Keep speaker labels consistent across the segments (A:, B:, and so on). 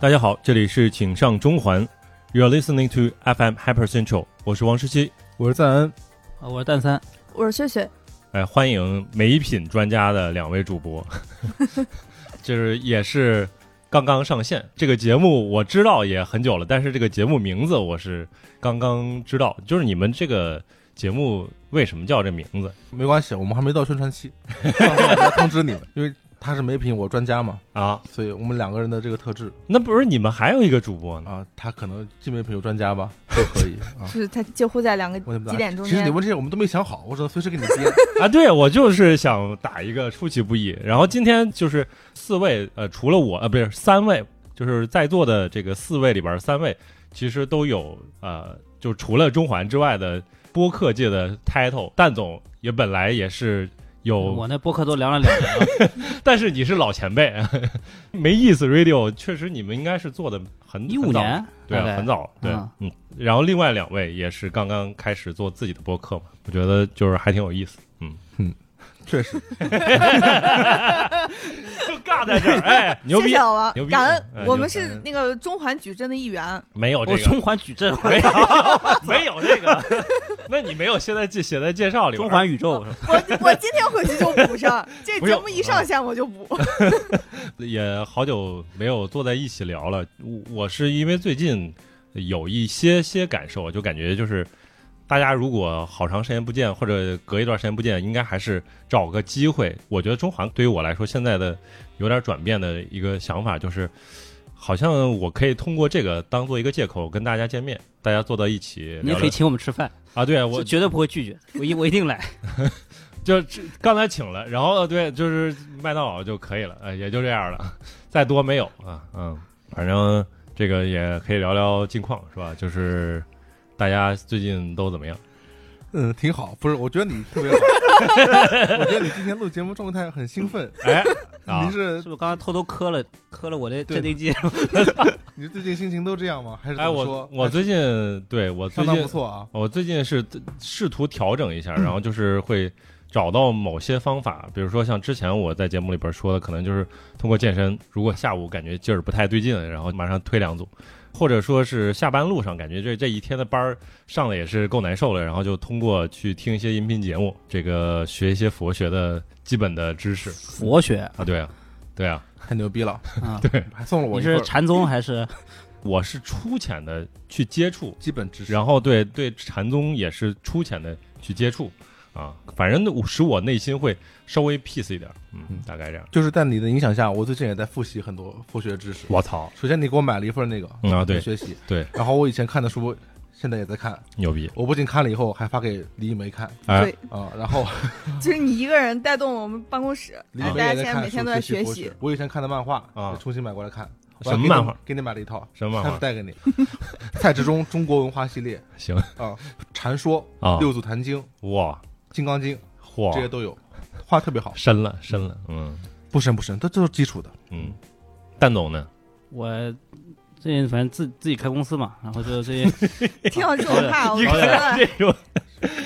A: 大家好，这里是请上中环，You're listening to FM Hyper Central，我是王十七。
B: 我是赞恩，
C: 啊，我是蛋三，
D: 我是雪雪，
A: 哎，欢迎美品专家的两位主播， 就是也是刚刚上线这个节目，我知道也很久了，但是这个节目名字我是刚刚知道，就是你们这个节目为什么叫这名字？
B: 没关系，我们还没到宣传期， 上次我才通知你们，因为他是美品，我专家嘛，
A: 啊，
B: 所以我们两个人的这个特质
A: 那不是你们还有一个主播呢？
B: 啊，他可能既美品又专家吧，都可以 啊
D: 就。是他几乎在两个
B: 我也不
D: 几点钟
B: 其实你
D: 间
B: 问这些我们都没想好，我只能随时给你接。
A: 啊，对，我就是想打一个出其不意。然后今天就是四位，呃，除了我，呃，不是三位，就是在座的这个四位里边儿，三位其实都有，呃，就除了中环之外的播客界的 title。蛋总也本来也是有，
C: 我那播客都聊了两年了，
A: 但是你是老前辈， 没意思。Radio 确实你们应该是做的很
C: 一五，
A: 很早
C: 年，
A: 对
C: 大概
A: 啊，很早，对，
C: 嗯
A: 嗯。然后另外两位也是刚刚开始做自己的播客嘛，我觉得就是还挺有意思。嗯
B: 确实，
A: 就尬在这儿，哎，牛
D: 谢
A: 逼
D: 谢！了
A: 牛，逼
D: 感
A: 哎
D: 恩，我们
B: 牛感
D: 是
B: 恩
D: 那个中环矩阵的一员，
A: 没有这
C: 我
A: 个，
C: 中环矩阵，
A: 没有没有这个，那你没有现在记写在介绍里边
C: 中环宇 宙，
D: 我我今天回去就补上，这
A: 不
D: 节
A: 用
D: 目一上线我就补，
A: 也好久没有坐在一起聊了。我我是因为最近有一些些感受，就感觉就是大家如果好长时间不见，或者隔一段时间不见，应该还是找个机会。我觉得中环对于我来说，现在的有点转变的一个想法就是。好像我可以通过这个当做一个借口跟大家见面，大家坐到一起
C: 你
A: 聊
C: 也可以
A: 聊
C: 请我们吃饭，
A: 啊！对我
C: 我绝对不会拒绝，我一我一定来。
A: 就这刚才请了，然后呃对，就是麦当劳就可以了，呃，也就这样了， 再多没有啊，嗯，反正这个也可以聊聊近况是吧？就是大家最近都怎么样？
B: 嗯，挺好。不是，我觉得你 特别好，我觉得你今天录节目状态很兴奋，
A: 哎，
B: 你
A: 啊，
B: 是
C: 是不是刚刚偷偷磕了磕了我的
B: 对
C: 镇 定剂？
B: 你是最近心情都这样吗？还是怎
A: 哎，
B: 么说
A: 我？我最近对我最
B: 相当
A: 近
B: 不错啊，
A: 我最近是试图调整一下，然后就是会找到某些方法，比如说像之前我在节目里边说的，可能就是通过健身，如果下午感觉劲儿不太对劲，然后马上推两组，或者说是下班路上感觉这这一天的班儿上的也是够难受了，然后就通过去听一些音频节目，这个学一些佛学的基本的知识
C: 佛学
A: 啊，对啊，对啊，
B: 太牛逼了，
C: 啊，
B: 还送了我
C: 你
B: 一份
C: 是
B: 儿
C: 禅宗还是
A: 我是粗浅的去接触
B: 基本知识。
A: 然后对对禅宗也是粗浅的去接触啊，反正我使我内心会稍微 peace 一点，嗯
B: 嗯，
A: 大概这样。
B: 就是在你的影响下，我最近也在复习很多佛学知识。
A: 我操，
B: 首先，你给我买了一份那个
A: 嗯啊对
B: 学习
A: 对，
B: 然后我以前看的书，现在也在看。
A: 牛逼！
B: 我不仅看了以后，还发给李一梅看
A: 哎，
D: 对，
B: 啊。然后
D: 就是你一个人带动了我们办公室，
B: 李
D: 然
B: 一
D: 后
B: 梅
D: 大家现
B: 也
D: 在
B: 看
D: 每
B: 书
D: 天都在
B: 学
D: 学
B: 习佛
D: 习，
B: 我以前看的漫画
A: 啊
B: 也重新买过来看。我
A: 什
B: 还
A: 么
B: 给你
A: 漫画？
B: 给你买了一套，
A: 什么
B: 下次
A: 漫画？
B: 带给你。 蔡志忠《中国文化系列
A: 行》
B: 啊，《禅说》
A: 啊
B: 《六祖坛经》《
A: 哇
B: 金刚经》这些
A: 嚯，
B: 都有，画特别好。
A: 深了深了，嗯
B: 不深不深，这都是基础的。
A: 嗯。蛋总呢？
C: 我？最近反正自自己开公司嘛，然后 就最近
D: 听到这种话，我觉得
A: 这种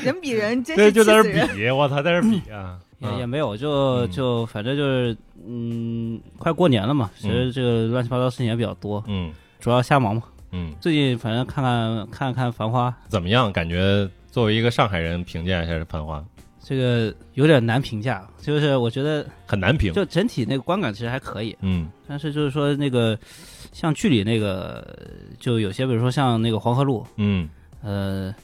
D: 人比人真
A: 这
D: 是
A: 就
D: 气
A: 在这
D: 死 人。
A: 儿比，我操，在这儿比啊！
C: 也
A: 啊
C: 也没有，就
A: 嗯
C: 就反正就是嗯，快过年了嘛，其实这个乱七八糟事情也比较多，
A: 嗯
C: 主要瞎忙嘛。
A: 嗯，
C: 最近反正看看看看《繁花》，
A: 怎么样？感觉作为一个上海人，评价一下这《繁花》
C: 这个有点难评价，就是我觉得
A: 很难评。
C: 就整体那个观感其实还可以，
A: 嗯
C: 但是就是说那个像剧里那个呃就有些，比如说像那个黄河路，
A: 嗯，
C: 呃，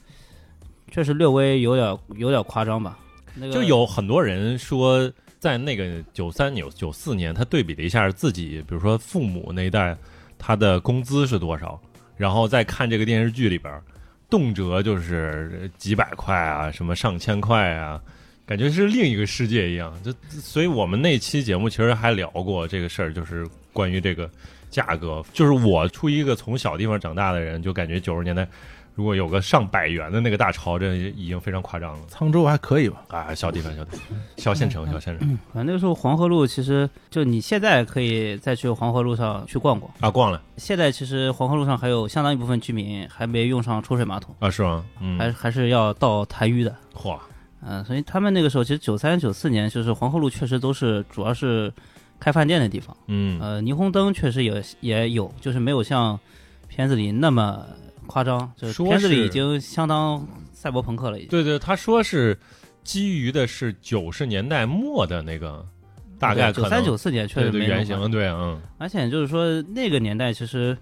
C: 确实略微有点有点夸张吧。那个
A: 就有很多人说，在那个九三九九四年，他对比了一下自己，比如说父母那一代，他的工资是多少，然后再看这个电视剧里边，动辄就是几百块啊，什么上千块啊，感觉是另一个世界一样。就所以我们那期节目其实还聊过这个事儿，就是关于这个价格，就是我出于一个从小地方长大的人，就感觉九十年代。如果有个上百元的那个大潮，这已经非常夸张了。
B: 沧州还可以吧？
A: 啊，小地方，小地方，小县
C: 嗯
A: 城，小县城
C: 反正那个时候黄河路，其实就你现在可以再去黄河路上去逛逛。
A: 啊，逛了
C: 现在其实黄河路上还有相当一部分居民还没用上抽水马桶，
A: 啊，是吗？
C: 还
A: 嗯，
C: 还是要到痰盂的。呃
A: 嚯，
C: 嗯，所以他们那个时候其实九三九四年，就是黄河路确实都是主要是开饭店的地方。
A: 嗯
C: 呃，霓虹灯确实也也有，就是没有像片子里那么夸张，就是
A: 说
C: 片子里
A: 是
C: 已经相当赛博朋克了，已经。
A: 对对，他说是基于的是九十年代末的那个，大概可
C: 九
A: 能
C: 三九四年确
A: 对
C: 实
A: 对
C: 没那么
A: 原
C: 夸张
A: 型，对，嗯
C: 而且就是说那个年代，其实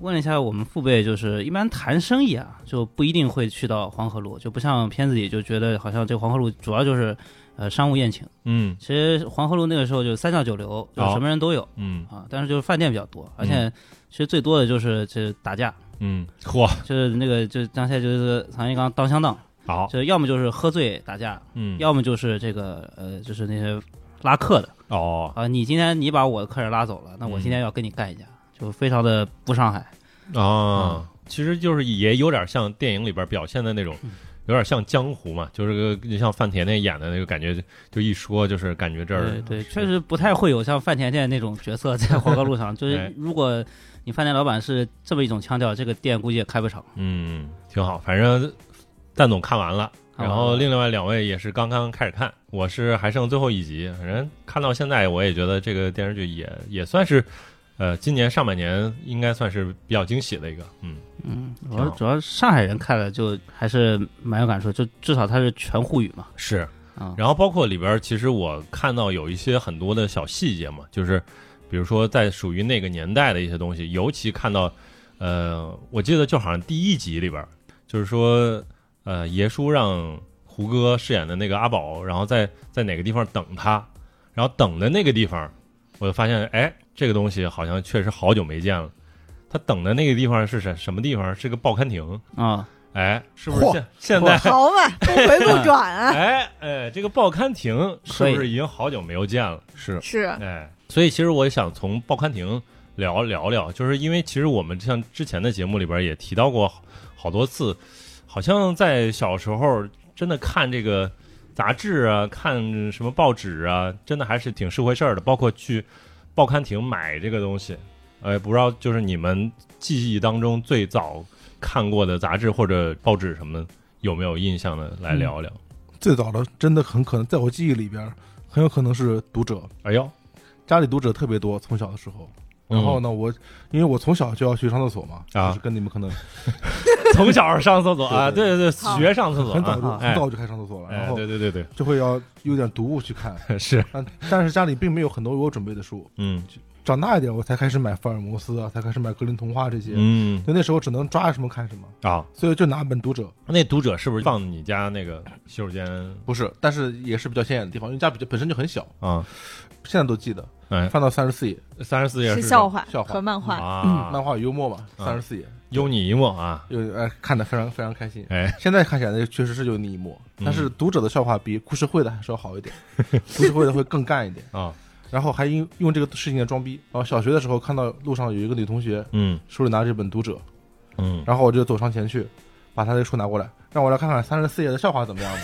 C: 问了一下我们父辈，就是一般谈生意啊，就不一定会去到黄河路，就不像片子里就觉得好像这个黄河路主要就是呃商务宴请。
A: 嗯
C: 其实黄河路那个时候就三教九流，就
A: 哦
C: 什么人都有、
A: 嗯
C: 啊，但是就是饭店比较多，而且其实最多的就是这打架，
A: 嗯，嚯，
C: 就是那个就是当下就是常新刚刀相当，
A: 好，
C: 就是要么就是喝醉打架，
A: 嗯，
C: 要么就是这个呃就是那些拉客的。
A: 哦
C: 啊，你今天你把我的客人拉走了，
A: 嗯
C: 那我今天要跟你干一架，就非常的不上海。嗯
A: 啊，其实就是也有点像电影里边表现的那种。
C: 嗯
A: 有点像江湖嘛，就是个就像范甜甜演的那个感觉，就就一说就是感觉这儿
C: 对对，确实不太会有像范甜甜那种角色在黄河路上。就
A: 哎
C: 是如果你饭店老板是这么一种腔调，这个店估计也开不长。
A: 嗯挺好。反正蛋总看完了，
C: 看
A: 然
C: 完了
A: 后另外两位也是刚刚开始看，我是还剩最后一集，反正看到现在我也觉得这个电视剧也也算是，呃，今年上半年应该算是比较惊喜的一个，嗯
C: 嗯，主
A: 挺
C: 要
A: 好
C: 主要上海人看了就还是蛮有感触，就至少它是全沪语嘛。
A: 是。
C: 啊，
A: 然后包括里边儿，其实我看到有一些很多的小细节嘛，就是比如说在属于那个年代的一些东西，尤其看到，呃，我记得就好像第一集里边儿，就是说，呃，爷叔让胡歌饰演的那个阿宝，然后在在哪个地方等他，然后等的那个地方，我就发现，哎，这个东西好像确实好久没见了。他等的那个地方是什什么地方？是个报刊亭，
C: 啊，
A: 哎，是不是
B: 嚯
A: 现现在
D: 好嘛，不回不 转啊，
A: 哎哎，这个报刊亭是不
C: 可
A: 是
C: 以
A: 已经好久没有见了？
B: 是
D: 是
A: 哎，所以其实我想从报刊亭聊聊聊，就是因为其实我们像之前的节目里边也提到过好好多次，好像在小时候真的看这个杂志啊，看什么报纸啊，真的还是挺是回事儿的。包括去报刊亭买这个东西，呃，不知道就是你们记忆当中最早看过的杂志或者报纸什么的有没有印象的，来聊聊。
B: 最早的，真的很可能在我记忆里边，很有可能是读者，
A: 哎呦，
B: 家里读者特别多，从小的时候。然后呢，我因为我从小就要去上厕所嘛，
A: 嗯啊
B: 就是跟你们可能
A: 从小上厕所啊，对
B: 对
A: 对对，
D: 好
A: 学上厕所啊，
B: 很早就
A: 哎
B: 很早就开始上厕所了，
A: 哎
B: 然，后
A: 对对对对，
B: 就会要有点读物去看，
A: 是，
B: 但但是家里并没有很多为我准备的书。
A: 嗯
B: 长大一点，我才开始买福尔摩斯啊，才开始买格林童话这些。
A: 嗯
B: 就那时候只能抓什么看什么，
A: 啊，
B: 所以就拿本读者
A: 那读者是不是放你家那个洗手间
B: 不是，但是也是比较显眼的地方，因为家比较本身就很小，
A: 啊？
B: 现在都记得，
A: 哎，
B: 翻到三十四页，
A: 三十四页
D: 是笑
A: 话
D: 话
B: 笑话
D: 和漫画，
A: 啊，
B: 漫画与幽默嘛，
A: 嗯
B: 三十四页，
A: 有你一幕啊，
B: 有哎看的非常非常开心。
A: 哎，
B: 现在看起来确实是有你一幕，
A: 嗯
B: 但是读者的笑话比故事会的 还是要好一点，故事会的会更干一点，
A: 啊，
B: 然后还因用这个事情来装逼。然后小学的时候看到路上有一个女同学
A: 嗯
B: 手里拿着一本读者，
A: 嗯，
B: 然后我就走上前去，把他的书拿过来，让我来看看三十四页的笑话怎 么样吧，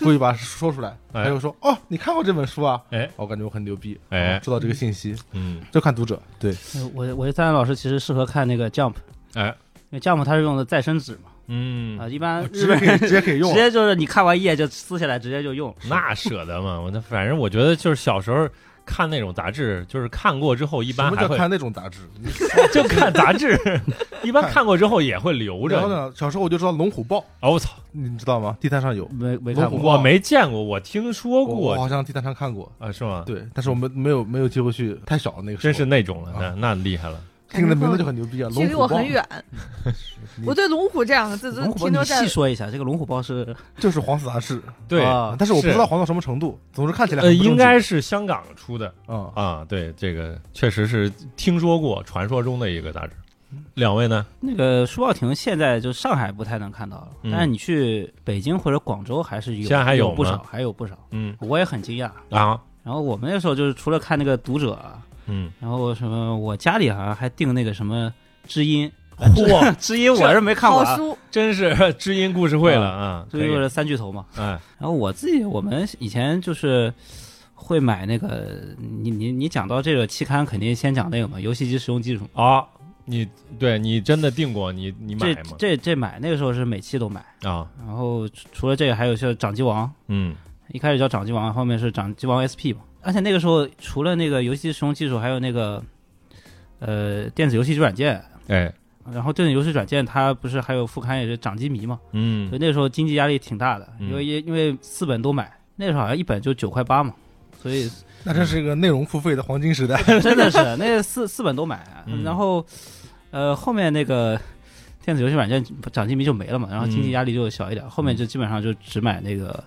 B: 故意把说出来。
A: 哎
B: 他就说：“哦，你看过这本书啊？”
A: 哎，
B: 我感觉我很牛逼，哦
A: 哎
B: 知道这个信息，
A: 嗯，
B: 就看读者。 对，
C: 呃我我觉得赞恩老师其实适合看那个 Jump，
A: 哎，
C: 因为 Jump 它是用的再生纸嘛，啊，
A: 嗯，
C: 一般日
B: 直接
C: 本
B: 可以直接可以 用啊
C: 直。接就是你看完页就撕下来直接就用。
A: 那舍得吗？我那反正我觉得就是小时候看那种杂志，就是看过之后一
B: 什
A: 般
B: 么
A: 还
B: 叫
A: 会
B: 看那种 杂志？你
A: 就看杂志， 一般看过之后也会留
B: 然后
A: 着。
B: 呢，小时候我就知道《龙虎豹》，
A: 哦，我操！
B: 你知道吗？地摊上有，
C: 没没
B: 龙
C: 看
B: 虎
C: 过，
A: 我没见过，我听说
B: 我
A: 过
B: 好像地摊上看过。
A: 啊，是吗？，
B: 对，但是我们没有没有机会去，太小了那个时候。
A: 真是那种了，
B: 啊
A: 那那厉害了。
B: 听着名字就很牛逼啊！
D: 距
B: 龙
D: 离
B: 虎
D: 我
B: 豹
D: 很远，
B: 你
D: 我对“龙虎”这两个字都
C: 龙虎豹，
D: 停留
C: 你
D: 在
C: 细说一下，这个龙虎豹是
B: 就是黄色杂志，
A: 对，
C: 啊
B: 但是我不
A: 是
B: 知道黄到什么程度，总是看起来
A: 呃，
B: 很不正
A: 应
B: 经
A: 该是香港出的
B: 啊。
A: 啊。对，这个确实是听说过，传说中的一个杂志。两位呢？
C: 那个书报亭，现在就上海不太能看到了，
A: 嗯
C: 但是你去北京或者广州还是有，
A: 现在还有
C: 有
A: 吗
C: 不少，还有不少。
A: 嗯
C: 我也很惊讶。
A: 啊，
C: 然后我们那时候就是除了看那个读者啊，
A: 嗯，
C: 然后什么，我家里好像还订那个什么知音，
A: 嚯，
C: 知音我是没看过、
D: 好
C: 啊，
D: 书，
A: 真是 知音故事会了啊！
C: 就
A: 可以
C: 是三巨头嘛。
A: 哎，
C: 然后我自己，我们以前就是会买那个，你你你讲到这个期刊，肯定先讲那个嘛，游戏机使用技术。
A: 啊，你对你真的订过你你买
C: 这
A: 吗？
C: 这这买那个时候是每期都买，
A: 啊，
C: 然后除除了这个还有像掌机王，
A: 嗯
C: 一开始叫掌机王，后面是掌机王 SP 嘛。而且那个时候除了那个游戏使用技术，还有那个呃电子游戏软件，
A: 哎，
C: 然后电子游戏软件它不是还有副刊也是掌机迷嘛，所
A: 嗯
C: 以那时候经济压力挺大的，
A: 嗯
C: 因为因为四本都买，那时候好像一本就九块八嘛，所以
B: 那这是一个内容付费的黄金时代。
C: 真的是那四四本都买，啊
A: 嗯
C: 然后呃后面那个电子游戏软件掌机迷就没了嘛，然后经
A: 嗯
C: 济压力就小一点，后面就基本上就只买那个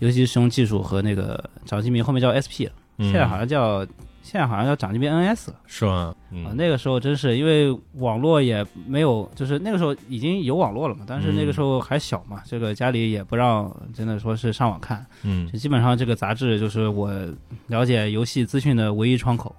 C: 游戏使用技术和那个掌机迷，后面叫 SP 了，
A: 嗯
C: 现在好像叫现在好像叫掌机迷 NS 了、
A: 是吗？
C: 啊，
A: 嗯，
C: 那个时候真是因为网络也没有，就是那个时候已经有网络了嘛，但是那
A: 嗯
C: 个时候还小嘛，这个家里也不让，真的说是上网看，
A: 嗯，
C: 就基本上这个杂志就是我了解游戏资讯的唯一窗口。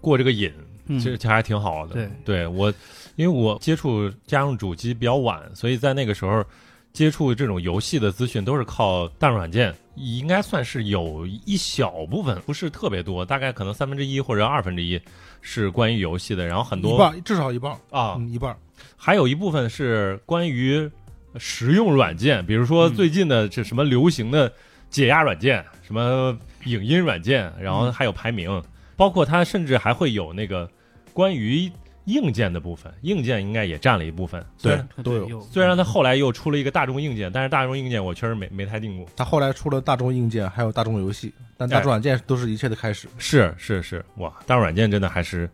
A: 过这个瘾，
C: 嗯
A: 其实其实还挺好的。
C: 对
A: 我因为我接触家用主机比较晚，所以在那个时候接触这种游戏的资讯都是靠大众软件，应该算是有一小部分，不是特别多，大概可能三分之一或者二分之一是关于游戏的，然后很
B: 一
A: 多
B: 半，至少一半，
A: 啊，
B: 嗯，一半。
A: 还有一部分是关于实用软件，比如说
C: 嗯
A: 最近的这什么流行的解压软件，什么影音软件，然后还有排名，包括它甚至还会有那个关于硬件的部分，硬件应该也占了一部分。虽然，
B: 都有
C: 有
A: 虽然它后来又出了一个大众硬件，但是大众硬件我确实没没太定过。
B: 他后来出了大众硬件，还有大众游戏，但大众软件都是一切的开始。
A: 是是是，哇，大众软件真的还是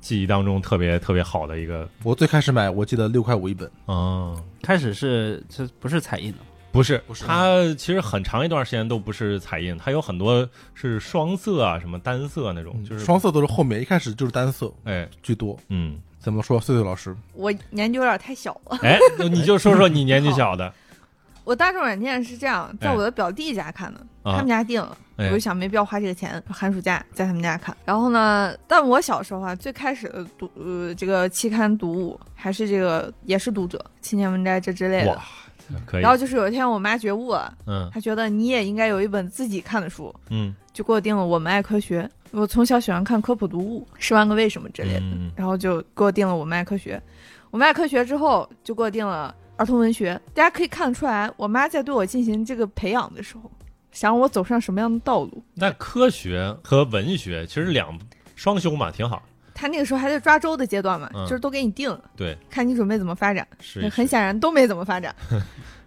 A: 记忆当中特别特别好的一个
B: 我最开始买，我记得六块五一本，
A: 哦。
C: 开始是这不是彩印的，
A: 不是，
B: 不是
A: 它其实很长一段时间都不是彩印，它有很多是双色啊，什么单色那种，就是
B: 嗯双色都是后面，一开始就是单色
A: 哎，
B: 居多。
A: 嗯，
B: 怎么说？岁岁老师，
D: 我年纪有点太小了。
A: 哎，就你就说说你年纪小的
D: 我大众软件是这样，在我的表弟家看的，他
A: 啊
D: 们，家订了，我
A: 哎
D: 就，想没必要花这个钱，寒暑假在他们家看。然后呢，但我小时候啊，最开始的读呃这个期刊读物还是这个也是读者、青年文摘这之类的
A: 哇。， 哎可以
D: 然，后就是有一天我妈觉悟了，
A: 嗯
D: 她觉得你也应该有一本自己看的书，
A: 嗯，
D: 就给我订了《我们爱科学》。我从小喜欢看科普读物，《十万个为什么》之类的。
A: 嗯
D: 然后就给我定了《我们爱科学》，我们爱科学之后就给我定了儿童文学。大家可以看得出来，我妈在对我进行这个培养的时候，想让我走上什么样的道路。
A: 那科学和文学其实两双修嘛，挺好，
D: 她那个时候还在抓周的阶段嘛，
A: 嗯
D: 就是都给你定了，
A: 对，
D: 看你准备怎么发展。
A: 是一
D: 很
A: 是
D: 显然都没怎么发展。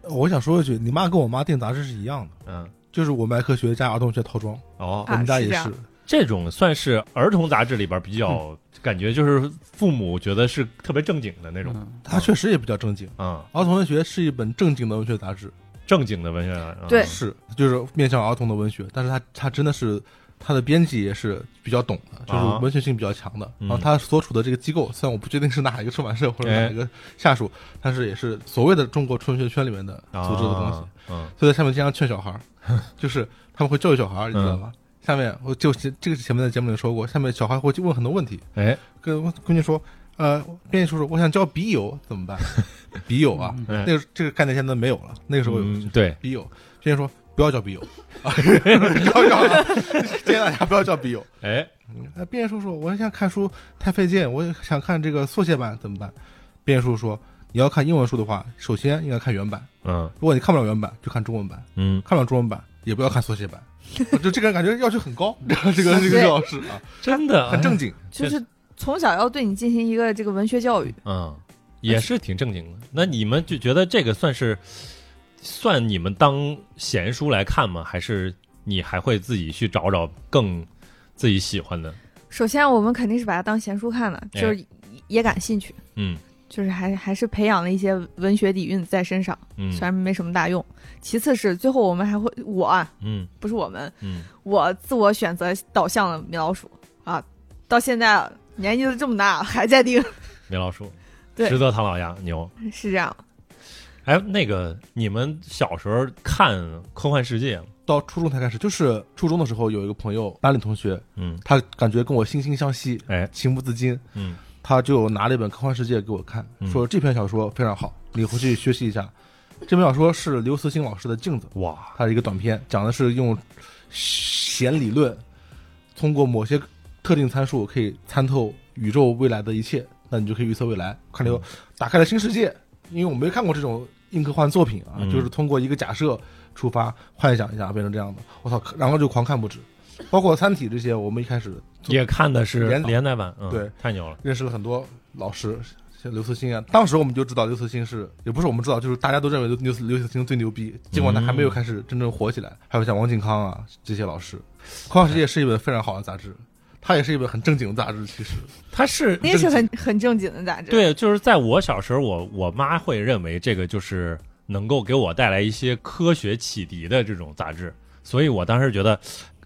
B: 我想说一句，你妈跟我妈订杂志是一样的，
A: 嗯，
B: 就是我们爱科学加儿童文学套装，
A: 哦，
D: 啊
B: 我们家也
D: 是这样
B: 是。
A: 这种算是儿童杂志里边比
D: 嗯
A: 较感觉就是父母觉得是特别正经的那种
C: 嗯
B: 它确实也比较正
D: 嗯
B: 经。
A: 啊，
B: 儿童文学是一本正经的文学杂志，
A: 正经的文学啊，
D: 对
B: 是就是面向儿童的文学，但是它它真的是它的编辑也是比较懂的，就是
A: 啊
B: 文学性比较强的。
A: 嗯
B: 然后它所处的这个机构，虽然我不确定是哪一个出版社或者
A: 哎
B: 哪一个下属，但是也是所谓的中国纯文学圈里面的组织的东西，
A: 啊，嗯
B: 所以在上面经常劝小孩儿， 就是他们会教育小孩儿，你知道
A: 嗯
B: 吧？下面我就这个前面的节目里说过，下面小孩会去问很多问题，
A: 哎，
B: 跟闺女说，呃，编辑叔叔，我想交笔友怎么办？笔友
C: 嗯
B: 啊，
A: 哎
B: 那个这个概念现在没有了，那个时候有。
A: 嗯对，
B: 笔友，先说不要叫笔友， 啊，不要叫了，建议大家不要叫笔友。嗯
A: 哎，
B: 那边叔说，我想看书太费劲，我想看这个缩写版怎么办？边叔说，你要看英文书的话，首先应该看原版，
A: 嗯
B: 如果你看不了原版，就看中文版，
A: 嗯，
B: 看不了中文版也不要看缩写版。 就这个人感觉要求很高，这个这个老师啊，
A: 真的
B: 很正经。
D: 就是从小要对你进行一个这个文学教育，
A: 嗯，也是挺正经的。那你们就觉得这个算是算你们当闲书来看吗？还是你还会自己去找找更自己喜欢的？
D: 首先我们肯定是把它当闲书看的，
A: 哎
D: 就是也也感兴趣，
A: 嗯
D: 就是还还是培养了一些文学底蕴在身上，
A: 嗯
D: 虽然没什么大用。其次是最后我们还会我啊
A: 嗯
D: 不是我们，
A: 嗯，
D: 我自我选择导向的米老鼠啊，到现在年纪都这么大还在盯，
A: 米老鼠，
D: 对
A: 实则唐老鸭牛。
D: 是这样。
A: 哎，那个你们小时候看《科幻世界》吗？
B: 到初中才开始，就是初中的时候有一个朋友，班里同学，
A: 嗯
B: 他感觉跟我惺惺相惜，
A: 哎
B: 情不自禁，
A: 嗯
B: 他就拿了一本《科幻世界》给我看，
A: 嗯
B: 说这篇小说非常好，你回去学习一下。这篇小说是刘慈欣老师的《镜子》，
A: 哇
B: 它是一个短篇，讲的是用弦理论，通过某些特定参数可以参透宇宙未来的一切，那你就可以预测未来。看了以后，打开了新世界，因为我没看过这种硬科幻作品啊，
A: 嗯
B: 就是通过一个假设出发，幻想一下变成这样的。我操，然后就狂看不止。包括《三体》这些，我们一开始
A: 也看的是
B: 连载
A: 连载版，嗯，
B: 对，
A: 太牛了，
B: 认识了很多老师，像刘慈欣啊。当时我们就知道刘慈欣是，也不是我们知道，就是大家都认为刘刘慈刘慈欣最牛逼，尽管他还没有开始真正火起来。还有像王靖康啊这些老师，《科幻世界》是一本非常好的杂志，它也是一本很正经的杂志。其实
A: 它是
D: 那是很很正经的杂志。，
A: 对，就是在我小时候，我我妈会认为这个就是能够给我带来一些科学启迪的这种杂志，所以我当时觉得，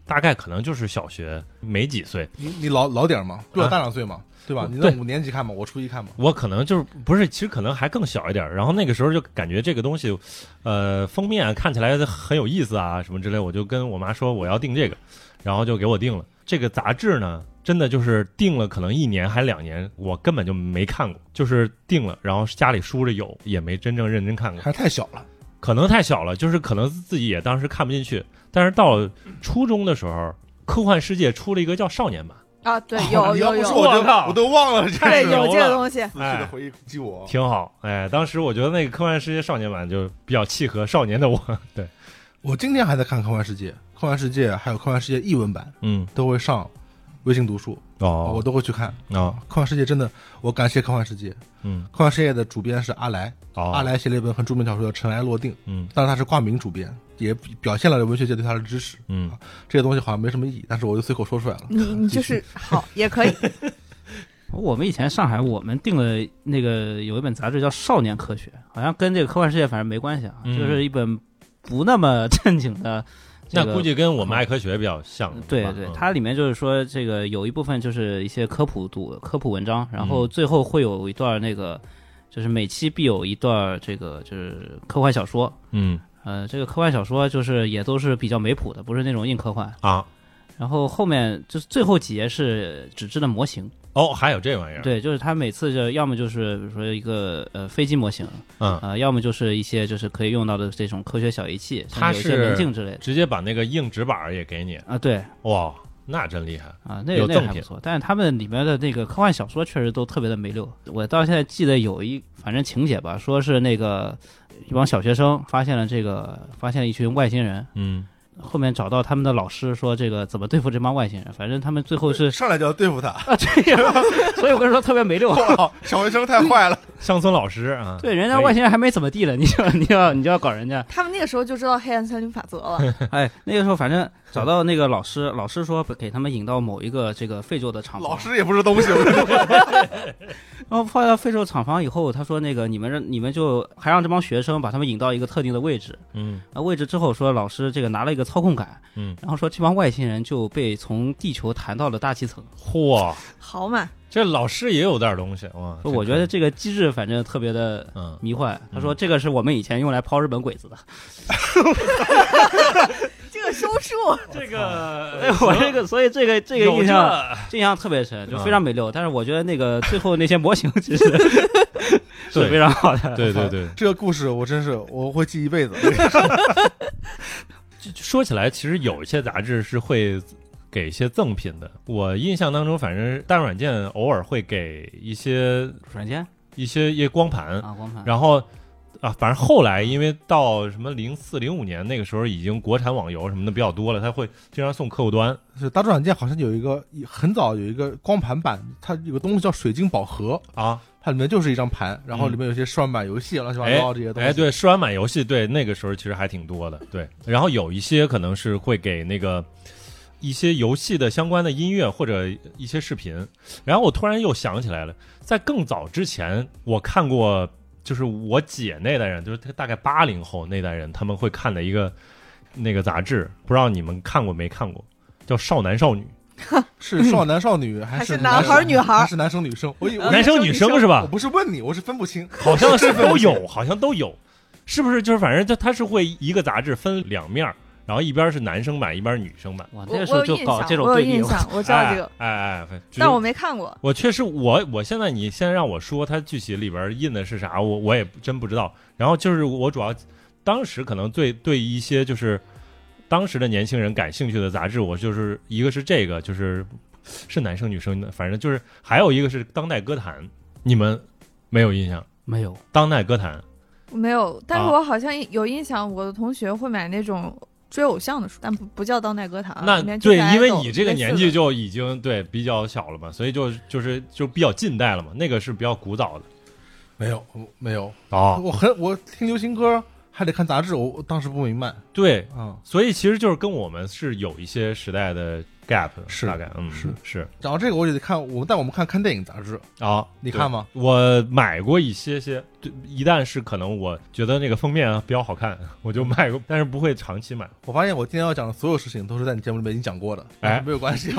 A: 大概可能就是小学没几岁，
B: 你你老老点儿嘛，比我
A: 啊
B: 大两岁嘛，对吧？你
A: 对
B: 在五年级看嘛，我初一看嘛。
A: 我可能就是不是，其实可能还更小一点儿。然后那个时候就感觉这个东西，呃，封面看起来很有意思啊，什么之类。我就跟我妈说我要订这个，然后就给我订了。这个杂志呢，真的就是订了，可能一年还两年，我根本就没看过，就是订了，然后家里书着有，也没真正认真看过。
B: 还是太小了，
A: 可能太小了，就是可能自己也当时看不进去。但是到了初中的时候，科幻世界出了一个叫少年版，
D: 啊，对，有
B: 你哦 要
D: 有
B: 不
D: 有
B: 说，我就
A: 我靠
B: 我都忘了这
D: 对，
B: 个
A: 太
D: 有
A: 牛
D: 这个
A: 了
D: 东西。
B: 死去的回忆击我。
A: 挺好。哎，当时我觉得那个科幻世界少年版就比较契合少年的我。对，
B: 我今天还在看《科幻世界》，《科幻世界》还有《科幻世界》译文版
A: 嗯，
B: 都会上微信读书，
A: 哦，
B: 我都会去看。
A: 哦，
B: 《科幻世界》真的，我感谢《科幻世界》。《
A: 嗯，
B: 科幻世界》的主编是阿来，
A: 哦，
C: 啊
B: 阿，来写了一本很著名的小说叫《尘埃落定》，
A: 嗯
B: 但是他是挂名主编，也表现了文学界对他的支持。
A: 嗯，
B: 这些东西好像没什么意义，但是我就随口说出来了。
D: 你你就是好也可以，
C: 我们以前上海，我们订了那个有一本杂志叫《少年科学》，好像跟这个科幻世界反正没关系啊，
A: 嗯
C: 就是一本不那么正经的、这
A: 那
C: 个。
A: 估计跟我们爱科学比较像。
C: 对
A: 是吧
C: 对，
A: 嗯
C: 它里面就是说这个有一部分就是一些科普读科普文章，然
A: 嗯
C: 后最后会有一段那个，就是每期必有一段这个就是科幻小说。
A: 嗯
C: 呃，这个科幻小说就是也都是比较没谱的，不是那种硬科幻。
A: 啊，
C: 然后后面就是最后几页是纸质的模型，
A: 哦，还有这玩意儿，，
C: 对，就是它每次就要么就是比如说一个呃飞机模型，
A: 嗯，
C: 呃，要么就是一些就是可以用到的这种科学小仪器，像
A: 它
C: 有一
A: 是
C: 些门镜之类的
A: 直接把那个硬纸板儿也给你，
C: 啊，对
A: 哇，那真厉害。
C: 啊，那
A: 有
C: 个那个
A: 赠
C: 还不
A: 品
C: 错，但是他们里面的那个科幻小说确实都特别的没溜，我到现在记得有一反正情节吧，说是那个一帮小学生发现了这个发现了一群外星人，
A: 嗯，
C: 后面找到他们的老师说这个怎么对付这帮外星人，反正他们最后是
B: 上来就要对付他，
C: 啊对 呀、所以我跟你说特别没溜。
B: 我靠， 小学生太坏 了。
A: 乡村老师啊，
C: 对，人家
A: 可以
C: 外星人还没怎么地了，你就你就要你就要搞人家，
D: 他们那个时候就知道黑暗森林法则了。
C: 哎，那个时候反正找到那个老师，老师说给他们引到某一个这个废旧的厂房，
B: 老师也不是东西， 我跟你说
C: 然后放到废旧厂房以后，他说那个你们让你们就还让这帮学生把他们引到一个特定的位置，
A: 嗯
C: 啊位置之后说老师这个拿了一个操控杆，
A: 嗯，
C: 然后说这帮外星人就被从地球弹到了大气层，
A: 嚯，
D: 好嘛，
A: 这老师也有点东西哇！
C: 说我觉得，这个机制反正特别的。
A: 嗯，
C: 迷幻，他说这个是我们以前用来抛日本鬼子的。
D: 这个收束
A: 这个
C: 哎， 我这个，所以这个这个印象，印象特别深，就
A: 啊
C: 非常没溜。但是我觉得那个最后那些模型其实 是非常好的。
A: 对对对，
B: 这个故事我真是我会记一 辈子。
A: 就说起来，其实有一些杂志是会给一些赠品的。我印象当中，反正大软件偶尔会给一些
C: 软件
A: 一些一些光盘，
C: 啊，光盘。
A: 嗯然后啊，反正后来因为到什么零四零五年那个时候，已经国产网游什么的比较多了，它会经常送客户端
B: 是大众软件好像有一个很早有一个光盘版，它有个东西叫水晶宝盒，
A: 啊。
B: 它里面就是一张盘，然后
A: 嗯
B: 里面有些试玩版游戏啊乱七八
A: 哎
B: 糟这些东西。
A: 哎，，对，试玩版游戏，对，那个时候其实还挺多的。对，然后有一些可能是会给那个。一些游戏的相关的音乐或者一些视频，然后我突然又想起来了，在更早之前，我看过，就是我姐那代人，就是她大概八零后那代人，他们会看的一个那个杂志，不知道你们看过没看过，叫《少男少女
B: 是少男少女还
D: 还
B: 是
D: 是男孩儿女孩
B: 还
D: 儿？
B: 是男生女生？我以》，我
A: 男生女生是
B: 我
A: 吧？
B: 不是问你，我是分不清。
A: 好像是都有，好像都有，是不是？就是反正它它是会一个杂志分两面儿，然后一边是男生版，一边是女生版。
C: 哇，
D: 我
C: 那个时
D: 我
C: 候
D: 有
C: 就
D: 印
C: 搞
D: 象，
C: 这种
D: 我有
C: 对比，
D: 印象，我知道这个，
A: 哎哎哎，
D: 但我没看过。
A: 我确实，我我现在你现在让我说它具体里边印的是啥，我我也真不知道。然后就是我主要当时可能最对一些就是当时的年轻人感兴趣的杂志，我就是一个是这个，就是是男生女生的，反正就是还有一个是当代歌坛，你们没有印象？
C: 没有
A: 当代歌坛
D: 没有，但是
A: 啊
D: 我好像有印象，我的同学会买那种追偶像的书，但不不叫当代歌坛啊。
A: 那
D: 里面就
A: 对
D: 是，
A: 因为
D: idol
A: 你这个
D: 类似
A: 年纪
D: 的
A: 就已经对比较小了嘛，所以就就是就比较近代了嘛，那个是比较古早的
B: 没有没有，
A: 哦，
B: 我很我听流行歌还得看杂志，我我当时不明白啊、
A: 对，
B: 嗯
A: 所以其实就是跟我们是有一些时代的 gap，
B: 是
A: 大概嗯
B: 是
A: 是
B: 然后这个我也得看，我但我们看看电影杂志，
A: 啊，
B: 哦你
A: 对
B: 看吗？
A: 我买过一些些，对一旦是可能我觉得那个封面啊比较好看，我就买过，但是不会长期 买。
B: 我发现我今天要讲的所有事情都是在你节目里面已经讲过的，
A: 哎
B: 没有关系。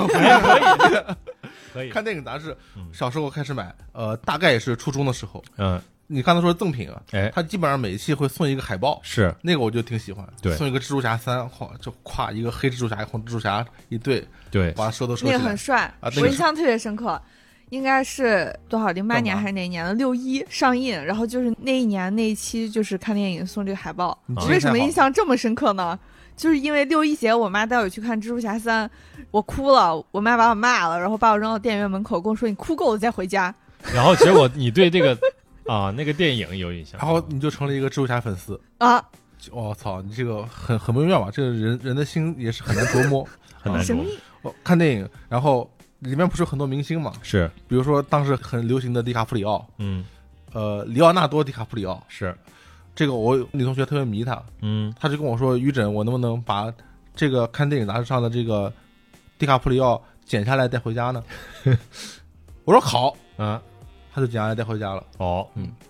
A: 可以，
B: 看电影杂志
A: 嗯，
B: 小时候开始买，呃，大概也是初中的时候。
A: 嗯，
B: 你刚才说赠品啊，
A: 哎，
B: 它基本上每一期会送一个海报，
A: 是
B: 那个我就挺喜欢，
A: 对
B: 送一个蜘蛛侠三，哐就跨一个黑蜘蛛侠、红蜘蛛侠一对，
A: 对，
B: 把收都收
D: 那
B: 起
D: 个
B: 来啊
D: 很。帅，
B: 那个
D: 我
B: 是
D: 印象特别深刻。应该是多少零八
B: 干嘛
D: 年还是哪一年的六一上映，然后就是那一年那一期就是看电影送这个海报，
B: 你
A: 啊
B: 记
D: 为
B: 性
D: 什么
B: 太好
D: 印象这么深刻呢？就是因为六一节，我妈带我去看《蜘蛛侠三》，我哭了，我妈把我骂了，然后把我扔到电影院门口，跟我说：“你哭够了再回家。
A: 然后结果你对这个啊那个电影有印象，
B: 然后你就成了一个蜘蛛侠粉丝。”
D: 啊，
B: 我、操，你这个很很微妙吧？这个人人的心也是很难琢磨。
A: 很难
D: 神
A: 说
D: 秘
B: 我看电影，然后里面不是有很多明星嘛？
A: 是
B: 比如说当时很流行的迪卡普里奥，
A: 嗯
B: 呃，里奥纳多·迪卡普里奥，
A: 是
B: 这个我有女同学特别迷他，
A: 嗯
B: 她就跟我说：“于枕，我能不能把这个看电影杂志上的这个迪卡普里奥剪下来带回家呢？” 我说：“好。
A: 啊”
B: 她就剪下来带回家 了。
A: 哦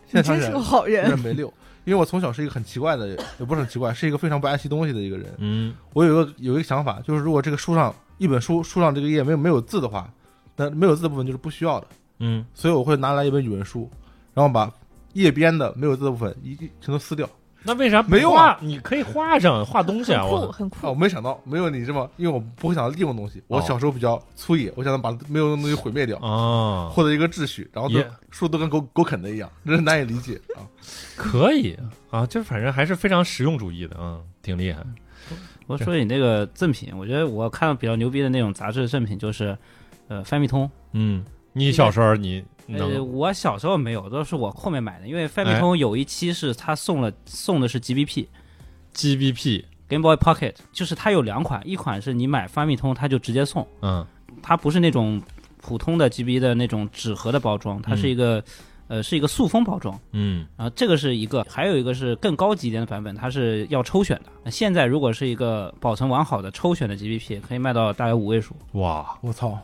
B: 现在
D: 你
B: 想
D: 真
B: 起
D: 是
B: 来嗯
D: 个好
B: 有
D: 人
B: 点没溜，因为我从小是一个很奇怪的，也不是很奇怪，是一个非常不爱惜东西的一个人。
A: 嗯
B: 我有一个有一个想法，就是如果这个书上一本书书上这个页没有没有字的话，那没有字的部分就是不需要的。
A: 嗯
B: 所以我会拿来一本语文书，然后把页边的没有字的部分一一全都撕 掉。
A: 那为啥不
B: 没有啊
A: 画？你可以画上画东西
D: 很
A: 啊！
D: 酷，
A: 我
D: 很
B: 啊，我
D: 酷。
B: 没想到，没有你这么，因为我不会想到利用东西。我
A: 哦
B: 小时候比较粗野，我想把没有用的东西毁灭掉，
A: 啊，
B: 获得一个秩序，然后都
A: 也
B: 书都跟狗狗啃的一样， 真是难以理解啊！
A: 可以啊，就是反正还是非常实用主义的，嗯，挺厉害。
C: 我说你那个赠品，我觉得我看到比较牛逼的那种杂志的赠品就是，呃，翻密通。
A: 嗯，你小时候你
C: 呃，
A: 能哎
C: 我小时候没有，都是我后面买的，因为翻密通有一期是他送了送的是 GBP。
A: G B P，
C: Game Boy Pocket 就是它有两款，一款是你买翻密通它就直接送，
A: 嗯
C: 它不是那种普通的 GB 的那种纸盒的包装，它是一个、呃是一个塑封包装。
A: 嗯
C: 啊，这个是一个，还有一个是更高级一点的版本，它是要抽选的。那现在如果是一个保存完好的抽选的 GBP，可以卖到大概五位数。
A: 哇，
B: 我操，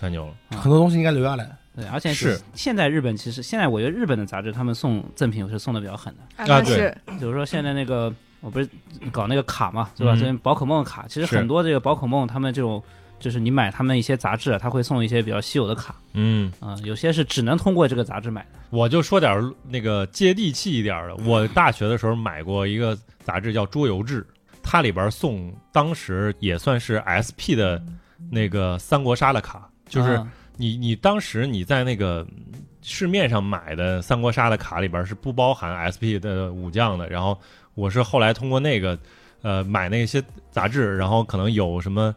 A: 太牛了！
C: 啊
B: 很多东西应该留下来。
C: 对，而且
A: 是
C: 现在日本其实现在我觉得日本的杂志他们送赠品是送的比较狠的，
D: 啊，
A: 啊
D: 那
A: 对
D: 是
C: 比如说现在那个我不是搞那个卡嘛，对吧？
A: 嗯
C: 这宝可梦卡，其实
A: 是
C: 很多这个宝可梦他们这种就是你买他们一些杂志啊，他会送一些比较稀有的卡，
A: 嗯，
C: 啊、有些是只能通过这个杂志买的。
A: 我就说点儿那个接地气一点儿的。我大学的时候买过一个杂志叫《桌游志》，它里边送当时也算是 S P 的那个三国杀的卡，就是
C: 啊
A: 你你当时你在那个嗯市面上买的三国杀的卡里边是不包含 SP 的武将的，然后我是后来通过那个呃买那些杂志，然后可能有什么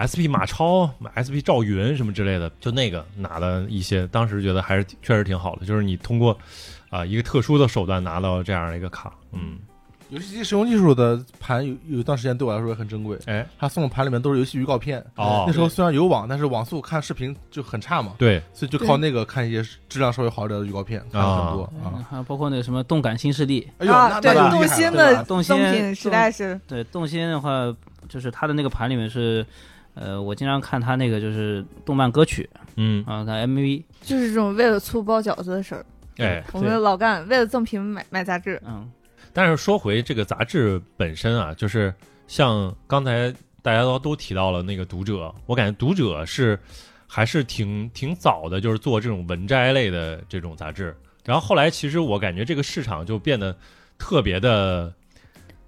A: SP 马超、SP 赵云什么之类的，就那个拿了一些，当时觉得还是确实挺好的，就是你通过啊、一个特殊的手段拿到这样的一个卡，嗯，
B: 游戏机使用技术的盘有有一段时间对我来说也很珍贵，
A: 哎，
B: 他送的盘里面都是游戏预告片。
A: 哦
B: 那时候虽然有网，但是网速看视频就很差嘛，
A: 对，
B: 所以就靠那个看一些质量稍微好一点的预告片，看了很多
C: 嗯
B: 啊。
C: 还有包括那个什么动感新势力，
B: 哎呦，
D: 啊，
B: 那
D: 对
B: 那就厉
D: 动心
B: 害了对
D: 的
B: 吧
C: 动心
D: 赠品实在是
C: 对，动心的话，就是它的那个盘里面是，呃，我经常看它那个就是动漫歌曲
A: 嗯，
C: 啊，看 MV，
D: 就是这种为了醋包饺子的事儿。
A: 哎，
D: 我们老干为了赠品买买杂志，
C: 嗯，
A: 但是说回这个杂志本身啊，就是像刚才大家都都提到了那个读者，我感觉读者是还是挺挺早的，就是做这种文摘类的这种杂志。然后后来其实我感觉这个市场就变得特别的，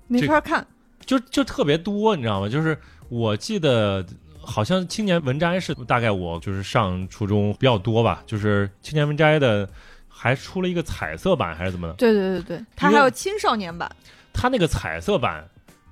D: 没法看。
A: 就就特别多，你知道吗？就是我记得。好像青年文摘是大概我就是上初中比较多吧，就是青年文摘的，还出了一个彩色版还是怎么的？
D: 对对对对，它还有青少年版，
A: 它那个彩色版，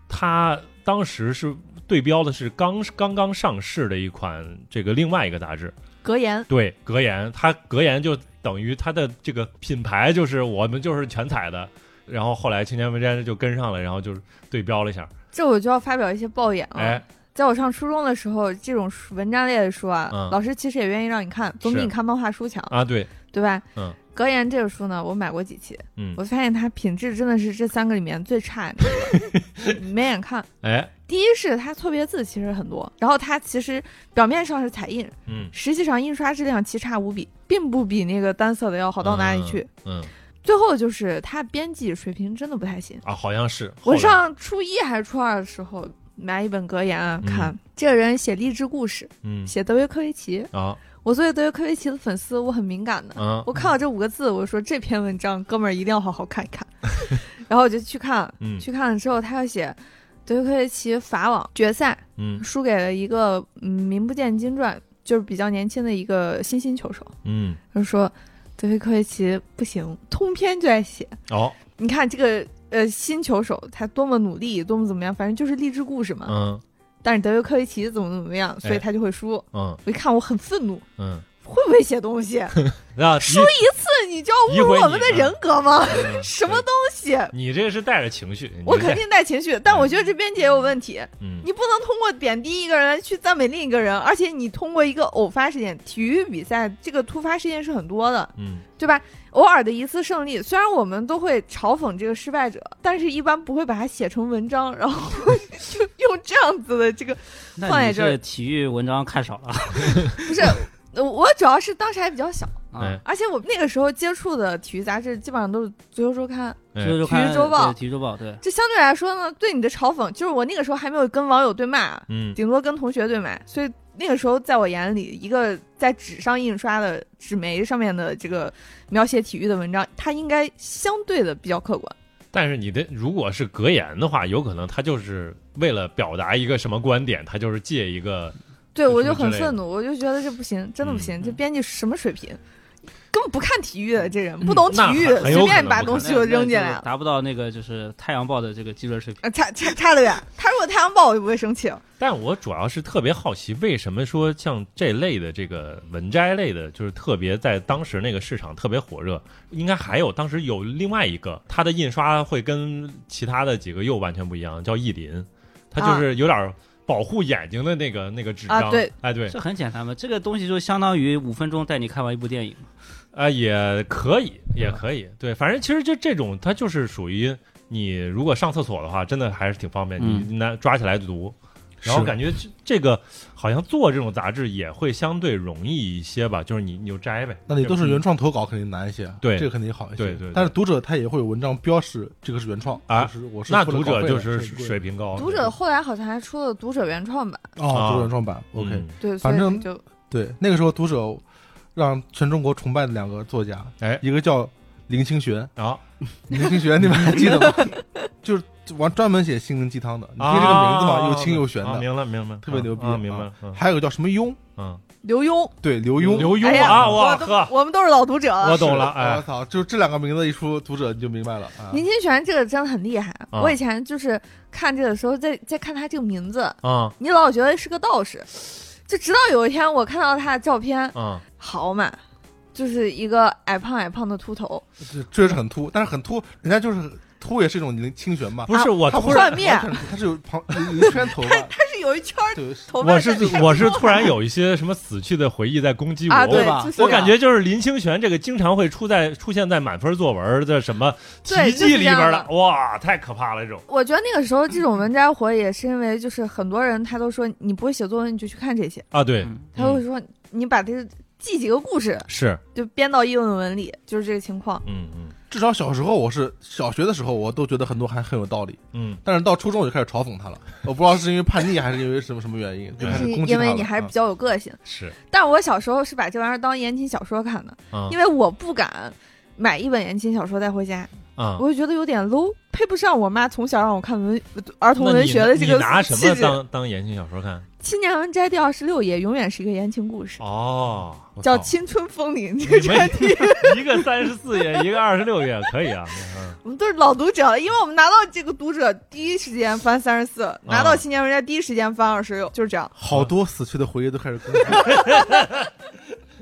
A: 它当时是对标的是刚刚刚上市的一款这个另外一个杂志，
D: 格言
A: 对格言，它格言就等于它的这个品牌就是我们就是全彩的，然后后来青年文摘就跟上了，然后就是对标了一下，
D: 这我就要发表一些抱怨了。
A: 哎，
D: 在我上初中的时候，这种书文章类的书啊，
A: 嗯
D: 老师其实也愿意让你看，总比
A: 是
D: 你看漫画书强，
A: 啊，对，
D: 对吧？
A: 嗯。
D: 格言这个书呢，我买过几期，
A: 嗯
D: 我，发现它品质真的是这三个里面最差的 那个，没眼看。
A: 哎，
D: 第一是它错别字其实很多，然后它其实表面上是彩印，
A: 嗯，
D: 实际上印刷质量奇差无比，并不比那个单色的要好到哪里去。
A: 嗯，嗯
D: 最后就是它编辑水平真的不太行。
A: 啊，好像是后
D: 我
A: 来
D: 上初一还是初二的时候买一本格言啊，看、这个人写励志故事，
A: 嗯
D: 写德约科维奇。
A: 啊
D: 我作为德约科维奇的粉丝，我很敏感的。
A: 啊
D: 我看到这五个字，我说这篇文章哥们儿一定要好好看一看。 然后我就去看，
A: 嗯
D: 去看了之后，他要写德约科维奇法网决赛
A: 嗯
D: 输给了一个嗯名不见经传，就是比较年轻的一个新兴球手。
A: 嗯
D: 他说德约科维奇不行，通篇就在写。
A: 哦
D: 你看这个呃新球手他多么努力，多么怎么样，反正就是励志故事嘛。
A: 嗯哎
D: 但是德约科维奇怎么怎么样，所以他就会输。
A: 嗯
D: 我一看我很愤怒，
A: 嗯，
D: 会不会写 东西？
A: 那
D: 说
A: 一
D: 一次你就要侮辱我们的人格吗？
A: 嗯
D: 什么
A: 对嗯
D: 东西？
A: 你这是带着情绪，你
D: 我
A: 这
D: 肯定带情绪，但我觉得这编辑也有问题。
A: 嗯
D: 你不能通过贬低一个人去赞美另一个人，而且你通过一个偶发事件，体育比赛这个突发事件是很多的，
A: 嗯
D: 对吧？偶尔的一次胜利，虽然我们都会嘲讽这个失败者，但是一般不会把它写成文章，然后 就用这样子的这个
C: 那
D: 放在
C: 你
D: 这儿
C: 这体育文章看少了啊，
D: 不是。呃我主要是当时还比较小，
C: 啊
A: 哎
D: 而且我那个时候接触的体育杂志基本上都是《足球周刊》，
A: 哎
C: 体育周刊
D: 体育周报
C: 对体育周报对，
D: 这相对来说呢，对你的嘲讽，就是我那个时候还没有跟网友对骂，
A: 嗯
D: 顶多跟同学对骂，所以那个时候在我眼里，一个在纸上印刷的纸媒上面的这个描写体育的文章，它应该相对的比较客观。
A: 但是你的如果是格言的话，有可能他就是为了表达一个什么观点，他就是借一个
D: 对
A: 是
D: 我就
A: 之类
D: 很
A: 的
D: 愤怒，我就觉得这不行，真的不行，
C: 嗯
D: 这编辑什么水平？根本不看体育的这人，不懂体育，
A: 嗯那很有
D: 随
A: 可
D: 便
A: 能
D: 把
A: 不
D: 东
A: 看
D: 西就扔进
C: 那
D: 来
C: 那
D: 了
C: 就。达不到那个就是《太阳报》的这个基准水平。
D: 啊，差差差得远。他如果太阳报，我就不会生气。
A: 但我主要是特别好奇，为什么说像这类的这个文摘类的，就是特别在当时那个市场特别火热，应该还有当时有另外一个，它的印刷会跟其他的几个又完全不一样，叫意林，它就是有点保护眼睛的那个那个纸张，
D: 啊对，
A: 哎对，
C: 这很简单嘛，这个东西就相当于五分钟带你看完一部电影。
A: 啊、也可以，也可
B: 嗯
A: 以，对，反正其实这这种它就是属于你如果上厕所的话，真的还是挺方便，
C: 嗯
A: 你拿抓起来读。然后
B: 是
A: 感觉这这个好像做这种杂志也会相对容易一些吧，就是你你就摘呗。
B: 那你都是
A: 就
B: 原创投稿，肯定难一些，
A: 对
B: 这个肯定好一些。
A: 对对对
B: 但是读者他也会有文章标识这个是原创
A: 啊
B: 就是我是
A: 那
B: 付了
A: 读
B: 稿
A: 者
B: 费
A: 就
B: 的
A: 是
B: 这个
A: 水平高，
D: 读者后来好像还出了读者原创版，
A: 啊
B: 哦，读者原创版，OK，
A: 嗯
D: 对，所
B: 反
D: 以
B: 正
D: 就
B: 对，那个时候读者让全中国崇拜的两个作家，
A: 哎
B: 一个叫林清玄，
A: 啊
B: 林清 玄 你们还记得吗？就是玩专门写心灵鸡汤的，你听这个名字嘛，
A: 啊
B: 又轻又玄
A: 啊
B: 的。
A: 明白明白，
B: 特别牛逼
A: 啊明白
B: 啊
A: 嗯
B: 还有个叫什么庸，
A: 嗯，
D: 刘墉，
B: 对，刘墉，
A: 刘
D: 哎
A: 墉
D: 呀
A: 啊，
D: 我都
A: 呵，
D: 我们都是老读者。
A: 我懂了，
B: 我
A: 哎，
B: 操，就这两个名字一出，读者你就明白了啊。
D: 林清玄这个真的很厉害，
A: 啊
D: 我以前就是看这个时候在在看他这个名字，
A: 啊
D: 你老觉得是个道士，就直到有一天我看到他的照片，
A: 啊
D: 好嘛，就是一个矮胖矮胖的秃头，
B: 这确实很突，但是很突，人家就是突也是一种林清玄嘛。
A: 不是
D: 啊
A: 我
B: 他
A: 突
B: 不是
A: 然，
D: 幻灭
B: 完全是他是有旁有一圈头 发，
D: 他是有一圈儿
B: 对，
D: 头发
A: 我
D: 在
A: 是我是突然有一些什么死去的回忆在攻击我，
D: 啊，
A: 我
D: 对
C: 吧，
D: 就是
A: 我感觉就是林清玄这个经常会出在出现在满分作文的什么
D: 对
A: 题记里边
D: 就是这
A: 的
D: 样，
A: 哇，太可怕了这种。
D: 我觉得那个时候这种文摘火也是因为，就是很多人他都说你不会写作文，你就去看这些。
A: 啊，对，
C: 嗯
D: 他会说你把这个记几个故事，
A: 是，
D: 就编到议论文里，就是这个情况。
A: 嗯嗯
B: 至少小时候我是小学的时候，我都觉得很多还很有道理，
A: 嗯，
B: 但是到初中我就开始嘲讽他了。我不知道是因为叛逆还是因为什么什么原因，就开始
D: 是
B: 攻击
D: 因
B: 他了。啊
D: 为你还
A: 嗯
D: 是比较有个性，
A: 是，
D: 但我小时候是把这玩意儿当言情小说看的，
A: 啊
D: 因为我不敢买一本言情小说带回家，
A: 啊，
D: 我就觉得有点 low，配不上我妈从小让我看文儿童
A: 那
D: 文
A: 你
D: 学
A: 拿
D: 的这
A: 你
D: 个
A: 拿什么
D: 气质。
A: 当当言情小说看？
D: 青年文摘第二十六页永远是一个言情故事，
A: 哦，我
D: 叫《
A: 操
D: 青春风铃》这个
A: 你
D: 专
A: 们
D: 题。
A: 一个 三十四页，一个二十六页，可以啊，嗯
D: 我们都是老读者，因为我们拿到这个读者第一时间翻三十
A: 啊
D: 四，拿到青年文摘第一时间翻二十六，就是这样。
B: 好多死去的回忆都开始 攻击。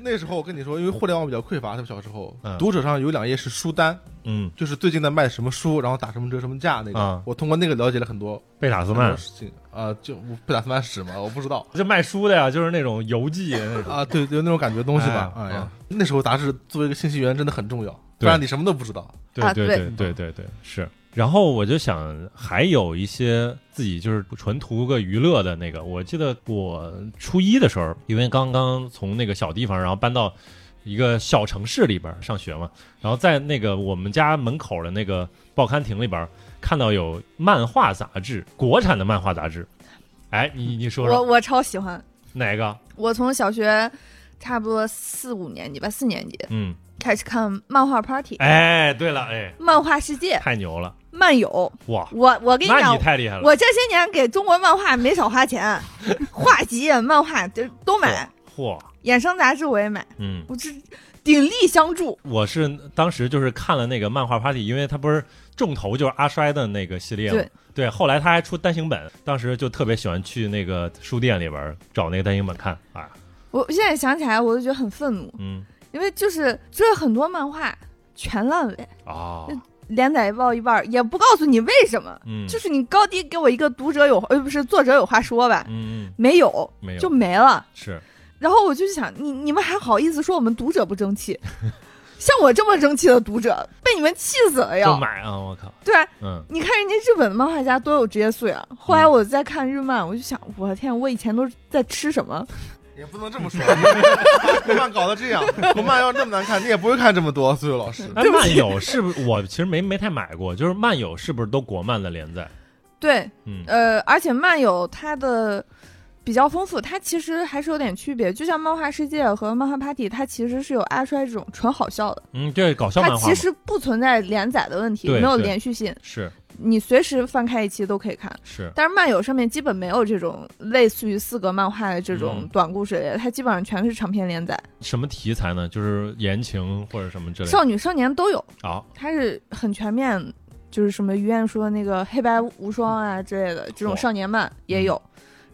B: 那时候我跟你说，因为互联网比较匮乏，他们小时候
A: 嗯
B: 读者上有两页是书单，
A: 嗯
B: 就是最近在卖什么书，然后打什么折什么价那种。
A: 啊
B: 我通过那个了解了很多
A: 贝塔斯
B: 很
A: 曼
B: 多事情啊、就我不打算买史嘛，我不知 道
A: 这卖书的呀，嗯就是那种邮寄那种。
B: 啊，对，有那种感觉东西吧。
A: 哎
B: 哎
A: 啊
B: 呀，那时候杂志作为一个信息源真的很重要，不
A: 对
B: 然你什么都不知道。
A: 对
D: 啊
A: 对
D: 对
A: 对对对对，是。然后我就想，还有一些自己就是纯图个娱乐的那个。我记得我初一的时候，因为刚刚从那个小地方，然后搬到一个小城市里边儿上学嘛，然后在那个我们家门口的那个报刊亭里边儿看到有漫画杂志，国产的漫画杂志。哎，你你说
D: 我
A: 说
D: 我超喜欢，
A: 哪个？
D: 我从小学差不多四五年级吧，四年级
A: 嗯，
D: 开始看漫画 Party，、
A: 哎，对了，哎，
D: 漫画世界、
A: 太牛了，
D: 漫友。
A: 哇，
D: 我我跟你
A: 那
D: 讲
A: 你，太厉害了，
D: 我这些年给中国漫画没少花钱， 画集、漫画都都买，
A: 嚯，
D: 衍生杂志我也买，
A: 嗯。
D: 我这鼎力相助。
A: 我是当时就是看了那个漫画 Party，因为他不是重头就是阿衰的那个系列嘛，
D: 对
A: 后来他还出单行本，当时就特别喜欢去那个书店里边儿找那个单行本看
D: 哦
A: 啊，
D: 我现在想起来，我就觉得很愤怒，
A: 嗯
D: 因为就是就是很多漫画全烂尾，
A: 啊，
D: 连载报一半儿也不告诉你为什么，
A: 嗯，
D: 就是你高低给我一个读者有呃不是作者有话说吧，
A: 嗯嗯
D: 没有
A: 没有
D: 就没了。
A: 是
D: 然后我就想，你你们还好意思说我们读者不 争气？像我这么争气的读者，被你们气死了
A: 就
D: 要。
A: 买啊，我靠，
D: 对啊，
A: 嗯
D: 你看人家日本的漫画家多有职业素养。后来我在看日漫，我就想，我的天，我以前都是在吃什么？
B: 也不能这么说， 你国漫搞得这样，国漫要这么难看，你也不会看这么多，所有老师。
A: 哎，漫友是不是我其实没没太买过，就是漫友是不是都国漫的连载？
D: 对，
A: 嗯
D: 呃，而且漫友它的比较丰富，它其实还是有点区别。就像漫画世界和漫画 Party，它其实是有阿衰这种纯好笑的，
A: 嗯，这搞笑漫
D: 它
A: 画嘛
D: 其实不存在连载的问题，
A: 对
D: 没有
A: 对
D: 连续性，
A: 是
D: 你随时翻开一期都可以看。
A: 是
D: 但是漫友上面基本没有这种类似于四格漫画的这种
A: 嗯
D: 短故事类的，它基本上全是长篇连载，
A: 什么题材呢？就是言情或者什么之类的
D: 少女少年都有，
A: 啊，
D: 它是很全面，就是什么于燕说的那个黑白无双啊之类的这种
A: 哦
D: 少年漫也有，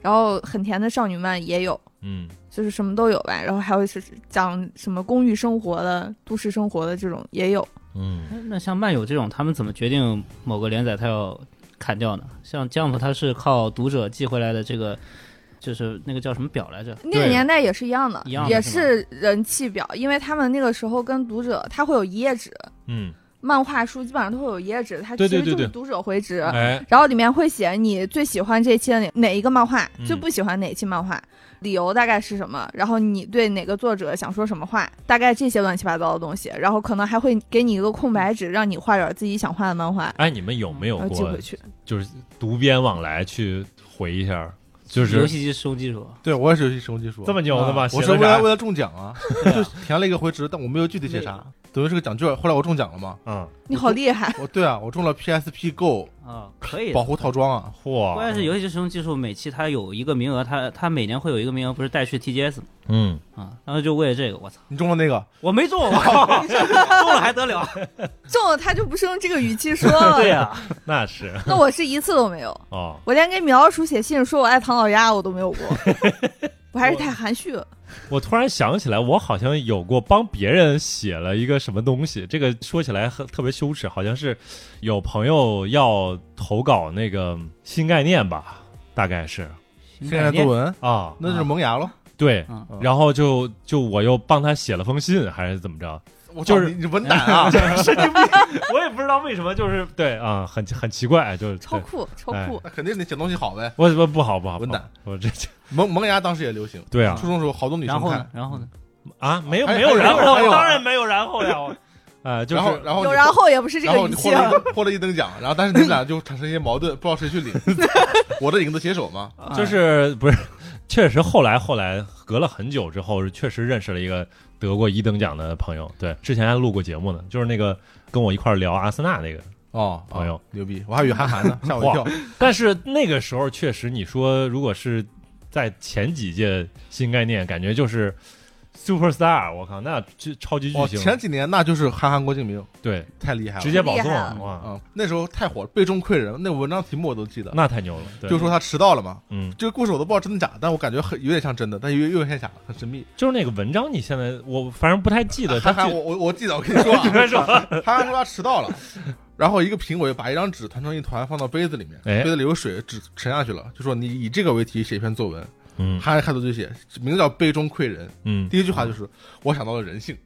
D: 然后很甜的少女漫也有，
A: 嗯
D: 就是什么都有吧。然后还有是讲什么公寓生活的、都市生活的这种也有。
A: 嗯
C: 哎那像漫友这种，他们怎么决定某个连载他要砍掉呢？像 Jump，它是靠读者寄回来的这个，就是那个叫什么表来着？
D: 那个
A: 对
D: 年代也是一样的，
C: 一样的
D: 也
C: 是
D: 是人气表，因为他们那个时候跟读者他会有一页纸，
A: 嗯，
D: 漫画书基本上都会有一页纸，它
A: 对
D: 其
A: 对
D: 实
A: 对
D: 就
A: 对
D: 是读者回执。
A: 哎
D: 然后里面会写你最喜欢这期的哪哪一个漫画，
A: 嗯
D: 最不喜欢哪期漫画，理由大概是什么，然后你对哪个作者想说什么话，大概这些乱七八糟的东西，然后可能还会给你一个空白纸，让你画点自己想画的漫画，
A: 哎，你们有没有
D: 然后寄
A: 过
D: 回去。
A: 就是读编往来去回一下，就
C: 游
A: 是
C: 戏机收集者。
B: 对我也是游戏使用技术，
A: 这么牛的吗？
B: 我
A: 啊写
B: 是
A: 的
B: 为
A: 啥
B: 了为了中 奖啊，就填了一个回执，但我没有具体写啥，等于是个奖券。后来我中奖了嘛，
A: 嗯，
D: 你好厉 害！
B: 我对啊，我中了 PSP Go
C: 啊，可以的。
B: 保护套装啊，
C: 关键
A: 嚯，
C: 是游戏机使用技术，每期它有一个名额，它它每年会有一个名额，不是带去 TGS 吗？
A: 嗯，
C: 啊，然后就为了这个，我操，
B: 你中了那个，
C: 我没中，我靠， 中了还得了？
D: 中了他就不是用这个语气说 了。
C: 对呀、啊
A: 那是
D: 那我是一次都没有，
A: 哦，
D: 我连给米老鼠写信说我爱唐老鸭我都没有过，我还是太含蓄了。
A: 我突然想起来，我好像有过帮别人写了一个什么东西，这个说起来很特别羞耻，好像是有朋友要投稿那个新概念吧，大概是
B: 现在作文
A: 啊，
B: 那就是萌芽咯。
A: 对，
C: 嗯
A: 然后就就我又帮他写了封信，还是怎么着？
B: 我
A: 就
B: 操
A: 是
B: 你你文胆 啊，
A: 我也不知道为什么，就是对啊，很很奇怪，就是
D: 超
A: 对
D: 酷，超
A: 哎
D: 酷！
B: 那肯定是你写东西好呗。
A: 我我不好不好，不
B: 文
A: 好
B: 胆，
A: 我这这
B: 萌萌芽当时也流行，
A: 对啊，
B: 初中时候好多女
C: 然
B: 生
C: 后呢
B: 看？，
C: 然后呢？
A: 啊，没有
B: 还
A: 没有
B: 还有
A: 然后
B: 还有
A: 了，
B: 啊
A: 当然没有然后了，我 呃，就
B: 然后
A: 是
B: 然后
D: 有
B: 你
D: 然后也不是这
B: 然
D: 个
B: 后
D: 语
B: 你
D: 气啊
B: 获
D: 了。
B: 了一获了一等奖，然后但是你们俩就产生一些矛盾，不知道谁 去领。我的影子写手嘛，
A: 嗯
C: 啊
B: 哎
A: 就是不是， 确实后来后来隔了很久之后，确实认识了一个得过一等奖的朋友，对，之前还录过节目呢，就是那个跟我一块儿聊阿森纳那个，
B: 哦，
A: 朋友
B: 哦牛逼，我还以为韩 寒呢，吓我一跳。
A: 但是那个时候确实，你说如果是在前几届新概念，感觉就是 super star，我靠，那这超级巨
B: 哦，
A: 星，
B: 前几年那就是韩寒、郭敬明，
A: 对，
B: 太厉害了，
A: 直接保
D: 厉
A: 送
D: 害了
A: 哇，
B: 啊、那时候太火了，背中窥人，那文章题目我都记得，
A: 那太牛了，对
B: 就说他迟到了嘛。
A: 嗯，
B: 这个故事我都不知道真的假的，但我感觉很有点像真的，但又又有点假，很神秘。
A: 就是那个文章，你现在我反正不太记得，
B: 韩
A: 他
B: 寒，我我我记得，我跟你说、啊，
A: 别说，
B: 他说他迟到了，然后一个评委把一张纸团成一团放到杯子里面，
A: 哎
B: 杯子里有水，纸沉下去了，就说你以这个为题写一篇作文。
A: 嗯
B: 他开头就写，名字叫《杯中窥人》，
A: 嗯，
B: 第一句话就是我想到了人性，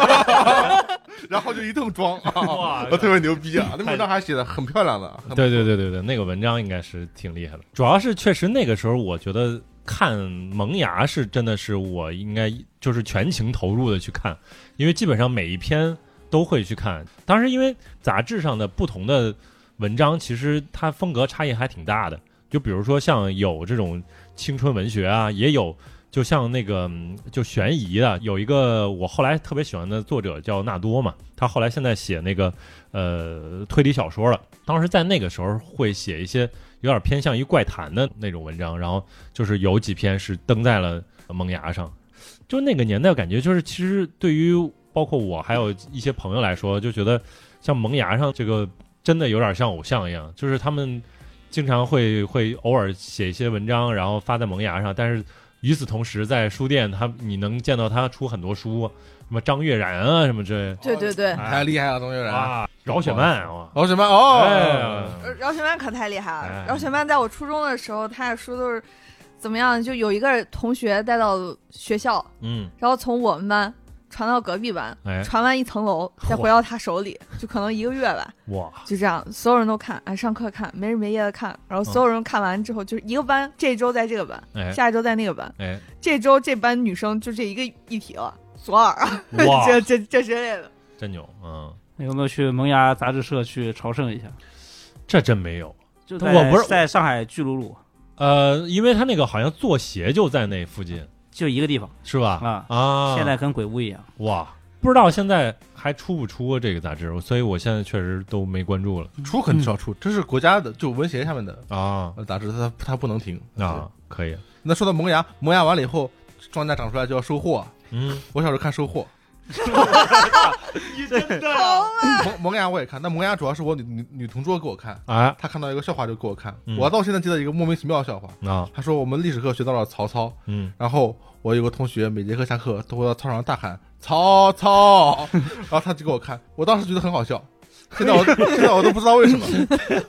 B: 然后就一顿装啊，
A: 哇
B: 特别牛逼啊！那文章还写的很漂亮的，很
A: 对对对对对，那个文章应该是挺厉害的。主要是确实那个时候，我觉得看萌芽是真的是我应该就是全情投入的去看，因为基本上每一篇都会去看。当时因为杂志上的不同的文章，其实它风格差异还挺大的。就比如说像有这种青春文学啊，也有就像那个嗯就悬疑的，有一个我后来特别喜欢的作者叫纳多嘛，他后来现在写那个呃推理小说了。当时在那个时候会写一些有点偏向于怪谈的那种文章，然后就是有几篇是登在了萌芽上。就那个年代，感觉就是其实对于包括我还有一些朋友来说，就觉得像萌芽上这个真的有点像偶像一样，就是他们经常会会偶尔写一些文章，然后发在萌芽上，但是。与此同时，在书店，他你能见到他出很多书，什么张悦然啊，什么之类的，
D: 对对对，
A: 哎
B: 太厉害了，钟学然。
A: 啊，饶雪漫，哇，
B: 老沈曼
A: 哎
B: 哦，
A: 呀，
D: 呃饶雪漫可太厉害
A: 哎
D: 了。饶雪漫在我初中的时候，她的书都是怎么样？就有一个同学带到学校，
A: 嗯，
D: 然后从我们班传到隔壁班，
A: 哎，
D: 传完一 层楼，再回到他手里，就可能一个月吧，
A: 哇，
D: 就这样，所有人都看，哎，上课看，没日没夜的看，然后所有人看完之后，就是一个班，这周在这个班，
A: 哎，
D: 下一周在那个班，
A: 哎，
D: 这周这班女生就这一个议题了，左耳，
A: 哇
D: ，这这这之类的，
A: 真牛，嗯，
C: 有没有去萌芽杂志社去朝圣一下？
A: 这真没有。
C: 就
A: 我
C: 在
A: 不是
C: 在上海巨鹿路，
A: 呃，因为他那个好像做鞋就在那附近，
C: 就一个地方
A: 是吧？
C: 啊，
A: 啊，
C: 现在跟鬼屋一样。
A: 哇，不知道现在还出不出这个杂志，所以我现在确实都没关注了
B: 出很少出，这是国家的，就文协下面的
A: 啊
B: 呃杂志，它它不能停。
A: 啊，可以，
B: 那说到萌芽，萌芽完了以后，庄稼长出来就要收获。
A: 嗯，
B: 我小时候看收获，
A: 真的
B: 萌萌芽我也看，但萌芽主要是我女女女同桌给我看，
A: 啊
B: 她看到一个笑话就给我看，
A: 嗯
B: 我到现在记得一个莫名其妙的笑话。
A: 啊，
B: 她说我们历史课学到了曹操，
A: 嗯，
B: 然后我有个同学每节课下课都会到操场上大喊“曹操”，然后他就给我看，我当时觉得很 好笑，现在我现在我都不知道为什么，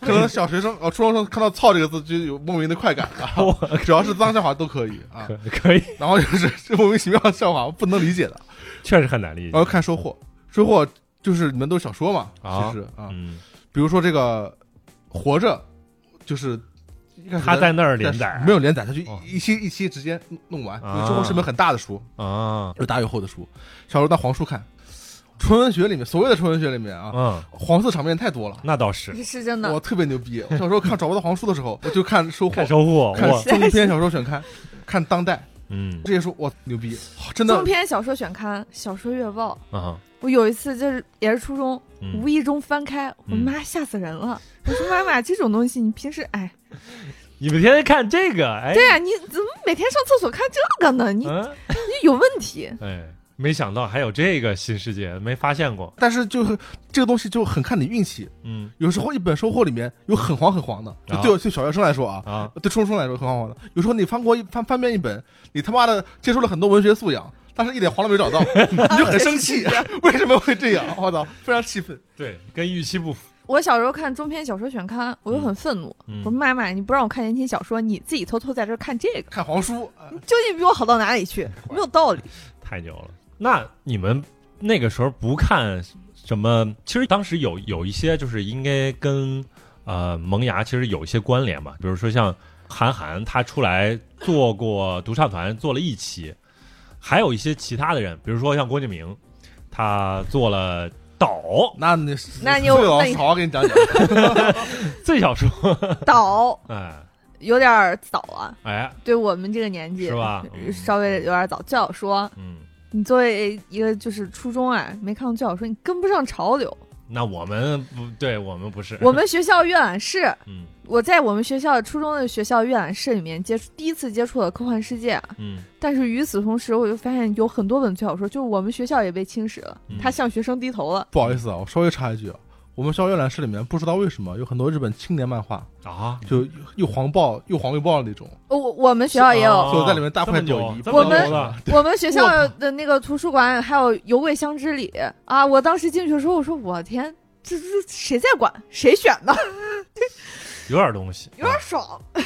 B: 可能小学生哦初中生看到“操”这个字就有莫名的快感 啊，只要是脏笑话都可以啊
A: 可，可以，
B: 然后就是 这莫名其妙的笑话不能理解的，
A: 确实很难理
B: 然后
A: 解，
B: 看收获，收获就是你们都是小说嘛，
A: 啊
B: 其实啊，
A: 嗯，
B: 比如说这个《活着》，就是一开始
A: 他在那儿连
B: 在
A: 载
B: 没有连载，他就
A: 哦
B: 一一期一期直接弄完，因
A: 啊
B: 为中国是本很大的书。
A: 啊，
B: 有大有厚的书，小时候当黄书看。纯文学里面，所谓的纯文学里面啊，
A: 嗯，
B: 黄色场面太多了，
A: 那倒是，
D: 是是真
B: 我
D: 的，
B: 特别 牛逼。我小时候看找不到黄书的时候，我就看收获
A: 看，收获，
B: 看
A: 我，
B: 中篇小说选刊，看当代
A: 嗯
B: 这些书，哇，牛逼，哦真
D: 中
B: 的
D: 篇小说选刊、小说月报。
A: 啊，
D: 我有一次就是也是初中，
A: 嗯
D: 无，意中翻开，我
A: 嗯
D: 妈吓死人了。我说妈妈，这种东西你平时哎，
A: 你们天天看这个，哎，
D: 对呀、啊你怎么每天上厕所看这个呢？你你
A: 嗯，
D: 有问题。
A: 哎，没想到还有这个新世界，没发现过，
B: 但是就是这个东西就很看你运气，
A: 嗯
B: 有时候一本收获里面有很黄很黄的，就对我对小学生来说啊，
A: 啊，
B: 对初中生来说很黄很黄的。有时候你翻过一翻翻遍一本，你他妈的接受了很多文学素养，但是一点黄都 没找到，你就很生气，为什么会这样？我操，非常气愤。
A: 对，跟预期不符。
D: 我小时候看中篇小说选刊，我就很愤怒。
A: 嗯
D: 我说妈妈，你不让我看言情小说，你自己偷偷在这儿看这个，
B: 看黄书，呃
A: 嗯
D: 究竟比我好到哪 里去？没有道理。
A: 太牛了！那你们那个时候不看什么？其实当时有有一些就是应该跟呃萌芽其实有一些关联吧，比如说像韩寒，他出来做过独唱团，做了一期，还有一些其他的人，比如说像郭敬明，他做了岛
B: 那你
D: 那 你
B: 最好
D: 那你
B: 好好给你讲 讲，
A: 最小说，
D: 早
A: 哎
D: 有点儿早啊，
A: 哎，
D: 对我们这个年纪呃
A: 是吧嗯
D: 稍微有点儿早。最好说，
A: 嗯，
D: 你作为一个就是初中啊，没看过最好说，你跟不上潮流。
A: 那我们不对，我们不是
D: 我们学校阅览室
A: 嗯
D: 我在我们学校初中的学校阅览室里面接触第一次接触了科幻世界，
A: 嗯
D: 但是与此同时，我就发现有很多文学小说，就是我们学校也被侵蚀了
A: 嗯，
D: 它向学生低头了。
B: 不好意思啊，我稍微插一句啊，我们校阅览室里面不知道为什么有很多日本青年漫画，
A: 啊，
B: 就又黄暴又黄又暴那种，
D: 我我们学校也有，
A: 哦
B: 啊所以我在里面大
A: 这
B: 快
A: 么
B: 朵
A: 牛
B: 颐。
A: 这
D: 么
B: 不知
D: 牛
B: 道为什么
D: 我们学校的那个图书馆还有《有味乡之礼》啊，我当时进去的时候，我说我天，这这谁在管？谁选的？
A: 有点东西，
D: 有点爽。 但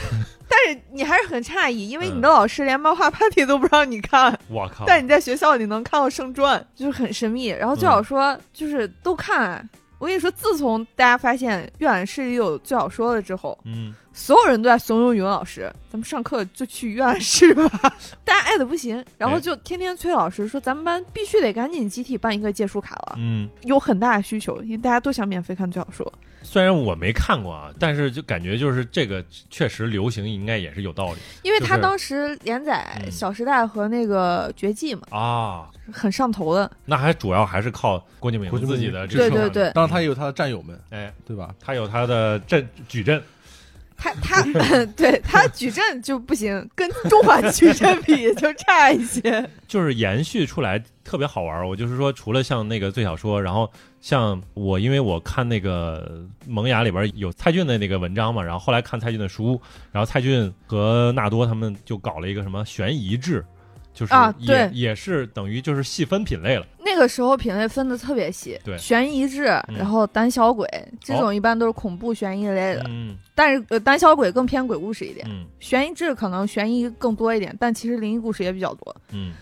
D: 是你还是很诧异，因为你的老师连漫画 party 都不让你看，
A: 我靠，
D: 但你在学校里能看到圣传，就是很神秘。然后
A: 嗯
D: 最好说、就是都看。我跟你说，自从大家发现阅览室里有最好说的之后，
A: 嗯，
D: 所有人都在怂恿语文老师，咱们上课就去阅览室吧， 大家爱的不行，然后就天天催老师说，咱们班必须得赶紧集体办一个借书卡了，
A: 嗯，
D: 有很大的需求，因为大家都想免费看最好说。
A: 虽然我没看过啊，但是就感觉就是这个确实流行，应该也是有道理
D: 因为
A: 就
D: 他
A: 是
D: 当时连载
A: 嗯
D: 《小时代》和那个《绝技》嘛，
A: 啊。
D: 很上头的。
A: 那还主要还是靠郭敬明
B: 郭敬
A: 自
B: 明
A: 己的支
D: 对
A: 持
D: 对
A: 嘛
D: 对
B: 当然，他也有他的战友们，
A: 嗯哎，
B: 对吧？
A: 他有他的阵矩阵，
D: 他他对他矩阵就不行，跟 中华矩阵比就差一些。
A: 就是延续出来特别好玩儿。我就是说，除了像那个最小说，然后像我，因为我看那个《萌芽》里边有蔡骏的那个文章嘛，然后后来看蔡骏的书，然后蔡骏和纳多他们就搞了一个什么悬疑制，就是也、
D: 啊对
A: 也是等于就是细分品类了。
D: 那个时候品类分的特别细，
A: 对
D: 悬疑志，
A: 嗯
D: 然后胆小鬼这
A: 好
D: 种一般都是恐怖悬疑类的，
A: 嗯
D: 但是呃胆小鬼更偏鬼故事一点，
A: 嗯
D: 悬疑志可能悬疑更多一点，但其实灵异故事也比较多。
A: 嗯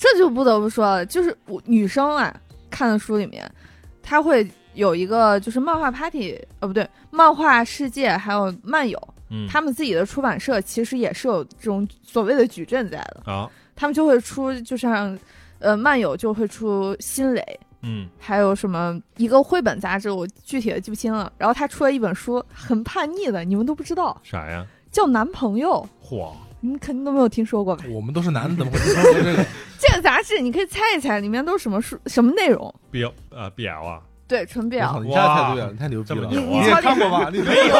D: 这就不得不说了，就是我女生啊看的书里面，她会有一个就是漫画 party，呃不对，漫画世界还有漫友，
A: 嗯，
D: 他们自己的出版社其实也是有这种所谓的矩阵在的，
A: 啊
D: 他们就会出，就像呃漫友就会出新蕾。
A: 嗯
D: 还有什么一个绘本杂志，我具体的记不清了。然后他出了一本书，很叛逆的，你们都不知道，
A: 啥呀？
D: 叫《男朋友
A: 嚯，》，
D: 你们肯定都没有听说过吧？
B: 我们都是男的，怎么会知道这个？
D: 这个杂志你可以猜一猜，里面都是什么书、什么内容？
A: B 呃 BL 啊，
D: 对，纯
B: 我
D: BL
B: 操，。你这太对了，你太牛逼
A: 这
B: 了！
A: 么牛啊
B: 你也看过吧？你没有？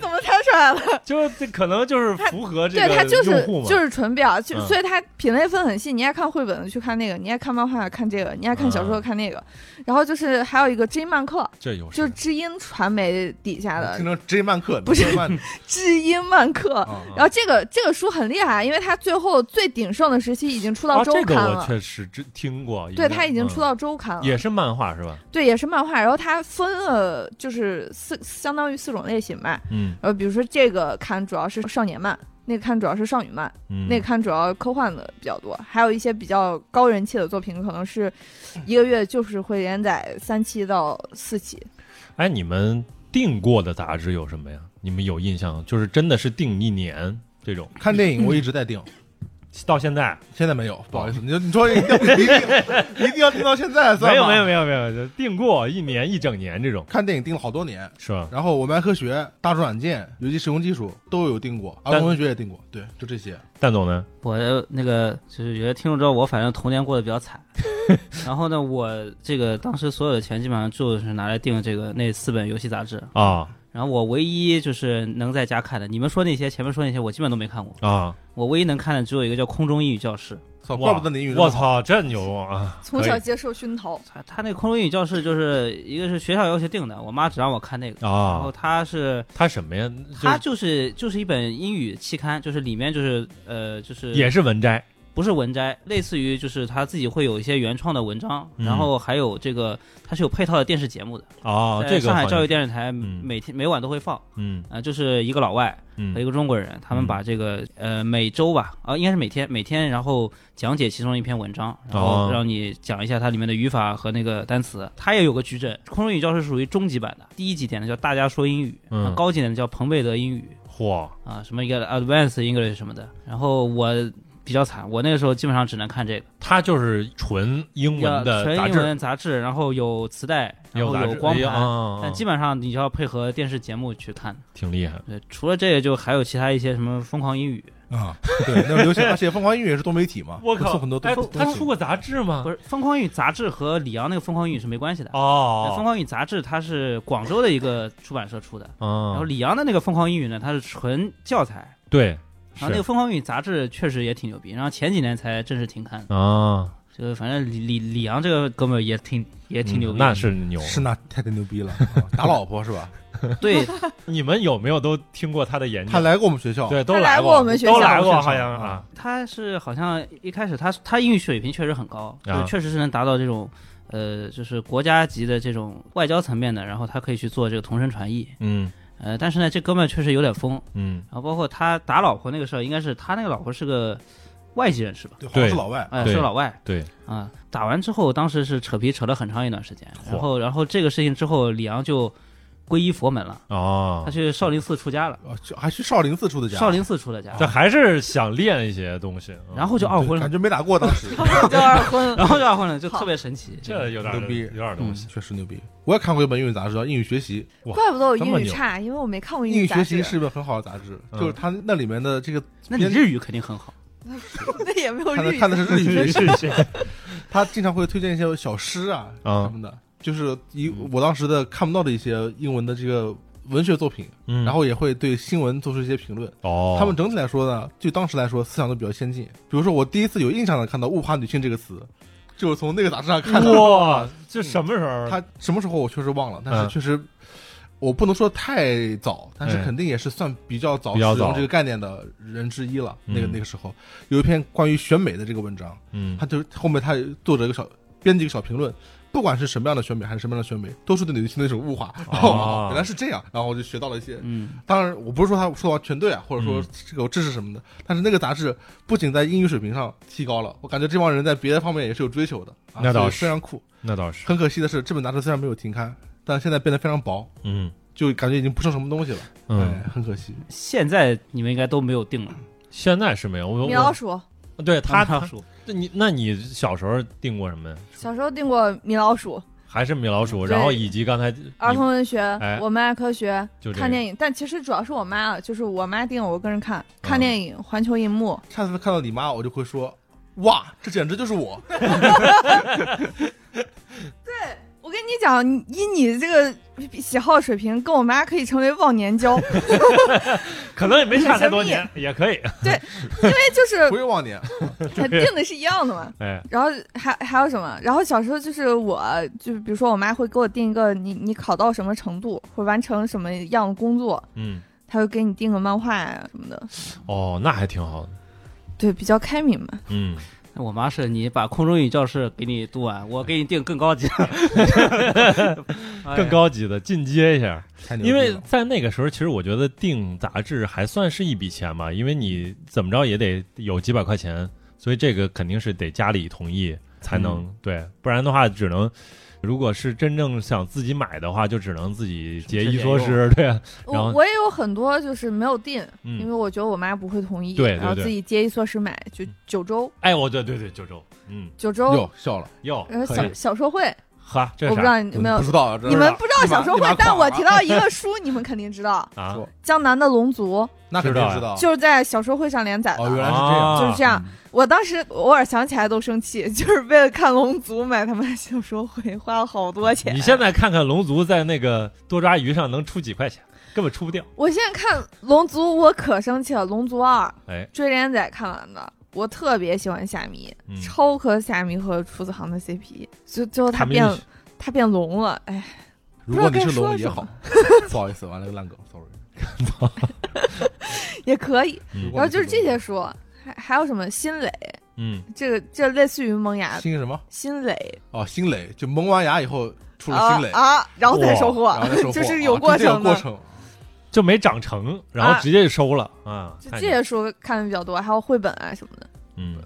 D: 怎么猜出来了？
A: 就这可能就是
D: 他
A: 符合这
D: 对，
A: 个
D: 它就是
A: 用户嘛，
D: 就是是纯表，就、
A: 嗯
D: 所以它品类分很细。你爱看绘本的去看那个，你爱看漫画看这个，你爱看小说
A: 嗯哦
D: 看那个。然后就是还有一个知漫客，
A: 这有
D: 就是
A: 啥
D: 知音传媒底下
B: 听
A: 嗯
D: 的
B: 成 J 曼克，
D: 不是
B: J 曼克
D: 知音漫客。
A: 哦
B: 啊
D: 然后这个这个书很厉害，因为它最后最鼎盛的时期已经出到
A: 啊
D: 周
A: 这个
D: 刊
A: 我
D: 了。
A: 确实知听过，
D: 对，它已经
A: 嗯
D: 出到周
C: 啊
D: 刊了，
A: 也是漫画是吧？
D: 对，也是漫画。然后它分了，就是四，相当于四种类型吧。
A: 嗯
D: 然后比如说这个刊主要是少年漫，那个刊主要是少女漫，
A: 嗯，
D: 那刊主要科幻的比较多，还有一些比较高人气的作品，可能是一个月就是会连载三期到四期。
A: 哎，你们订过的杂志有什么呀？你们有印象？就是真的是订一年这种，
B: 看电影我一直在订，
A: 到现在
B: 现在没有，不好意思，你就你说一定一定一定要订到现在
A: 哦
B: 算
A: 没有
B: 吧
A: 没有没有没有，就订过一年一整年这种，
B: 看电影订了好多年，
A: 是吧？
B: 然后我们爱科学、大众软件、游戏使用技术都有订过，儿
A: 但
B: 童文学也订过，对，就这些。
A: 蛋总呢？
C: 我的那个就是有些听众知道我，反正童年过得比较惨。 然后呢，我这个当时所有的钱基本上就是拿来订这个那四本游戏杂志。
A: 啊
C: 然后我唯一就是能在家看的，你们说那些前面说那些，我基本都没看过。
A: 啊！
C: 我唯一能看的只有一个叫《空中英语教室》，
B: 操，
A: 哇
B: 哦怪不得你英语
A: 我
B: 那么好，
A: 操，这牛啊！
D: 从小接受熏陶，
C: 他他那《空中英语教室》就是一个是学校要求订的，我妈只让我看那个。然后
A: 啊，
C: 他是
A: 他什么呀？就
C: 哦他
A: 是
C: 就是就是一本英语期刊，就是里面就是呃就是
A: 也是文摘
C: 不是文摘，类似于就是他自己会有一些原创的文章，
A: 嗯
C: 然后还有这个它是有配套的电视节目的，
A: 啊，
C: 在
A: 这个
C: 上海
A: 好像
C: 教育电视台
A: 嗯
C: 每天、每晚都会放，
A: 嗯
C: 啊，就是一个老外和
A: 嗯
C: 一个中国人，他们把这个呃每周吧，啊、应该是每天每天，然后讲解其中一篇文章，然
A: 哦
C: 后让你讲一下它里面的语法和那个单词，它也有个矩阵，空中语教是属于中级版的，第一级点的叫大家说英语，
A: 嗯
C: 啊高级点的叫彭贝德英语，
A: 嚯
C: 啊，什么一个 Advanced English 什么的。然后我比较惨，我那个时候基本上只能看这个，
A: 他就是纯英
C: 要
A: 文的
C: 纯
A: 杂
C: 英
A: 志，
C: 文杂志，然后有磁带，然后
A: 杂志
C: 光
A: 哎呀
C: 盘。
A: 啊，
C: 但基
A: 本
C: 本上你就要配合电视节目去看，呃
A: 挺厉害
C: 对，除了这个就还有其他一些什么疯狂英语，
B: 啊，对，那时候流行，而且凤凰音乐也是多媒体嘛，
A: 我
B: 会
A: 靠，
B: 送很多东
A: 哎
B: 西，
A: 他出过杂志吗
C: 不？是《疯狂语》杂志和李阳那个《疯狂语》是没关系的。《疯
A: 啊哦，
C: 狂语》杂志它是广州的一个出版社出的，然后
A: 嗯，
C: 李阳的那个《疯狂英语》呢，它是纯教材。
A: 对，
C: 然后那个《
A: 是
C: 疯狂英语》杂志确实也挺牛逼，然后前几年才正式停刊。
A: 啊，
C: 就是反正李李李阳这个哥们儿也挺也挺牛逼
A: 嗯
C: 的、
A: 那是牛。
B: 是那太太牛逼了，啊打老婆是 吧？
C: 对
A: 你们有没有都听过他的演
B: 他
A: 讲？
B: 来过我们学校，
A: 嗯对，都
D: 他来
A: 来
D: 过我们学
A: 都
D: 校
A: 来过，
B: 是吧
A: 好像啊，
C: 他是好像一开始他他英语水平确实很高，
A: 啊
C: 就确实是能达到这种呃就是国家级的这种外交层面的，然后他可以去做这个同声传译。
A: 嗯
C: 呃，但是呢，这哥们儿确实有点疯，
A: 嗯，
C: 然后包括他打老婆那个事儿，应该是他那个老婆是个外籍人士吧？
B: 对，好像是
A: 对
B: 老外，
C: 哎、
A: 对
C: 是个老外。
A: 对，
C: 啊、打完之后，当时是扯皮扯了很长一段时间，
A: 嚯
C: 然后然后这个事情之后，李阳就皈依佛门了，
A: 哦
C: 他，去少林寺出家了，
B: 啊就还去少林寺出的家，
C: 少林寺出的家，
A: 这还是想练一些东西，嗯
C: 然后就
B: 对
C: 二婚了
B: 感，觉没打过当 时，
D: 就二婚
C: 然
D: 了。
C: 后就二婚了，就特别神奇。嗯
A: 这有点
B: 牛逼
A: 有点东西。
B: 确实牛逼。我也看过一本英语杂志叫《英语学习
A: 哇
D: 怪不得我
A: 这
D: 英
A: 么
D: 语
A: 牛
D: 差，因为我没看过》，
B: 英
D: 语
B: 语
D: 杂
B: 学
D: 志
B: 习，是一本很好的杂志，
A: 啊嗯
B: 就是它那里面的这个
C: 那你日语肯定很好，
D: 那也没
A: 哦
D: 有
B: 看的
D: 日语
B: 看的是日语学
A: 是
B: 习，
A: 是是，
B: 他经常会推荐一些小诗啊
A: 啊
B: 什么的，就是以
A: 嗯
B: 我当时的看不到的一些英文的这个文学作品，
A: 嗯
B: 然后也会对新闻做出一些评论。
A: 哦，
B: 他们整体来说呢，就当时来说思想都比较先进。比如说我第一次有印象的看到“物化女性”这个词，就是从那个杂志上看到的。
A: 哇，这什么时候？
B: 他什么时候我确实忘了，但
A: 嗯
B: 是确实。我不能说太早，但是
A: 哎
B: 肯定也是算比较早
A: 比较
B: 使用
A: 早
B: 这个概念的人之一了。那个
A: 嗯
B: 那个时候，有一篇关于选美的这个文章，
A: 嗯
B: 他就是后面他作者一个小编辑一个小评论，不管是什么样的选美还是什么样的选美，都是对女性的一种物化。然后、
A: 哦
B: 原来是这样，然后我就学到了一些。
C: 嗯，
B: 当然，我不是说他说的全对啊，或者说
A: 嗯
B: 这个有知识什么的，但是那个杂志不仅在英语水平上提高了，我感觉这帮人在别的方面也是有追求的，啊、
A: 那倒
B: 所以
A: 是
B: 非常酷。
A: 那倒是，
B: 很可惜的是，这本杂志虽然没有停刊，但现在变得非常薄，
A: 嗯
B: 就感觉已经不剩什么东西了，
A: 嗯，
B: 哎，很可惜。
C: 现在你们应该都没有定了。
A: 现在是没有我
D: 米老
A: 我
D: 鼠。
A: 对 他
C: 他
A: 他那你那你小时候订过什么呀？
D: 小时候订过米老鼠、
A: 还是米老鼠，
D: 对
A: 然后以及刚才
D: 儿
A: 你
D: 童文学、
A: 哎
D: 我们爱科学、
A: 就这
D: 看
A: 个
D: 电影，但其实主要是我妈啊，就是我妈订我跟人看看电影，环球银幕。
B: 下次看到你妈，我就会说，哇，这简直就 是我。
D: 我跟你讲，你以你这个喜好水平，跟我妈可以成为忘年交， 哎因
A: 可能也没差太多 年，也可以。
D: 为就是
B: 不是忘啊年，
D: 哎订的是一样的嘛。
A: 哎，
D: 然后还还有什么？然后小时候就是我，就比如说我妈会给我定一个你你考到什么程度，或完成什么样的工作，
A: 嗯，
D: 她会给你定个漫画呀、什么的。
A: 哦，那还挺好的。
D: 对，比较开明嘛。
A: 嗯，
C: 我妈是你把空中语教室给你读完，我给你定 更高级， 哎
D: 哎
A: 更高级的进阶一下，
B: 太牛 逼
A: 因
B: 了
A: 为在那个时候，其实我觉得订杂志还算是一笔钱吧，因为你怎么着也得有几百块钱，所以这个肯定是得家里同意才能、
D: 嗯
A: 对，不然的话只能，如果是真正想自己买的话，就只能自己节衣缩食， 对啊，然后
D: 我我也有很多就是没有定，因
A: 嗯
D: 为，我觉得我妈不会同意，
A: 对对
D: 然后
A: 对
D: 自己节衣缩食买，就九州
A: 哎，我对对对，九州，嗯，
D: 九州，
B: 哟笑了，
A: 哟，
D: 然后
A: 可
D: 小
A: 以，
D: 小社会，
A: 哈，这
D: 我
A: 是
D: 不知
A: 啥嗯
D: 道你有没有
B: 不，知道啊，真
D: 你
B: 是
D: 们
B: 啊
D: 不知道小社
B: 立马
D: 会
B: 立马，
D: 但
B: 垮
D: 我
B: 了
D: 提到一个书，你们肯定知道，
A: 啊
B: 说？
D: 江南的龙
A: 哦
D: 族
B: 那肯定知道，
D: 就是在小社会上连载的。
B: 哦，原来是这样，
A: 啊
D: 就是这样，我当时偶尔想起来都生气， 就是为了看龙族买他们小说会花了好多
B: 啊
D: 钱。
A: 你现在看看龙族在那个多抓鱼上能出几块钱，根本出不掉。
D: 我现在看龙族，我可生气了。龙族二
A: 哎，
D: 追连载看完的，我特别喜欢夏迷，
A: 嗯
D: 超磕夏迷和楚子航的 CP，最最后他
A: 他们
D: 变他变龙了，哎，
B: 如果你
D: 不
B: 是
D: 知道
B: 龙
D: 该说
B: 也
D: 什么
B: 好， 不好意思，完了个烂梗，sorry。
D: 也可以。
A: 嗯
D: 然后就是这些书，还还有什么新蕾，
A: 嗯，
D: 这个这类似于萌芽
B: 新什么？
D: 新蕾
B: 哦，新蕾，就萌完牙以后出了
D: 啊
B: 新蕾，
D: 啊，然后再
A: 哇
D: 收获
B: 然后再收 获，
D: 就是
B: 啊
D: 有
B: 就
D: 过
B: 这个
D: 程的
B: 过。程。
A: 就没长成，然后直接就收了啊。
D: 就
A: 太
D: 这
A: 牛
D: 些书看的比较多，还有绘本啊什么的。
A: 嗯，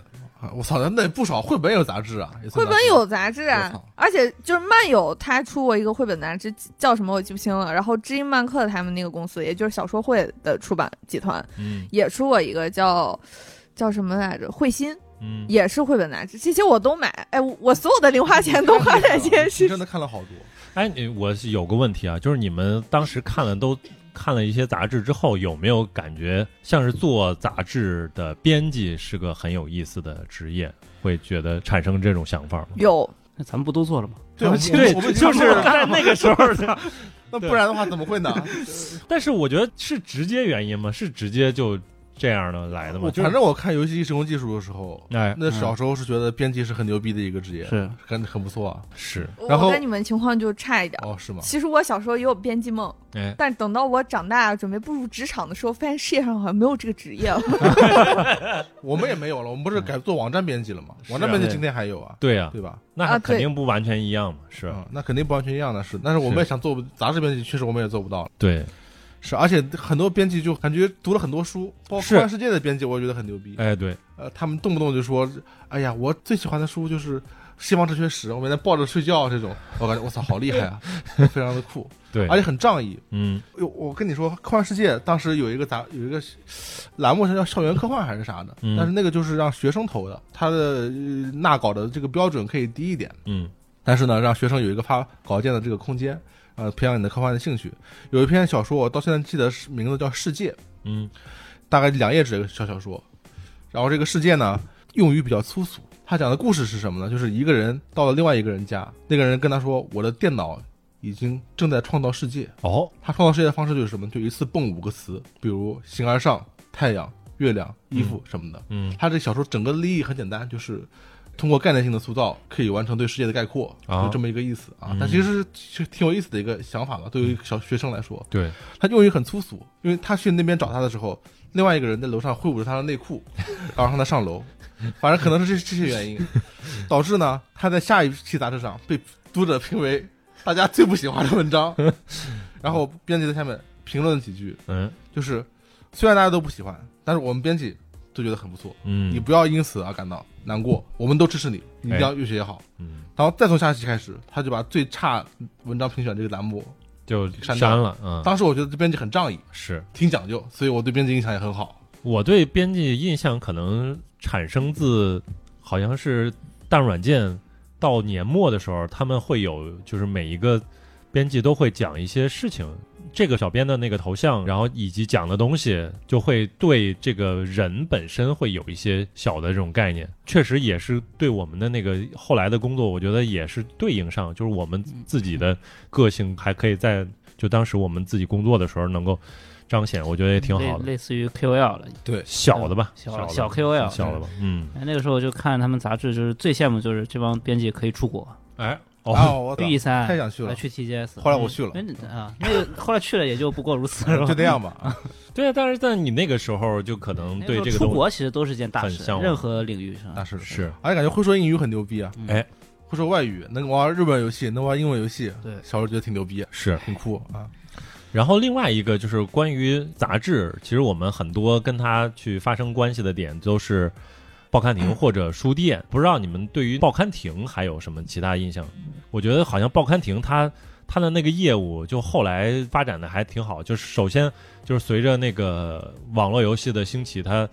B: 啊我操，那也不少，绘本也有杂志啊，也算
D: 绘本
B: 杂志
D: 有杂志啊
B: 我操，
D: 而且就是漫友他出过一个绘本杂志，叫什么我记不清了。然后知音漫客他们那个公司，也就是小说会的出版集团，
A: 嗯
D: 也出过一个叫叫什么来着？绘心
A: 嗯，
D: 也是绘本杂志，这些我都买。哎，我我所有的零花钱都花在这些
B: 啊你
D: 事
B: 真
D: 情。
B: 的看了好多。
A: 哎，你我是有个问题啊，就是你们当时看了都看了一些杂志之后，有没有感觉像是做杂志的编辑是个很有意思的职业？会觉得产生这种想法吗？
D: 有
C: 那咱们不都做了吗？
B: 对，我们
A: 对
B: 我们，
A: 就是在那个时候的。
B: 那不然的话怎么 会呢？
A: 但是我觉得是直接原因吗？是直接就这样的来的吗？
B: 我
A: 就是
B: 反正我看游戏机手工技术的时候，
D: 嗯
A: 哎
B: 那小时候是觉得编辑是很牛逼的一个职业，
C: 是
B: 很很不错啊。
A: 是
D: 我
B: 然后
D: 我跟你们情况就差一点。
B: 哦，是吗？
D: 其实我小时候也有编辑梦，
A: 哎，
D: 但等到我长大准备步入职场的时候，发现世界上好像没有这个职业 了。
B: 我们也没有了，我们不是改做网站编辑了吗？
A: 是啊
B: 网站编辑今天还有啊，
A: 对呀、
B: 对吧？
A: 那
D: 啊
A: 还
D: 对
A: 肯定不完全一样嘛，是
B: 嗯，那肯定不完全一样的是，但是我们
A: 是
B: 也想做杂志编辑，确实我们也做不到了。
A: 对。
B: 是，而且很多编辑就感觉读了很多书，包括《
A: 是
B: 客观世界》的编辑，我也觉得很牛逼。
A: 哎，对，
B: 呃，他们动不动就说：“哎呀，我最喜欢的书就是《西方哲学史》，我每天抱着睡觉。”这种，我感觉我操，好厉害 啊，非常的酷，
A: 对，
B: 而且很仗义。
A: 嗯，
B: 我我跟你说，《科幻世界》当时有一个杂有一个栏目是叫校园科幻还是啥的，
A: 嗯
B: 但是那个就是让学生投的，他的呃纳稿的这个标准可以低一点，
A: 嗯，
B: 但是呢，让学生有一个发稿件的这个空间，呃，培养你的科幻的兴趣。有一篇小说，我到现在记得是名字叫《世界》，
A: 嗯，
B: 大概两页纸的小小说。然后这个世界呢，用语比较粗俗。他讲的故事是什么呢？就是一个人到了另外一个人家，那个人跟他说：“我的电脑已经正在创造世界。”
A: 哦，
B: 他创造世界的方式就是什么？就一次蹦五个词，比如形而上、太阳、月亮、衣服什么的。
A: 嗯，
B: 他这小说整个立意很简单，就是通过概念性的塑造，可以完成对世界的概括，
A: 啊
B: 就这么一个意思啊
A: 嗯。
B: 但其实是挺有意思的一个想法吧，对于小学生来说，
A: 对，
B: 他用语很粗俗，因为他去那边找他的时候，另外一个人在楼上挥舞着他的 内裤，然后让他上楼，反正可能是这这些原 因，导致呢他在下一期杂志上被读者评为大家最不喜欢的文 章，然后编辑在下面评论几句，
A: 嗯，
B: 就是虽然大家都不喜欢，但是我们编辑都觉得很不错，
A: 嗯，
B: 你不要因此而感到难过，我们都支持你，你一定要越写越好。
A: 嗯，
B: 然后再从下一期开始，他就把最差文章评选这个栏目，
A: 就
B: 删
A: 删了，嗯，
B: 当时我觉得这编辑很仗义，
A: 是
B: 挺讲究，所以我对编辑印象也很好。
A: 我对编辑印象可能产生自好像是大软件到年末的时候，他们会有就是每一个编辑都会讲一些事情，这个小编的那个头像，然后以及讲的东西，就会对这个人本身会有一些小的这种概念。确实也是对我们的那个后来的工作，我觉得也是对应上，就是我们自己的个性还可以在就当时我们自己工作的时候能够彰显，我觉得也挺好
C: 类
A: 的。
C: 类似于 QL 了。
A: 小的吧，
C: 嗯小
A: 的
C: 小 KOL
A: 小的吧，嗯，
C: 哎那个时候就看他们杂志，就是最羡慕就是这帮编辑可以出国，
A: 哎，
B: 啊，
A: 哦，
B: 我
C: 去 E 三，
B: 太想去 了
C: 还去 TGS。
B: 后来我去了嗯
C: 哎你啊，那个后来去了也就不过如此，是吧？
B: 就这样吧。
A: 对啊，但是在你那个时候就可能
C: 那
A: 对
C: 时候
A: 这个
C: 出
A: 东
C: 国其实都是件大
A: 很
C: 事
A: 向，往
C: 任何领域上
B: 那嗯是，
A: 是
B: 而哎且感觉会说英语很牛逼啊，
C: 嗯
A: 哎
B: 会说外语，能玩日本游戏，能玩英文游戏，
C: 对
B: 小时候觉得挺牛逼，
A: 是。
B: 很酷啊。
A: 然后另外一个就是关于杂志，其实我们很多跟它去发生关系的点都是报刊亭或者书店。不知道你们对于报刊亭还有什么其他印象？我觉得好像报刊亭它它的那个业务就后来发展的还挺好。就是首先就是随着那个网络游戏的兴起，它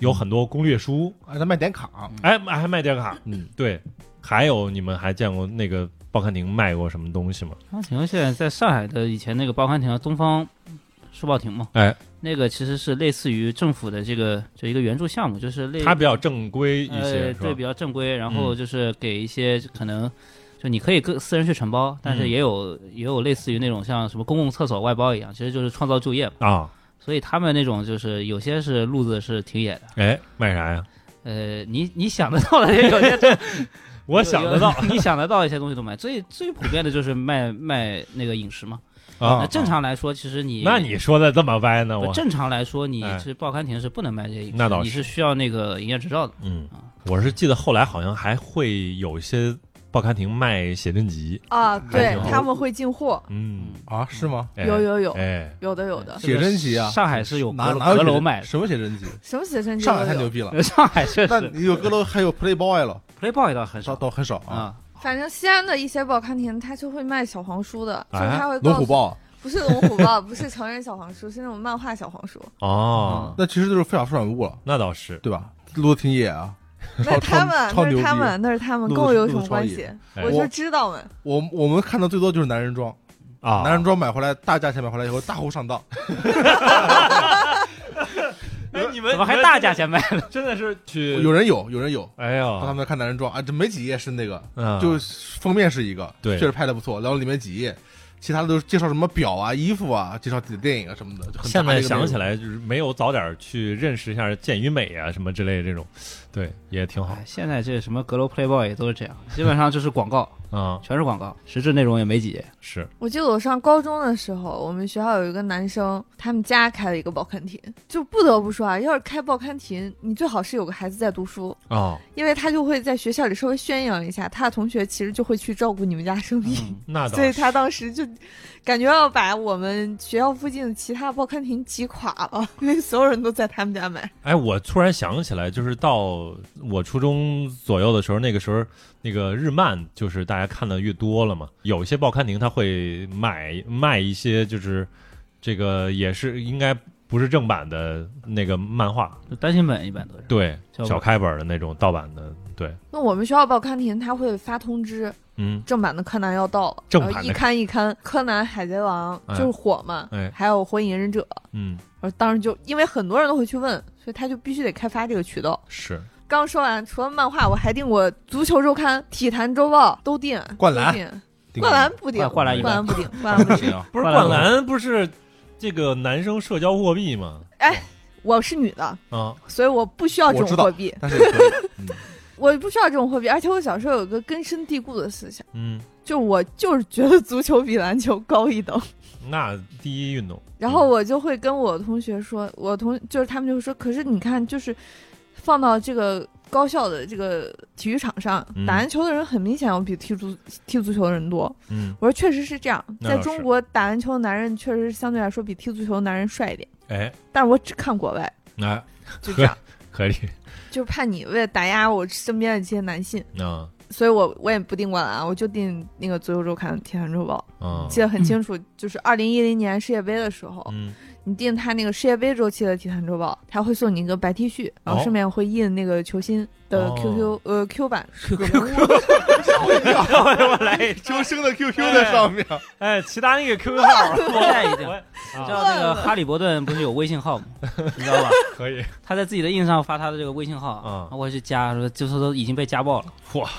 A: 有很多攻略书，
B: 啊，他卖点卡，
A: 哎，还卖点卡，
B: 嗯，
A: 对，还有你们还见过那个报刊亭卖过什么东西吗？
C: 报刊亭现在在上海的以前那个报刊亭啊，东方书报亭嘛，
A: 哎，
C: 那个其实是类似于政府的这个就一个援助项目，就是类
A: 它比较正规一些，
C: 呃
A: 是
C: 对比
A: 吧？
C: 较正规，然后
A: 嗯
C: 就是给一些可能。就你可以个私人去承包，但是
A: 嗯
C: 也有、也有类似于那种像什么公共厕所外包一样，其实就是创造就业嘛。
A: 啊，
C: 所以他们那种就是有些是路子是挺野的，
A: 哎，卖啥呀？
C: 呃，你你想得到的也有些
A: 我想得到，
C: 到， 你想得到一些东西都卖。最最普遍的就是卖卖那个饮食嘛。
A: 啊
C: 那。正常来说，其实你
A: 那你说的这么歪呢？
C: 不
A: 我
C: 正常来说，你
A: 哎
C: 是报刊亭是不能卖这些饮食，
A: 那倒
C: 你
A: 是
C: 是需要那个营业执照的。
A: 嗯，我是记得后来好像还会有一些报刊亭卖写真集，
D: 啊，对
A: 还，行
D: 他们会进货，
A: 嗯，
B: 啊，是吗？
A: 哎
D: 有有有
A: 哎，
D: 有的有的，
B: 写真集啊
C: 上海是有
B: 哪
C: 阁楼
B: 哪有
C: 阁
B: 写
C: 楼
B: 真
C: 卖的，
B: 什么写 真集？
D: 什么写真集
B: 上海
D: 都
B: 太牛
D: 有，
B: 逼了，
C: 上海确
B: 那
C: 实
B: 你有阁楼，还有 Playboy 了，
C: Playboy 倒很
B: 倒
C: 少
B: 倒很少啊。
C: 啊。
D: 反正西安的一些报刊亭，它就会卖小黄书的，就是
A: 哎
D: 它会告
B: 龙
D: 诉
B: 虎，豹，
D: 不是龙虎豹，不是成人小黄书，是那种漫画小黄书。
C: 嗯
A: 哦，
B: 嗯那其实就是非法出版物了，
A: 那倒是，
B: 对吧？路挺野啊，
D: 那是
B: 超
D: 他们，
B: 超
D: 那是
B: 牛
D: 他
B: 逼
D: 们，那是他们，
B: 路
D: 跟我
B: 子
D: 有
B: 路
D: 什
B: 子
D: 么
B: 超
D: 关
B: 野
D: 系？
A: 哎
D: 我就知道们，
B: 我我们看到最多就是男人装，
A: 啊，
B: 男人装买回来，大价钱买回来以后，大呼上当。
A: 哎，你们
C: 怎么还大价钱卖了？
A: 真的是去
B: 有人有，有人有，
A: 哎
B: 他
A: 呦，
B: 们在看男人装啊，这没几页是那个，
A: 嗯
B: 就封面是一个，
A: 对
B: 确实拍的不错，然后里面几页，其他的都是介绍什么表啊、衣服啊，介绍自己的电影啊什么的。就很杂
A: 现
B: 的
A: 在
B: 一个内容
A: 想起，来就是没有早点去认识一下健与美啊什么之类的这种，对，也挺好
C: 哎，现在这什么阁楼 Playboy 也都是这样，基本上就是广告，
A: 啊，
C: 全是广告，实质内容也没几页。
A: 是
D: 我记得我上高中的时候，我们学校有一个男生，他们家开了一个报刊亭。就不得不说啊，要是开报刊亭，你最好是有个孩子在读书，
A: 哦，
D: 因为他就会在学校里稍微宣扬一下，他的同学其实就会去照顾你们家生意。
C: 嗯，
A: 那倒
D: 所以
A: 是
D: 他当时就感觉要把我们学校附近的其他报刊亭挤垮了， 因为所有人都在他们家买。
A: 哎，我突然想起来，就是到我初中左右的时候，那个时候那个日漫就是大家看的越多了嘛，有一些报刊亭他会买卖一些就是这个也是应该不是正版的那个漫画，
C: 就单行本一般 都是。
A: 对，
C: 小
A: 小开本的那种盗版的，对，
D: 那我们学校报刊亭他会发通知，
A: 嗯，
D: 正版的柯南要到了，
A: 正
D: 然
A: 版
D: 后
A: 的
D: 一刊一刊，柯南、海贼王
A: 哎
D: 就是火嘛，
A: 哎
D: 还有火影忍者。
A: 嗯，
D: 然后当时就因为很多人都会去问，所以他就必须得开发这个渠道。
A: 是，
D: 刚说完，除了漫画，我还订过《足球周刊》《体坛周报》，都订。
B: 灌篮
D: 都订
B: 顶
D: 灌篮不订，
C: 灌
A: 啊篮一般
D: 灌篮不订，灌篮不订。
B: 行啊
A: 不是
C: 灌篮
A: 灌篮不是这个男生社交货币吗？
D: 我是女的，
A: 啊，
D: 所以我不需要这
B: 我
D: 种
B: 知道
D: 货币，
B: 但是也可 以，嗯
D: 我不需要这种货币。而且我小时候有个根深蒂固的思想，
A: 嗯，
D: 就我就是觉得足球比篮球高一等。
A: 那第一运动，
D: 然后我就会跟我同学说，我同就是他们就会说，可是你看，就是放到这个高校的这个体育场上，
A: 嗯
D: 打篮球的人很明显要比踢足踢足球的人多。
A: 嗯，
D: 我说确实是这样，
A: 那
D: 在
A: 倒
D: 中
A: 是
D: 国打篮球的男人确实相对来说比踢足球的男人帅一点，
A: 哎，
D: 但我只看国外，
A: 哎，
D: 就 这样，
A: 可以，
D: 就是怕你为了打压我身边的这些男性，
A: 啊
D: 所以我我也不订灌篮，我就订那个《足球周刊》《体坛周报》，
A: 啊，
D: 记得很清楚，就是二零一零年世界杯的时候，
A: 嗯，
D: 你订他那个世界杯周期的体坛周报，他会送你一个白 T 恤，然后上面会印那个球星的
A: 哦
D: QQ、呃 Q 版
C: QQ
D: 人物，
A: 哎我来，
B: 周深的 QQ 在上面，
A: 哎，其他那个 QQ 号，
C: 现在已经，
A: 我啊
C: 你知道那个哈利伯顿不是有微信号吗？你知道吧？
A: 可以，
C: 他在自己的印上发他的这个微信号，
A: 嗯
C: 然后我去加，说就说都已经被家暴了。
A: 哇，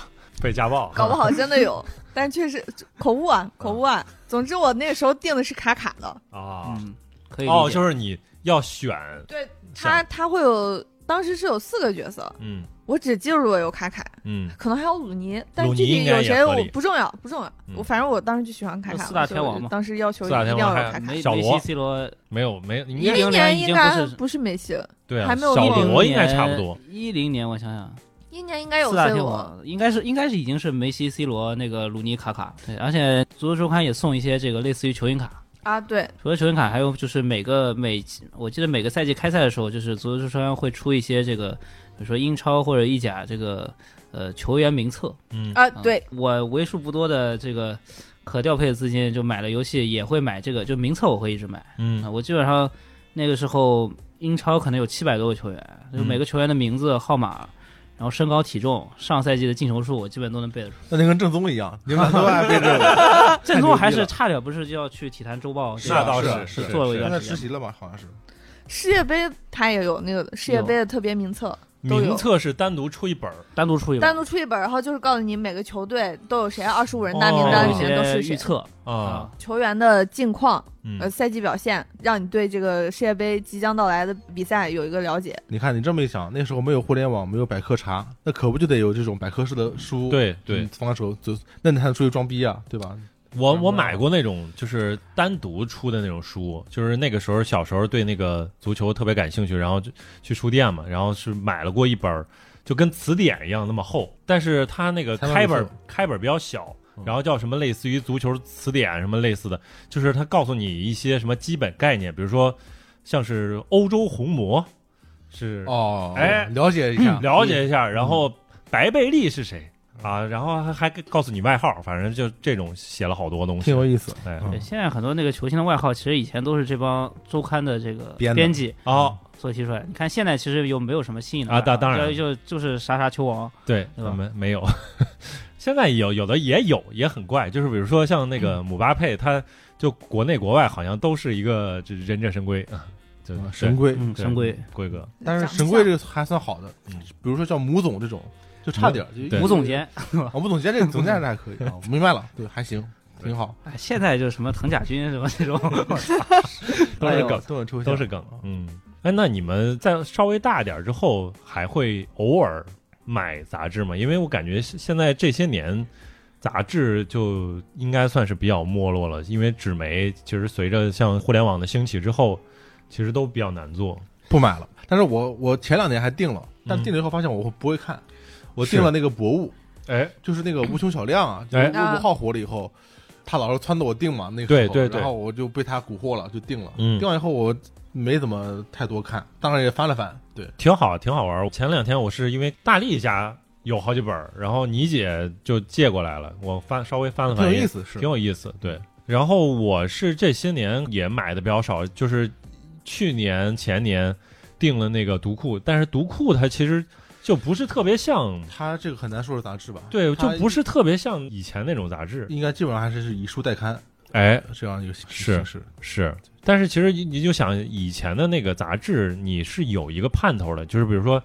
A: 被家暴，
D: 搞不好真的有，但确实口误啊，口误啊。总之我那时候订的是卡卡的，
A: 啊，
C: 嗯，可以理解。
A: 哦，就是你要选，
D: 对他他会有当时是有四个角色，
A: 嗯
D: 我只记住了有卡卡，
A: 嗯，
D: 可能还有鲁尼，但
A: 鲁尼
D: 具体
A: 应该
D: 有
A: 也
D: 谁
A: 合
D: 我
A: 理
D: 不重要不重要，
A: 嗯
D: 我反正我当时就喜欢卡卡，
C: 四大
D: 所以
C: 天王
D: 我就
C: 嘛
D: 当时要求一
A: 四大
D: 定
A: 天
D: 要
A: 王
D: 有卡卡
A: 还。
C: 梅
A: 小
C: 梅
A: 罗
C: 西 C 罗
A: 没有没有，应
C: 一
A: 该
D: 一
C: 零年已
D: 应
C: 经不
D: 该
C: 是
D: 不是梅西了，
A: 对啊，
D: 还没有
A: 小
D: 一零
A: 罗应该差不多，
C: 一零年我想想，
D: 一年应该有啊
C: 四大
D: C
C: 天
D: 罗。
C: 王应该是应该是已经是梅西、C 罗那个鲁尼、卡卡。对，而且足球周刊也送一些这个类似于球星卡。
D: 啊，对，
C: 除了球星卡，还有就是每个每我记得每个赛季开赛的时候，就是足球周刊会出一些这个，比如说英超或者意甲这个呃球员名册。
A: 嗯
D: 啊，
C: 啊
D: 对，，
C: 我为数不多的这个可调配的资金，就买了游戏，也会买这个，就名册我会一直买。啊，
A: 嗯
C: 我基本上那个时候英超可能有七百多个球员，就
A: 嗯
C: 每个球员的名字、号码，然后身高、体重、上赛季的进球数，我基本都能背得出。
B: 那就跟正宗一样，你们俩都爱背这个。
C: 郑宗还
B: 太牛逼
C: 是
B: 了
C: 差点不是就要去体坛周报，
A: 那倒
C: 是
A: 是
C: 吧
B: 是啊
A: 是
C: 做了一
B: 现
C: 段
B: 在
C: 时
B: 实
C: 间。
B: 习了吧？好像是，
D: 世界杯它也有那个世界杯的特别名册，都有
A: 名册是单独出一本儿
C: 单独出一
D: 单
C: 本
D: 独出一本，然后就是告诉你每个球队都有谁，二十五人
A: 哦
D: 大名单
C: 有
D: 里
C: 一
D: 面都
C: 些
D: 是
C: 预
D: 谁，
C: 测
A: 啊，，
D: 球员的近况、
A: 嗯
D: 呃赛季表现，让你对这个世界杯即将到来的比赛有一个了解。
B: 你看你这么一想，那时候没有互联网，没有百科查，那可不就得有这种百科式的书？
A: 对对
B: 嗯，放在手就那你还能出去装逼啊？对吧？
A: 我我买过那种就是单独出的那种书，就是那个时候小时候对那个足球特别感兴趣，然后就去书店嘛，然后是买了过一本儿，就跟词典一样那么厚，但是它那个
B: 才能
A: 开
B: 理
A: 本
B: 解
A: 开本比较小
B: 嗯，
A: 然后叫什么类似于足球词典什么类似的，就是它告诉你一些什么基本概念，比如说像是欧洲红魔是
B: 哦，嗯
A: 哎
B: 了解一下，
A: 了解一下，然后白贝利是谁啊，然后还还告诉你外号，反正就这种写了好多东西，
B: 挺有意思。
A: 哎。
C: 对，
B: 嗯
C: 现在很多那个球星的外号，其实以前都是这帮周刊的这个
B: 编的
C: 编辑
A: 哦，
C: 所提出来的。你看现在其实又没有什么新颖的
A: 啊
C: 外号
A: 当当然
C: 要就就是啥啥球王，
A: 对，
C: 对吧
A: 没没有。
C: 嗯
A: 现在有有的也有，也很怪，就是比如说像那个姆巴佩，他就国内国外好像都是一个就是忍者神龟啊，就
B: 啊神龟，
C: 嗯，
A: 对
C: 神龟，
A: 龟哥，
B: 但是
D: 长
B: 神龟
D: 相
B: 这个还算好的，比如说像母总这种，就差点儿。就
A: 对
C: 吴总，监，
B: 啊，母总监 这个总监还可以啊，我明白了，对，还行，挺好，
C: 哎现在就是什么藤甲军什么 这种，哎
A: 都是梗，
B: 都能抽象，
A: 都是梗，嗯。哎，那你们在稍微大点儿之后，还会偶尔买杂志吗？因为我感觉现现在这些年，杂志就应该算是比较没落了，因为纸媒其实随着像互联网的兴起之后，其实都比较难做。
B: 不买了。但是我我前两年还订了，但
A: 嗯
B: 订了以后发现我不会看，我
A: 是
B: 订了那个博物，
A: 哎，
B: 就是那个无穷小亮啊，就
A: 哎
B: 是陆浩火了以后，他老是撺掇我订嘛，那个时
A: 对
B: 候
A: 对对
B: 然后我就被他蛊惑了，就订了。
A: 嗯
B: 订完以后我没怎么太多看，当然也翻了翻，对，
A: 挺好，挺好玩儿。前两天我是因为大力家有好几本儿，然后你姐就借过来了，我翻稍微翻了
B: 挺
A: 翻，
B: 有
A: 也
B: 意思，是
A: 挺有意思。对，然后我是这些年也买的比较少，就是去年前年订了那个读库，但是读库它其实就不是特别像，
B: 他这个很难说是杂志吧？
A: 对，就
B: 它
A: 不是特别像以前那种杂志。
B: 应该基本上还是是以书代刊
A: 哎，
B: 这样一个形
A: 是
B: 形式。
A: 是，但是其实你你就想以前的那个杂志，你是有一个盼头的，就是比如说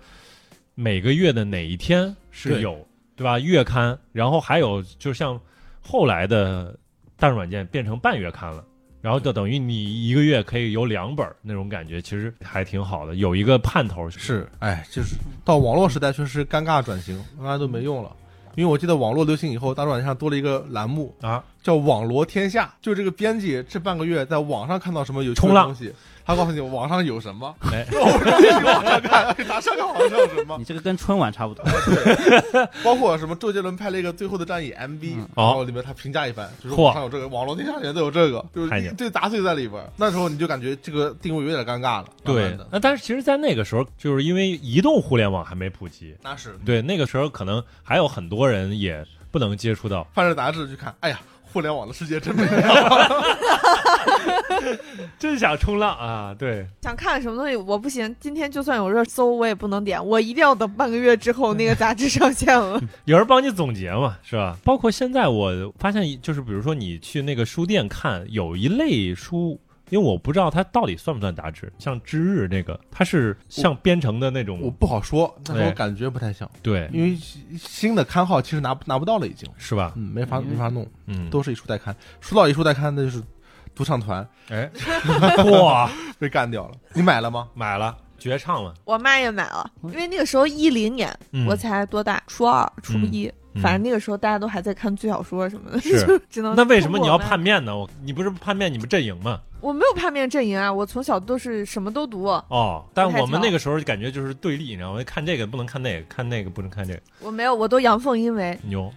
A: 每个月的哪一天是
B: 对
A: 有对吧？月刊，然后还有就像后来的大众软件变成半月刊了，然后就等于你一个月可以有两本儿那种感觉，其实还挺好的，有一个盼头。
B: 是，哎，就是到网络时代确实尴尬转型，慢慢都没用了。因为我记得网络流行以后，大众软件上多了一个栏目
A: 啊，
B: 叫“网罗天下”，就这个编辑这半个月在网上看到什么有趣
A: 冲
B: 的
A: 浪
B: 东西，他告诉你网上有什么，
A: 哎
B: 然 后我让你去网上看，哪上看网上有 什么
C: 你，这个跟春晚差不多。
B: 包括什么周杰伦拍了一个《最后的战役》MV，、
C: 嗯
B: 然后里面他评价一番，就是
A: 哦嚯
B: 网上有这个，网络天下里面都有这个，就
A: 太
B: 是
A: 牛
B: 一堆杂碎在里边儿。那时候你就感觉这个定位有点尴尬了，慢
A: 对
B: 慢，的
A: 那但是其实，在那个时候，就是因为移动互联网还没普及，
B: 那是
A: 对，那个时候可能还有很多人也不能接触到。
B: 翻着杂志去看，哎呀，互联网的世界真美妙。
A: 真想冲浪啊！对，
D: 想看什么东西我不行，今天就算有热搜我也不能点，我一定要等半个月之后那个杂志上 线了。
A: 有人帮你总结嘛，是吧？包括现在我发现，就是比如说你去那个书店看，有一类书，因为我不知道它到底算不算杂志，像《知日》那个，它是像编程的那
B: 我
A: 种，
B: 不好说，但是
A: 对
B: 我感觉不太像，
A: 对，
D: 嗯
B: 因为新的刊号其实拿不拿不到了，已经，
A: 是吧？
B: 嗯，没法
C: 嗯
B: 没法弄，
A: 嗯，
B: 都是以书代刊。说到以书代刊，那就是独唱团
A: 哎，哇，
B: 被干掉了。你买了吗？
A: 买了绝唱了，
D: 我妈也买了，因为那个时候一零年
A: 嗯
D: 我才多大，初二、初一，
A: 嗯
D: 反正那个时候大家都还在看最小说什么的，
A: 是
D: 就只能
A: 那为什么你要
D: 通过我妈
A: 叛变呢？我你不是叛变你们阵营吗？
D: 我没有叛变阵营啊，我从小都是什么都读，
A: 哦，但
D: 不太
A: 我们
D: 巧
A: 那个时候感觉就是对立，你知道吗？看这个不能看那个，看那个不能看这个，
D: 我没有，我都阳奉阴违，
A: 牛，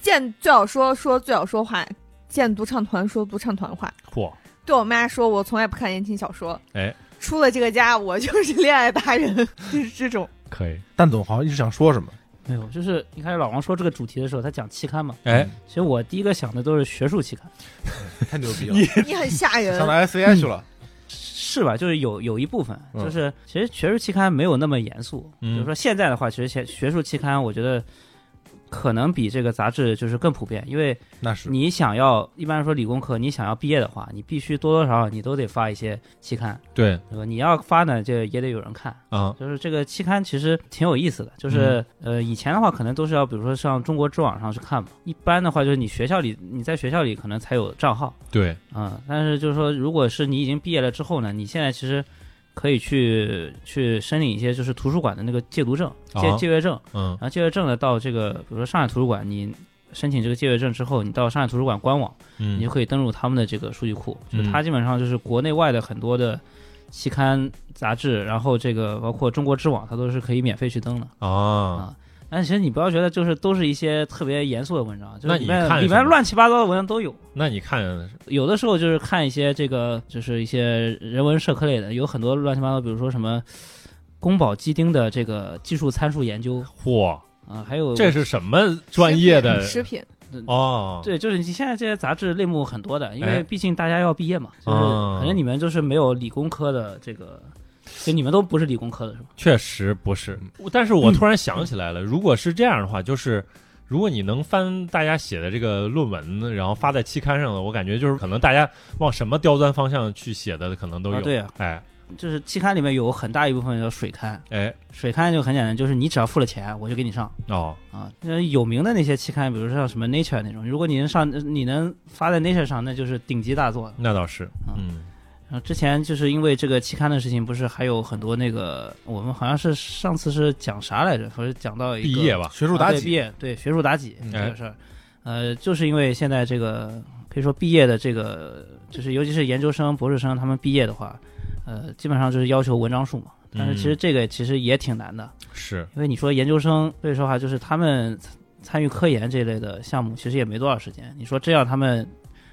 D: 见最小说说最小说话，见独唱团说独唱团话。
A: 嚯，
D: 对我妈说，我从来不看言情小说。
A: 哎，
D: 出了这个家，我就是恋爱达人， 就是这种。
A: 可以，
B: 蛋总好像一直想说什么，
C: 没有，就是一开始老王说这个主题的时候，他讲期刊嘛，
D: 嗯
A: 哎，
C: 其实我第一个想的都是学术期刊，
B: 太牛逼了，
A: 你
D: 你很吓人
B: 上，到 SCI 去了。
C: 是吧？就是有有一部分，
B: 嗯
C: 就是其实学术期刊没有那么严肃。
A: 嗯
C: 比如说现在的话，其实学学术期刊，我觉得可能比这个杂志就是更普遍，因为
B: 那是
C: 你想要一般来说理工科，你想要毕业的话，你必须多多少少你都得发一些期刊，
A: 对
C: 对吧？你要发呢，这也得有人看。
A: 啊，
C: 就是这个期刊其实挺有意思的，就是、呃以前的话可能都是要比如说上中国知网上去看嘛，一般的话就是你学校里你在学校里可能才有账号
A: 对，
C: 啊、但是就是说如果是你已经毕业了之后呢，你现在其实可以去去申领一些就是图书馆的那个借读证、借
A: 啊
C: 借阅证，
A: 嗯
C: 然后借阅证呢到这个比如说上海图书馆你。申请这个借阅证之后，你到上海图书馆官网，
A: 嗯
C: 你就可以登录他们的这个数据库。就
A: 嗯
C: 它基本上就是国内外的很多的期刊、杂志，然后这个包括中国知网，它都是可以免费去登的。
A: 啊，
C: 但其实你不要觉得就是都是一些特别严肃的文章，就
A: 那
C: 是
A: 你
C: 里
A: 看
C: 面里
A: 什
C: 面
A: 么
C: 乱七八糟的文章都有。
A: 那你看，
C: 有的时候就是看一些这个就是一些人文社科类的，有很多乱七八糟，比如说什么宫保鸡丁的这个技术参数研究
A: 嚯，
C: 啊、还有
A: 这是什么专业的
D: 食品，
A: 哦？
C: 对，就是你现在这些杂志类目很多的，因为
A: 哎
C: 毕竟大家要毕业嘛，就是
A: 啊
C: 可能你们就是没有理工科的这个，就你们都不是理工科的是吧？
A: 确实不是。我但是我突然想起来了，如果是这样的话，就是如果你能翻大家写的这个论文，然后发在期刊上的，我感觉就是可能大家往什么刁钻方向去写的，可能都有。
C: 啊对啊，
A: 哎
C: 就是期刊里面有很大一部分叫水刊，
A: 哎
C: 水刊就很简单，就是你只要付了钱，我就给你上
A: 哦，
C: 啊。那有名的那些期刊，比如说像什么 Nature 那种，如果你能上，呃你能发在 Nature 上，那就是顶级大作了。
A: 那倒是，
C: 啊
A: 嗯
C: 然后之前就是因为这个期刊的事情，不是还有很多那个，我们好像是上次是讲啥来着？说是讲到一个
A: 毕业吧，
B: 学术妲
C: 啊对毕
B: 己，
C: 业对学术妲己
B: 嗯
C: 这个事儿，呃，就是因为现在这个可以说毕业的这个，就是尤其是研究生、博士生他们毕业的话，呃，基本上就是要求文章数嘛。但是其实
A: 嗯
C: 这个其实也挺难的，
A: 是
C: 因为你说研究生，所以说哈，就是他们参参与科研这类的项目，其实也没多少时间。你说这样他们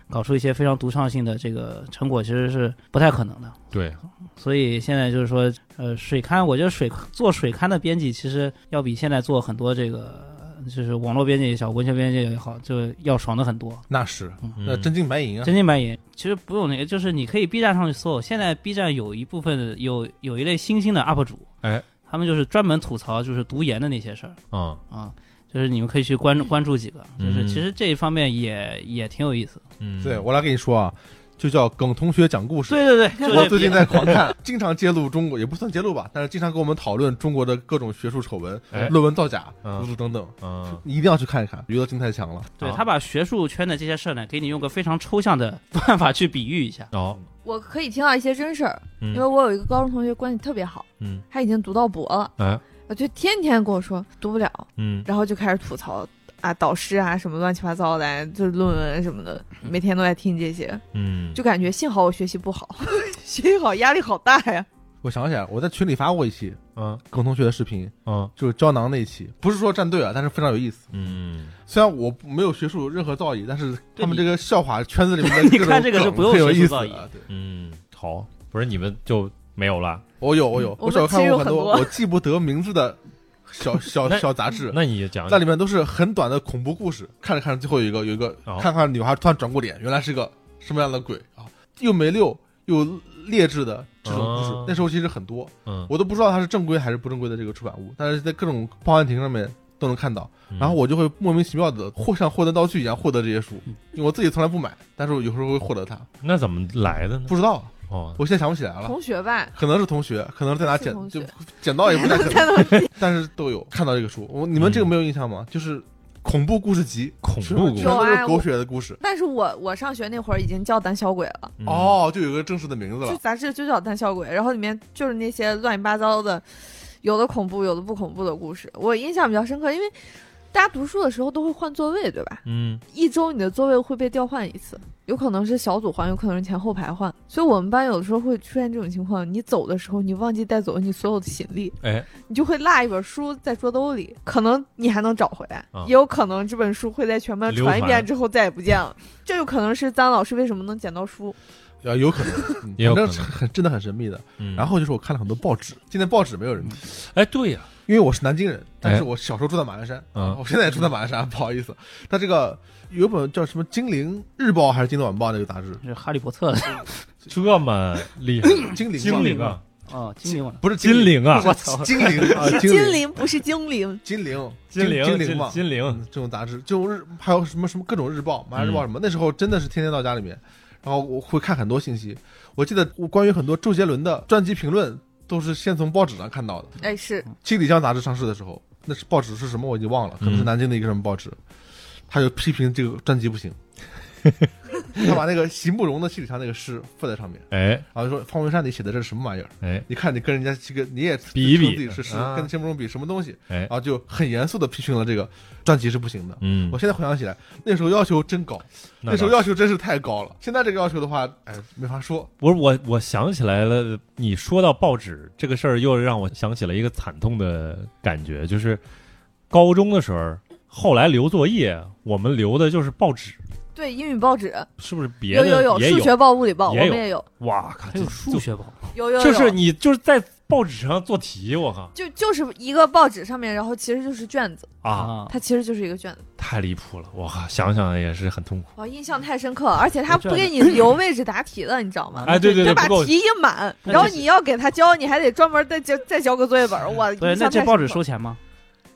C: 搞出一些非常独创性的这个成果，其实是不太可能的。
A: 对，
C: 所以现在就是说，呃，水刊，我觉得水做水刊的编辑其实要比现在做很多这个呃就是网络编辑也好，文学编辑也好，就要爽的很多。
B: 那是那
A: 嗯
B: 真金白银啊，
C: 真金白银，其实不用那个，就是你可以 B 站上去搜，现在 B 站有一部分有有一类新兴的 UP 主，
A: 哎，
C: 他们就是专门吐槽就是读研的那些事儿
A: 嗯
C: 啊。就是你们可以去关注关注几个，就是
A: 嗯
C: 其实这一方面也也挺有意思。
A: 嗯，
B: 对我来跟你说啊，就叫耿同学讲故事。
C: 对对对，就
B: 我
C: 这
B: 最近
C: 边
B: 在狂 看，经常揭露中国，也不算揭露吧，但是经常跟我们讨论中国的各种学术丑闻、
A: 哎
B: 论文造假、
A: 嗯
B: 读书等等，
A: 嗯
B: 你一定要去看一看，娱乐性太强了。
C: 对
A: 啊
C: 他把学术圈的这些事儿呢，给你用个非常抽象的 办法去比喻一下。
A: 哦，
D: 我可以听到一些真事儿，因为
A: 嗯
D: 我有一个高中同学关系特别好，
A: 嗯
D: 他已经读到博了，
A: 哎
D: 我就天天跟我说读不了，
A: 嗯
D: 然后就开始吐槽啊导师啊什么乱七八糟的，就是论文什么的，每天都在听这些，
A: 嗯，
D: 就感觉幸好我学习不好， 学习好压力好大呀。
B: 我想起来，我在群里发过一期
A: 嗯
B: 耿同学的视频，
A: 嗯
B: 就是胶囊那一期，不是说站队啊，但是非常有意思。
A: 嗯，
B: 虽然我没有学术任何造诣，但是
C: 对
B: 他们
C: 你
B: 这个笑话圈子里面的
C: 你
B: 各种
C: 看这个就
B: 梗
C: 不用
B: 很有
C: 学术
B: 意思
C: 造
B: 啊。对
A: 嗯，好，不是你们就没有了？
B: 我有我有，
D: 我
B: 我小时候看过很
D: 们其实有很多
B: 我记不得名字的小 小
C: 哎
A: 那
B: 小杂志，
A: 那你讲
B: 那里面都是很短的恐怖故事。看着看着，最后有一个有一个
A: 哦，
B: 看看女孩突然转过脸，原来是个什么样的鬼啊？又没溜又劣质的这种故事
A: 哦，
B: 那时候其实很多，
A: 嗯，
B: 我都不知道它是正规还是不正规的这个出版物，但是在各种报刊亭上面都能看到。
A: 嗯
B: 然后我就会莫名其妙的获像获得道具一样获得这些书，
D: 嗯
B: 因为我自己从来不买，但是我有时候会获得它，
A: 嗯那怎么来的呢？
B: 不知道，
A: 哦，
B: 我现在想不起来了。
D: 同学吧，
B: 可能是同学，可能是在哪
D: 是
B: 捡，
D: 同
B: 就
D: 学
B: 捡到也不太可
D: 在
B: 能，
D: 那
B: 但是都有看到这个书。我你们
A: 嗯
B: 这个没有印象吗？就是恐怖故事集，
A: 恐
B: 全
A: 怖
B: 部
A: 故
B: 全
A: 事
B: 都
D: 有
B: 是
D: 啊
B: 狗血的故事。
D: 但是我我上学那会儿已经叫胆小鬼了，，
A: 嗯
B: 哦，就有一个正式的名字
D: 就
B: 了。
D: 杂志就叫胆小鬼，然后里面就是那些乱七八糟的，有的恐怖，有的不恐怖的故事。我印象比较深刻，因为大家读书的时候都会换座位，对吧？
A: 嗯
D: 一周你的座位会被调换一次，有可能是小组换，有可能是前后排换。所以我们班有的时候会出现这种情况：你走的时候，你忘记带走你所有的行李，
A: 嗯，哎，
D: 你就会落一本书在桌兜里，可能你还能找回来，
A: 啊
D: 也有可能这本书会在全班
A: 流
D: 传一遍
A: 传
D: 之后再也不见了。这有可能是张老师为什么能捡到书，
B: 啊，有可能，
A: 也有可能
B: 嗯反正是很真的很神秘的。
A: 嗯
B: 然后就是我看了很多报纸，今天报纸没有人提，
A: 哎，对呀，
B: 因为我是南京人，但
A: 哎
B: 是我小时候住在马鞍山，
A: 嗯
B: 哦我现在也住在马鞍山，不好意思。他这个有本叫什么《精灵日报》还是《精灵晚报》那个杂志，
C: 是哈利波特的
A: 这么厉害，
B: 精灵吧
A: 精灵啊，
C: 哦，精灵王
B: 不是
A: 精灵啊，
C: 我操！
B: 精灵啊，
D: 是
B: 精
D: 精
B: 灵
D: 灵不是精灵。
B: 精灵
A: 精灵
B: 精灵嘛，
A: 精灵，
B: 嗯这种杂志，这种日还有什么什么各种日报、马上日
A: 嗯
B: 报什么，那时候真的是天天到家里面，然后我会看很多信息。我记得我关于很多周杰伦的专辑评论都是先从报纸上看到的。
D: 哎，是
A: 嗯
B: 七里香杂志上市的时候，那是报纸是什么我已经忘了，可能是
A: 嗯
B: 南京的一个什么报纸，他就批评这个专辑 不行，他把那个席慕容的七里香那个诗附在上面，
A: 哎
B: 然后就说方文山你写的这是什么玩意儿？
A: 哎
B: 你看你跟人家这个你也
A: 比一比
B: 称自己是诗，
A: 啊
B: 跟席慕容比什么东西？
A: 哎
B: 然，后就很严肃的批评了这个专辑是不行的。
A: 嗯
B: 我，现在回想起来，那时候要求真高，那时候
A: 倒
B: 要求真是太高了。现在这个要求的话，哎，没法说。
A: 我我我想起来了，你说到报纸这个事儿，又让我想起了一个惨痛的感觉，就是高中的时候，后来留作业，我们留的就是报纸，
D: 对英语报纸，
A: 是不是别
D: 有
A: 的
D: 有有
A: 也
D: 数学报、物理报，我
A: 也
D: 们
A: 有
D: 也有，
A: 哇靠，
C: 还有数学宝，
D: 有有有，
A: 就是你就是在报纸上做题，我靠
D: 就就是一个报纸上面，然后其实就是卷子，
A: 啊，
D: 它其实就是一个卷子。
A: 太离谱了，我靠，想想也是很痛苦。
D: 哇，印象太深刻了，而且他
C: 卷
D: 不给你留位置答题了，你知道吗？
A: 哎，对对
D: 他
A: 对，
D: 把
A: 不够
D: 题印满，
C: 那
D: 然后
C: 这
D: 你要给他交，你还得专门再交再交个作业本儿。我
C: 不是
D: 印
C: 那
D: 象
C: 这
D: 太
C: 报纸
D: 深刻
C: 收钱吗？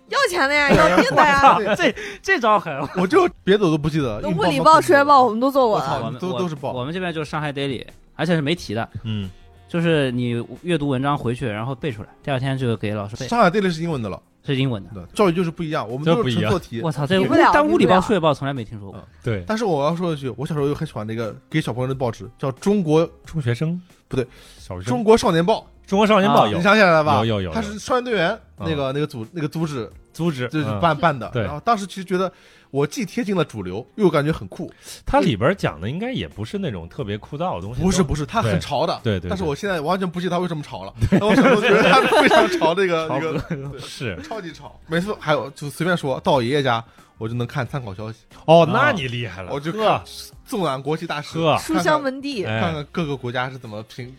D: 要钱的呀，要命的呀，
C: 这这招狠！啊
B: 我就别的我都不记得了，
D: 那
B: 硬
D: 物
B: 邦
D: 理
B: 邦
D: 报、
B: 的
D: 数学报我们都做过
B: 我操
D: 了。
C: 我们
B: 都
C: 我
B: 都是爆
C: 我们这边就是上海 daily，而且是没题的，
A: 嗯，
C: 就是你阅读文章回去，然后背出来，第二天就给老师背，
B: 上海 daily 是英文的了，
C: 是英文的。
B: 对，教育就是不一样，我们
A: 这
B: 都
A: 不一
B: 是纯
A: 样
B: 做题。
C: 我操，这
D: 比不了
C: 但
D: 比
C: 物理
D: 不了
C: 报、数学报从来没听说过。
A: 对，
B: 但是我要说一句，我小时候又很喜欢那个给小朋友的报纸，叫《中国
A: 中学生
B: 不对，
A: 小学生
B: 中国少年报
A: 中国少年报》，有
B: 啊你想起来了吧？
A: 有有有
B: 它是少年队员那个那个组那个组织
A: 阻止，
B: 就是
A: 嗯
B: 办办的。
A: 对
B: 然后当时其实觉得我既贴近了主流，又感觉很酷。
A: 它里边讲的应该也不是那种特别枯燥的东西，
B: 不是
A: 都
B: 不是，它
A: 对
B: 很潮的。
A: 对对对
B: 但是我现在完全不记得它为什么潮了。但我小时候觉得它是非常潮的一 个
C: 潮
B: 一个
A: 是
B: 超级吵，每次还有就随便说到我爷爷家，我就能看参考消息，
A: 哦
C: 啊，
A: 那你厉害了，
B: 我就
A: 呵
B: 看纵览国际大事，
A: 呵，
D: 书香门第，
B: 看
A: 哎，
B: 看各个国家是怎么评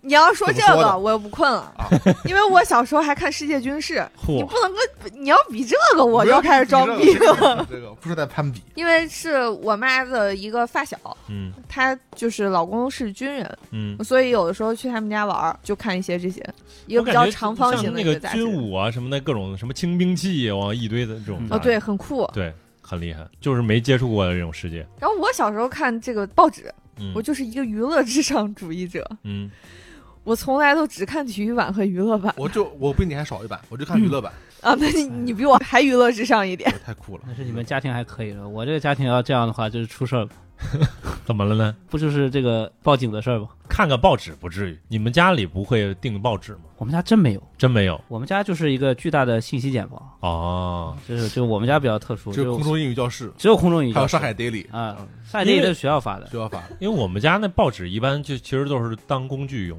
D: 你要说这
B: 怎么说
D: 个，
B: 的
D: 我又不困了
B: 啊，
D: 因为我小时候还看世界军事，你
A: 嚯，
D: 不能跟你要比这个，我就开始装逼
B: 这个
D: 了。
B: 这个不是在攀比，
D: 因为是我妈的一个发小，
A: 嗯
D: 她就是老公是军人，
A: 嗯，
D: 所以有的时候去他们家玩儿，就看一些这些，一个
A: 我
D: 比
A: 感
D: 较
A: 觉
D: 长方
A: 像
D: 形的
A: 那
D: 一
A: 个
D: 杂志
A: 军。武啊什么的各种什么轻兵器哇一堆的这种
C: 嗯
A: 杂
D: 哦，
A: 志
D: 对，很酷。
A: 对，很厉害，就是没接触过的这种世界，
D: 然后我小时候看这个报纸，
A: 嗯
D: 我就是一个娱乐至上主义者，
A: 嗯
D: 我从来都只看体育版和娱乐版
B: 我就我比你还少一版，我就看娱乐版，
D: 啊。那
A: 哎
D: 你你比我还娱乐至上一点，
B: 太酷了。
C: 但是你们家庭还可以了，我这个家庭要这样的话，就是出事儿了，
A: 怎么了呢？
C: 不就是这个报警的事儿吗？
A: 看个报纸不至于，你们家里不会订报纸吗？
C: 我们家真没有，
A: 真没有
C: 我们家就是一个巨大的信息茧房，
A: 哦，
C: 就是就我们家比较特殊，
B: 就
C: 就
B: 空中英语教室，
C: 只有空中语
B: 还
C: 教
B: 有
C: 室
B: 上海 daily
C: 啊，上海那个是学校发的
B: 学校法，
A: 因为我们家那报纸一般就其实都是当工具用，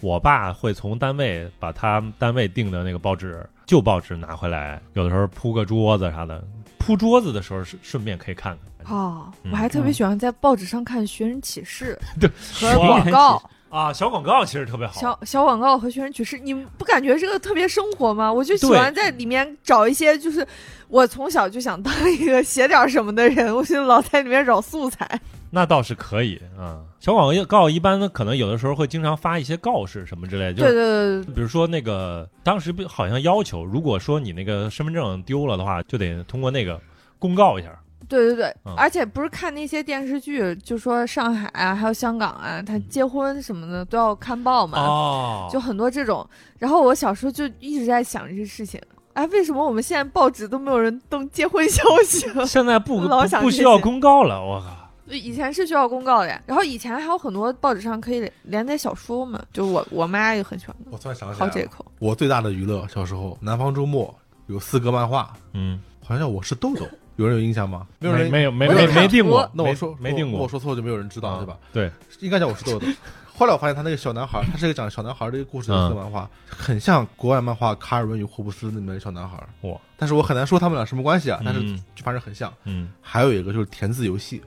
A: 我爸会从单位把他单位订的那个报纸旧报纸拿回来，有的时候铺个桌子啥的，铺桌子的时候是顺便可以看看
D: 哦，
A: 嗯
D: 我还特别喜欢在报纸上看学生启事
A: 对
D: 和广告，
A: 啊，小广告其实特别好，
D: 小小广告和学生启事，你不感觉这个特别生活吗？我就喜
A: 对
D: 欢在里面找一些，就是我从小就想当一个写点什么的人，我就老在里面找 素材。
A: 那倒是可以啊。小广告一般可能有的时候会经常发一些告示什么之类的，就
D: 对
A: 是
D: 对对对，
A: 比如说那个，当时不好像要求，如果说你那个身份证丢了的话，就得通过那个公告一下。
D: 对对对，
A: 嗯
D: 而且不是看那些电视剧，就说上海啊，还有香港啊，他结婚什么的都要看报嘛，
A: 哦
D: 就很多这种。然后我小时候就一直在想这些事情，哎，为什么我们现在报纸都没有人登结婚消息了？
A: 现在不
D: 老
A: 不
D: 想
A: 不
D: 这
A: 需要
D: 些
A: 公告了，我靠！
D: 对，以前是需要公告的呀，然后以前还有很多报纸上可以连载小说嘛，就我我妈也很喜欢
B: 我突然想起
D: 好这
B: 来
D: 一
B: 了，
D: 口。
B: 我最大的娱乐小时候，南方周末有四格漫画，
A: 嗯，
B: 好像叫我是豆豆，有人有印象吗？没
A: 没
B: 有人
A: 没有没
B: 我有
A: 没
B: 看
A: 没定
D: 过
A: 过，
B: 那我说
A: 啊没没定
B: 我
A: 过
B: 我，说错就没有人知道
A: 啊
B: 对吧？
A: 对，
B: 应该叫我是豆豆。后来我发现他那个小男孩，他是一个讲小男孩的一个故事的
A: 嗯
B: 一个漫画，很像国外漫画《卡尔文与霍布斯》里面的小男孩。
A: 哇！
B: 但是我很难说他们俩什么关系啊，但是
A: 嗯
B: 就反正很像。
A: 嗯，
B: 还有一个就是填字游戏，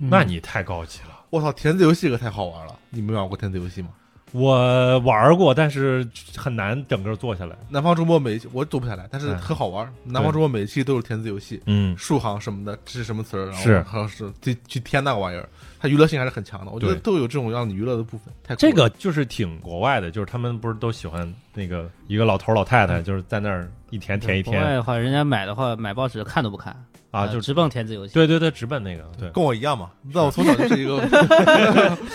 B: 嗯
A: 那你太高级了。
B: 我操，填字游戏可太好玩了！你们玩过填字游戏吗？
A: 我玩过，但是很难整个坐下来。
B: 南方周末每一期我做不下来，但是
A: 嗯
B: 很好玩。南方周末每一期都是填字游戏，
A: 嗯，
B: 竖行什么的，这是什么词儿，然后
A: 是
B: 还有是去去填那个玩意儿，它娱乐性还是很强的。我觉得
A: 对
B: 都有这种让你娱乐的部分，太酷
A: 这
B: 了
A: 个就是挺国外的，就是他们不是都喜欢那个一个老头儿老太
B: 嗯
A: 太，就是在那儿一天填一
C: 国外
A: 天
C: 的话，人家买的话，买报纸看都不看
A: 啊，
C: 呃
A: 就
C: 直奔填字游戏。
A: 对对对，直奔那个，对，
B: 跟我一样嘛。那我从小就是一个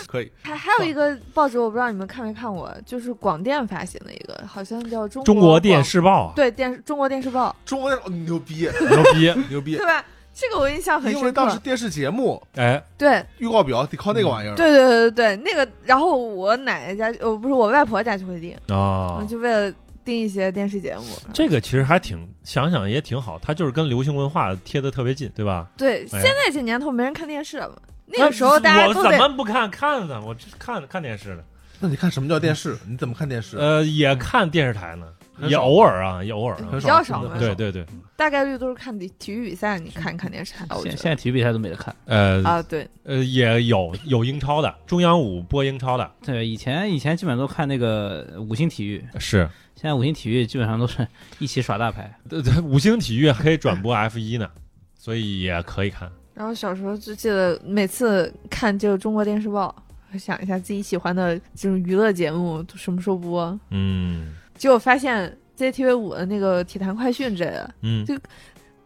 B: 可以
D: 还还有一个报纸，我不知道你们看没看过，就是广电发行的一个，好像叫中
A: 中
D: 国
A: 国电
D: 广
A: 视报，啊
D: 对电视中国电视报，
B: 中国那种牛 逼
A: 牛逼，
B: 牛逼
D: 对，吧？这个我印象很
B: 因为
D: 深
B: 当时嗯
D: 刻。
B: 电视节目
A: 哎，
D: 对
B: 预告表得靠那个玩意儿。
D: 对对对对对，那个，然后我奶奶家，呃，不是我外婆家就会订，
A: 啊
B: 哦
D: 嗯，就为了订一些电视节目。
A: 这个其实还挺想想也挺好，它就是跟流行文化贴的特别近，对吧？
D: 对，
A: 哎
D: 现在这年头没人看电视了嘛，那个时候大家
A: 我
D: 都
A: 怎
D: 得
A: 么不看看呢？我这看看电视呢，
B: 那你看什么叫电视？你怎么看电视？
A: 呃，也看电视台呢，
B: 很
A: 也
B: 少
A: 偶尔啊，也偶尔啊
B: 很
D: 比较
B: 少
D: 少
B: 真
D: 嘛
B: 的，
A: 对对对，
D: 大概率都是看体体育比赛，你看一看电视台，我
C: 现现
D: 觉
C: 在
D: 得
C: 体育比赛都没得看。
A: 呃
D: 啊，对，
A: 呃，也有有英超的，中央五播英超的，
C: 对，以前以前基本都看那个五星体育，
A: 是
C: 现在五星体育基本上都是一起耍大牌。
A: 呃这五星体育还可以转播 F 一呢，所以也可以看。
D: 然后小时候就记得每次看这个中国电视报，想一下自己喜欢的这种娱乐节目都什么时候播，
A: 嗯，
D: 结果发现。 CCTV 五的那个体坛快讯之类的，
A: 嗯，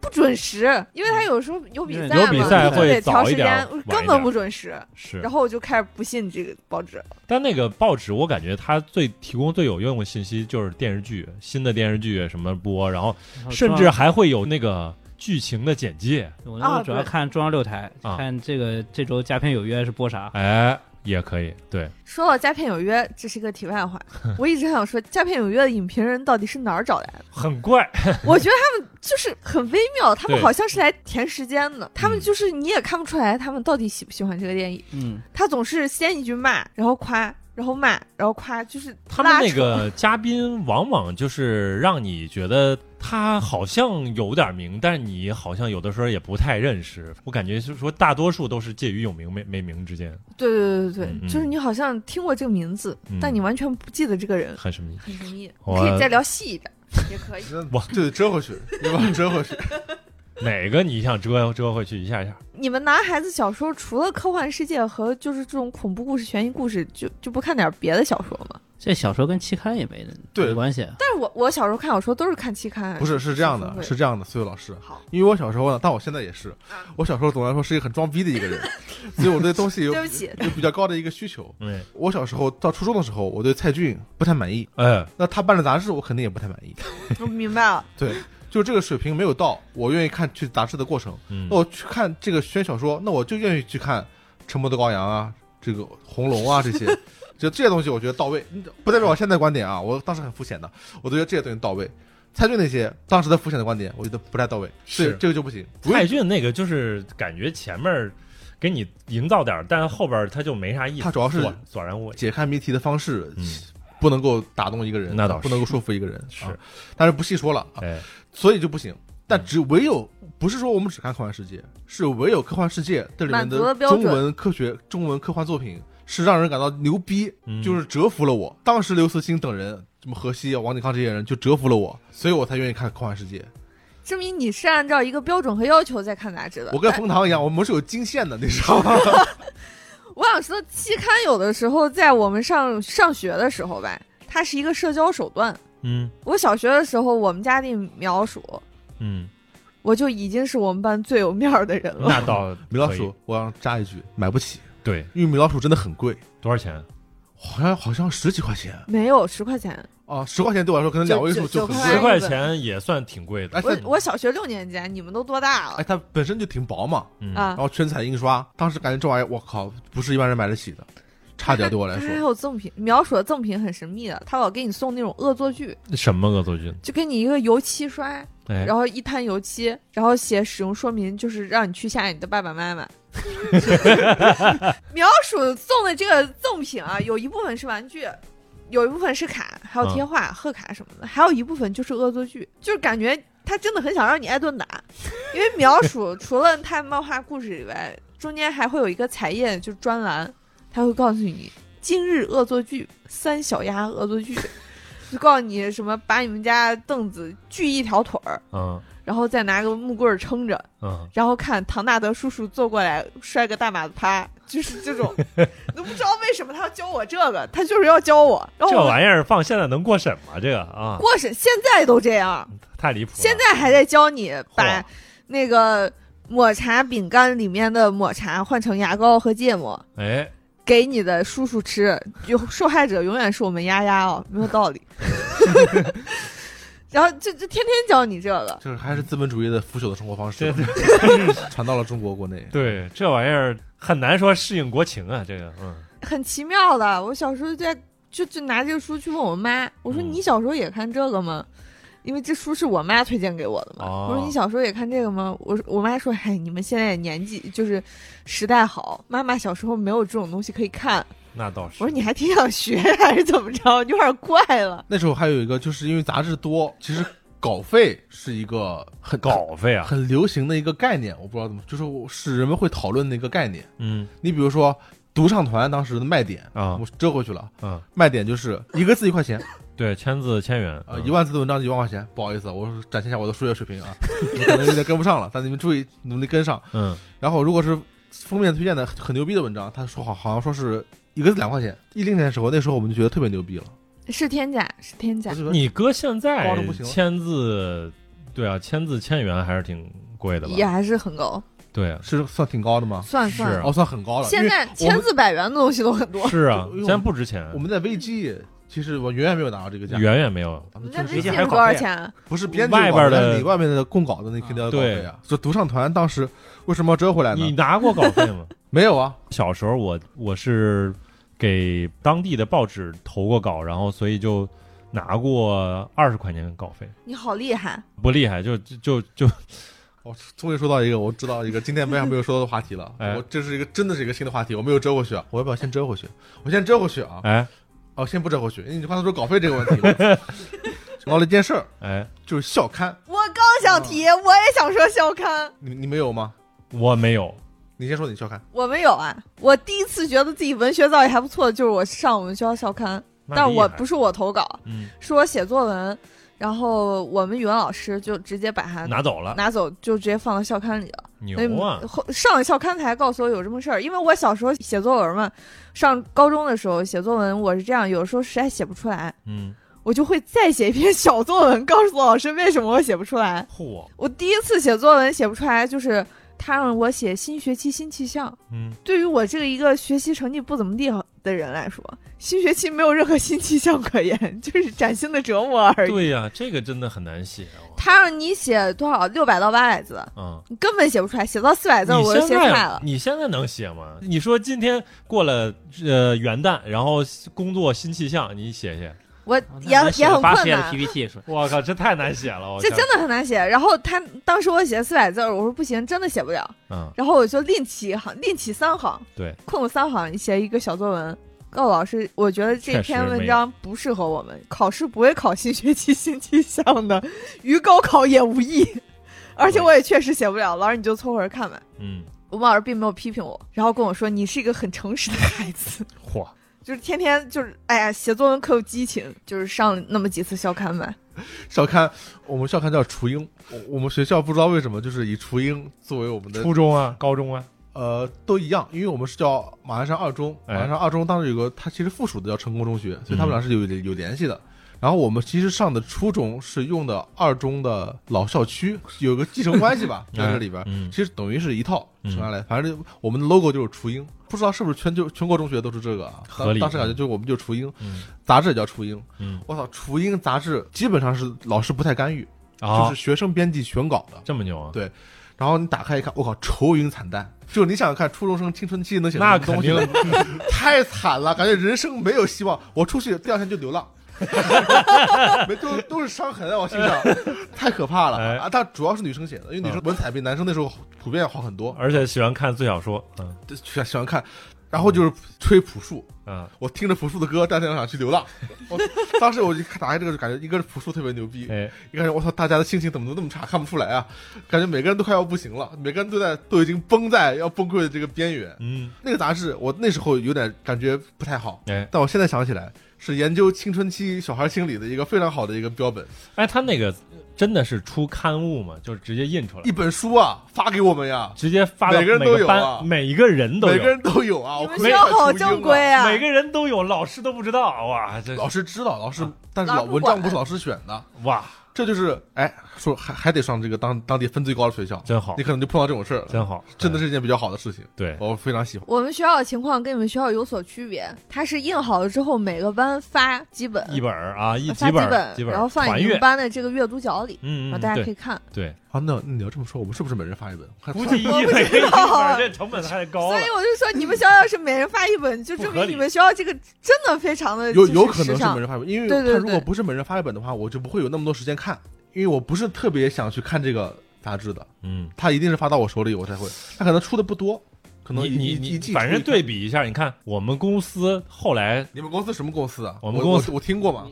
D: 不准时，因为他有时候有比赛嘛，
A: 有比赛
D: 就得
A: 会
D: 调
A: 早
D: 时
A: 一点
D: 间
A: 晚一，点
D: 根本不准时。
A: 是
D: 然。后我就开始不信这个报纸了，
A: 但那个报纸，我感觉它最提供最有用的信息就是电视剧，新的电视剧什么播，然后甚至还会有那个剧情的简介，
C: 我
D: 啊
C: 那时候主要看中央六台，
A: 啊
C: 看这个这周《佳片有约》是播啥。
A: 哎，也可以，对，
D: 说到《佳片有约》，这是一个题外 话。我一直想说，《佳片有约》的影评人到底是哪儿找来的？
A: 很怪，
D: 我觉得他们就是很微妙，他们
A: 对
D: 好像是来填时间的。他们就是你也看不出来，他们到底喜不喜欢这个电影。
C: 嗯，
D: 他总是先一句骂，然后夸，然后骂，然后夸，就是
A: 他
D: 拉
A: 们那
D: 扯
A: 个嘉宾往往就是让你觉得他好像有点名，但是你好像有的时候也不太认识。我感觉是说，大多数都是介于有名没没名之间，
D: 对对对对
A: 嗯
D: 对，
A: 嗯
D: 就是你好像听过这个名字，
A: 嗯
D: 但你完全不记得这个人，
A: 很神秘。
D: 很神秘。
A: 我
D: 可以再聊细一点， 也可以。
A: 哇
B: 就得折回 去，对吧？折回去，
A: 哪个你想折折回去一下一下？
D: 你们男孩子小时候除了科幻世界和就是这种恐怖故事、悬疑故事，就就不看点别的小说吗？
C: 这小说跟期刊也没
B: 对
C: 没关系。啊
D: 但是我我小时候看小说都是看期刊，啊
B: 不是是这样的，
D: 会
B: 是这啊样的，苏伟老师，
D: 好，
B: 因为我小时候呢，但我现在也是，我小时候总的来说是一个很装逼的一 个人，所以我对东西有
D: 对不起，
B: 有比较高的一个需求。
A: 嗯，
B: 我小时候到初中的时候，我对蔡骏不太满意，
A: 哎，
B: 那他办的杂志我肯定也不太满意，
D: 我明白了。
B: 对，就这个水平没有到我愿意看去杂志的过程。
A: 嗯
B: 那，我哦去看这个宣小说，那我就愿意去看《沉默的羔羊》啊，这个《红龙》啊这 些，就这些东西我觉得到位，不代表我现在观点啊，我当时很肤浅的，我都觉得这些东西到位。蔡骏那些当时的肤浅的观点，我觉得不太到位，对
A: 是
B: 这个就不行。不
A: 蔡
B: 用
A: 骏那个就是感觉前面儿给你营造点儿，但后边儿他就没啥意思。
B: 他主要是
A: 索索然无味。
B: 解开谜题的方式，
A: 嗯
B: 不能够打动一个人，
A: 那倒是
B: 不能够说服一个人，
A: 是
B: 啊，但是不细说了啊，
A: 哎，
B: 所以就不行。
A: 嗯
B: 但只唯有不是说我们只看科幻世界，是唯有科幻世界这里面
D: 满足了
B: 的
D: 标准
B: 中文科学、中文科幻作品是让人感到牛逼，
A: 嗯
B: 就是折服了我。当时刘慈欣等人，什么荷西啊、王景康这些人就折服了我，所以我才愿意看科幻世界。
D: 证明你是按照一个标准和要求在看杂志的。
B: 我跟冯唐一样，我们是有经线的，你知道吗？
D: 我想说，期刊有的时候在我们上上学的时候吧，它是一个社交手段。
A: 嗯
D: 我小学的时候，我们家那苗鼠，
A: 嗯，
D: 我就已经是我们班最有面儿的人 了。
A: 那倒
B: 米老
A: 可以
B: 鼠，我要扎一句，买不起，
A: 对
B: 因为米老鼠真的很贵，
A: 多少钱？
B: 好像好像十几块钱
D: 没有十块钱，
B: 啊，十块钱对我来说可能两位数
D: 就
B: 很
D: 就
A: 十
B: 贵。
A: 块钱也算挺贵的
B: 哎。
D: 我
B: 是
D: 我小学六年级，你们都多大了
B: 哎，、它本身就挺薄嘛，
A: 嗯
D: 啊
B: 然？后全彩印刷，当时感觉这玩意儿，我靠，不是一般人买得起的，差点对我来
D: 它还
B: 说。
D: 有赠品，苗鼠的赠品很神秘的，他老给你送那种恶作剧，
A: 什么恶作剧？
D: 就给你一个油漆刷，
A: 哎，
D: 然后一滩油漆，然后写使用说明，就是让你去吓你的爸爸妈妈。 苗鼠送的这个赠品啊，有一部分是玩具，有一部分是卡，还有贴画、贺卡什么的，还有一部分就是恶作剧，就是感觉他真的很想让你挨顿打，因为苗鼠除了它漫画故事以外，中间还会有一个彩页，就是专栏，他会告诉你今日恶作剧，三小鸭恶作剧。就告诉你什么，把你们家凳子锯一条腿儿，
A: 嗯
D: 然后再拿个木棍儿撑着，
A: 嗯，
D: 然后看唐纳德叔叔坐过来摔个大马子趴，就是这 种，都不知道为什么他要教我这个，他就是要教我，然后
A: 这
D: 我
A: 玩意儿放现在能过审吗？这个啊，
D: 过审，现在都这样，
A: 太离谱了。
D: 现在还在教你把
A: 嚯
D: 那个抹茶饼干里面的抹茶换成牙膏和芥末。
A: 哎，
D: 给你的叔叔吃，有受害者永远是我们丫丫哦，没有道 理。然后就就天天教你这个，
B: 就是还是资本主义的腐朽的生活方式，传到了中国国内。
A: 对这玩意儿很难说适应国情啊。这个，嗯，
D: 很奇妙的。我小时候就在就就拿这个书去问我妈，我说
A: 嗯
D: 你小时候也看这个吗？因为这书是我妈推荐给我的嘛。
A: 哦
D: 我说你小时候也看这个吗？我说我妈说，哎，你们现在年纪就是时代好，妈妈小时候没有这种东西可以看。
A: 那倒是。
D: 我说你还挺想学还是怎么着？有点怪了。
B: 那时候还有一个，就是因为杂志多，其实稿费是一个很
A: 稿费 啊，
B: 很流行的一个概念，我不知道怎么，就是我是人们会讨论的一个概念。
A: 嗯
B: 你比如说，独唱团当时的卖点，
A: 啊
B: 我折回去了，
A: 嗯，
B: 卖点就是一个字一块钱，
A: 对，签字千元
B: 啊，一万字的文章一万块钱。不好意思，啊我展现一下我的数学水平啊，我可能有点跟不上了，但你们注意努力跟上。
A: 嗯
B: 然后如果是封面推荐的很牛逼的文章，他说好好像说是一个字两块钱。一零年的时候，那时候我们就觉得特别牛逼了，
D: 是天价，是天价
B: 不。是吧
A: 你哥现
B: 高
A: 在
B: 的不行了
A: 签字，对啊，签字千元还是挺贵的吧？
D: 也还是很高，
A: 对啊，
B: 是算挺高的吗？
D: 算
A: 是啊
D: 算。
B: 哦，算很高了。因
D: 现
B: 为
D: 在千字百元的东西都很 多，
A: 是啊
B: 就，因为
A: 现
B: 我
A: 在不值钱
B: 哦我，们在危机，其实我远远没有达到这个价。
A: 远远没有。
B: 啊
D: 你
B: 确
D: 那
B: 实
D: 微信
C: 还
D: 是
C: 拷
D: 多少
C: 贝
D: 钱啊？
B: 不是编剧
A: 外边
B: 稿费
A: 的
B: 你外面的供稿的那肯定要稿费啊。就独唱团当时为什么要折回来
A: 你
B: 呢？
A: 拿过稿费吗？
B: 没有啊，
A: 小时候我我是给当地的报纸投过稿，然后所以就拿过二十块钱稿费，
D: 你好厉害！
A: 不厉害，就就就
B: 我终于说到一个我知道一个今天为啥没有说到的话题了。
A: 哎
B: 我这是一个真的是一个新的话题，我没有折回去，我要不要先折回去？我先折回去啊！
A: 哎
B: 哦，先不折回去，因为你刚才说稿费这个问题 嘛，想到了一件事儿，
A: 哎，
B: 就是校刊，
D: 我刚想提，
A: 哦
D: 我也想说校刊，
B: 你你没有吗？
A: 我没有，
B: 你先说你校刊，
D: 我没有啊。我第一次觉得自己文学造诣还不错，就是我上我们学校校刊，
A: 那
D: 但
A: 厉
D: 我
A: 害
D: 不是我投稿，
A: 嗯
D: 是我写作文，然后我们语文老师就直接把它
A: 拿走了，
D: 拿走，就直接放到校刊里了。
A: 牛
D: 那
A: 啊！
D: 后上了校刊才告诉我有这么事儿，因为我小时候写作文嘛，上高中的时候写作文，我是这样，有时候实在写不出来，
A: 嗯，
D: 我就会再写一篇小作文，告诉老师为什么我写不出来。
A: 嚯，
D: 我第一次写作文写不出来，就是他让我写新学期新气象。
A: 嗯，
D: 对于我这个一个学习成绩不怎么地的人来说，新学期没有任何新气象可言， 就是崭新的折磨而已。
A: 对呀、这个真的很难写哦。
D: 他让你写多少？六百到八百字，
A: 嗯，
D: 你根本写不出来，写到四百字
A: 你
D: 哎我就
A: 现
D: 写
A: 在
D: 菜
C: 啊
D: 了。
A: 你现在能写吗？你说今天过了呃元旦，然后工作新气象，你写写。
D: 我
C: 哦那
D: 也
C: 能写
D: 也
C: 个
D: 很
C: 八
D: 困
C: 十页的
D: 难，
C: PPT 也是吧，
A: 我靠，这太难写了！我
D: 这
A: 天
D: 真的很难写。然后他当时我写四百字儿，我说不行，真的写不了。
A: 嗯，
D: 然后我就另起一行，另起三行，
A: 对，
D: 空了三行写一个小作文。告诉老师，我觉得这
A: 确实
D: 篇文
A: 没
D: 章不适合我们，考试不会考新学期新气象的，与高考也无异。而且我也确实写不了，老师你就凑合着看吧。
A: 嗯，
D: 我们老师并没有批评我，然后跟我说你是一个很诚实的孩子，
A: 嚯，
D: 就是天天就是哎呀写作文可有激情，就是上那么几次校刊吧。
B: 校刊，我们校刊叫雏鹰，我我们学校不知道为什么就是以雏鹰作为我们的
A: 初中啊，高中啊，
B: 呃，都一样，因为我们是叫马鞍山二中，
A: 哎
B: 马鞍山二中当时有个它其实附属的叫成功中学，所以他们
A: 嗯
B: 俩是有有联系的。然后我们其实上的初中是用的二中的老 校区，有个继承关系吧，在这里边，
A: 嗯，
B: 其实等于是一套
A: 嗯
B: 传下来。反正我们的 logo 就是雏鹰，不知道是不是全就全国中学都是这个啊？
A: 合
B: 当
A: 理
B: 当时感觉就是我们就雏鹰，
A: 嗯
B: 杂志也叫雏鹰。
A: 嗯，
B: 我操，雏鹰杂志基本上是老师不太干预，
A: 啊
B: 就，是学生编辑选稿的。
A: 这么牛啊！
B: 对然后你打开一看，我靠，愁云惨淡。就你想想看，初中生青春期能写出
A: 那
B: 什么东
A: 肯
B: 西
A: 定
B: 来， 太惨了，感觉人生没有希望。我出去第二天就 流浪，没都都是伤痕啊，我心上，太可怕了
A: 哎
B: 啊！但主要是女生写的，因为女生文采比男生那时候普遍要好很多，
A: 而且喜欢看最小说，嗯
B: 就喜欢喜欢看。然后就是吹朴树，
A: 嗯，
B: 我听着朴树的歌，第二天我想去流浪。我当时我就打开这个就感觉，一个是朴树特别牛逼，
A: 哎，
B: 一开始我操，大家的心情怎么都那么差，看不出来啊！感觉每个人都快要不行了，每个人都在都已经崩在要崩溃的这个边缘。
A: 嗯，
B: 那个杂志我那时候有点感觉不太好，
A: 哎，
B: 但我现在想起来是研究青春期小孩心理的一个非常好的一个标本。
A: 哎，他那个真的是出刊物嘛，就是直接印出来
B: 一，本书啊，发给我们呀，
A: 直接发到
B: 每个人都有
A: 班，
B: 啊
A: 每一个人都有，
B: 每个人都有啊。
D: 你
B: 我
D: 们
B: 回
D: 学
B: 来
D: 校好
B: 初中啊
D: 正规啊！
A: 每个人都有，老师都不知道，哇，这
B: 老师知道，老师
A: 啊，
B: 但是
D: 老
B: 老
D: 师不
B: 文章
D: 管
B: 不是老师选的，
A: 哇，
B: 这就是哎，说还还得上这个当当地分最高的学校，
A: 真好
B: 你，可能就碰到这种事儿了，
A: 真好，
B: 真的
A: 是
B: 是一件比较好的事情，
A: 对，
B: 我非常喜欢。
D: 我们学校的情况跟你们学校有所区别，它是印好了之后每个班发几本，
A: 一本儿啊，一
D: 呃发
A: 几儿
D: 本，
A: 几本儿，
D: 然后放
A: 传
D: 你们
A: 阅，
D: 班的这个阅读角里，
A: 嗯嗯，
D: 然哦后大家可
A: 对
D: 以看。
A: 对，
B: 啊，那那你要这么说，我们是不是每人发一本？还
A: 估计一
D: 我不
A: 本一
D: 知
A: 本
D: 道
A: 儿这成本太高
D: 所
A: 了
D: 以，我就说，你们学校要是每人发一本，就证
A: 不合
D: 明
A: 理
D: 你们学校这个真的非常的
B: 有
D: 就是
B: 有可能
D: 时
B: 是每
D: 尚
B: 人发一本，因为
D: 对对
B: 他如
D: 对
B: 果不是每人发一本的话，我就不会有那么多时间看，因为我不是特别想去看这个杂志的，
A: 嗯。
B: 他一定是发到我手里我才会，他可能出的不多，可能
A: 你
B: 一
A: 你
B: 一一
A: 你，
B: 季
A: 反正
B: 出一
A: 对比一下，你看我们公司后来
B: 你们公司什么公司啊？
A: 我
B: 我
A: 们公司
B: 我我听过嘛，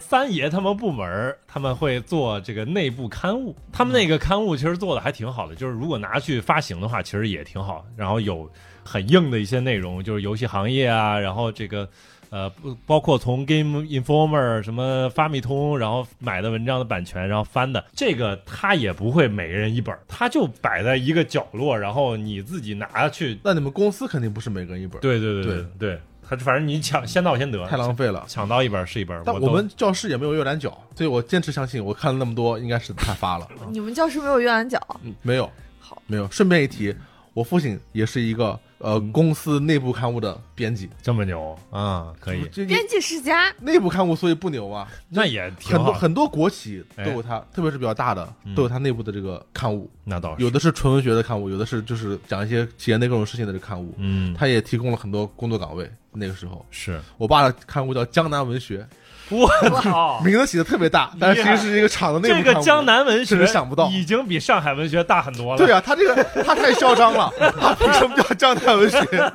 A: 三爷他们部门儿他们会做这个内部刊物，他们那个刊物其实做的还挺好的，就是如果拿去发行的话，其实也挺好。然后有很硬的一些内容，就是游戏行业啊，然后这个呃，不包括从 Game Informer 什么发米通，然后买的文章的版权，然后翻的这个他也不会每个人一本儿，他就摆在一个角落，然后你自己拿去。
B: 那你们公司肯定不是每个人一本，
A: 对对对对对，他反正你抢先到先得，
B: 太浪费了。
A: 抢到一本是一本。
B: 但
A: 都
B: 我们教室也没有阅览角，所以我坚持相信，我看了那么多，应该是他发了。
D: 你们教室没有阅览角？
B: 没有，
D: 嗯好，
B: 没有。顺便一提，我父亲也是一个呃公司内部刊物的编辑，
A: 这么牛啊，可以，
B: 就就
D: 编辑世家，
B: 内部刊物，所以不牛啊。
A: 那也挺
B: 很
A: 好。
B: 多
A: 哎
B: 很多国企都有它，特别是比较大的
A: 嗯
B: 都有它内部的这个刊物，
A: 那倒是，
B: 有的是纯文学的刊物，有的是就是讲一些企业内各种事情的这个刊物。
A: 嗯，
B: 他也提供了很多工作岗位。那个时候，
A: 是
B: 我爸的刊物叫《江南文学
A: 我操》，
B: 名字起的特别大，但是其实是一个厂的内部
A: 哦这
B: 刊物。
A: 个江南文
B: 甚
A: 学
B: 至想不到
A: 已经比上海文学大很多了。
B: 对啊，他这个他太嚣张了，他凭什么叫江 南文学？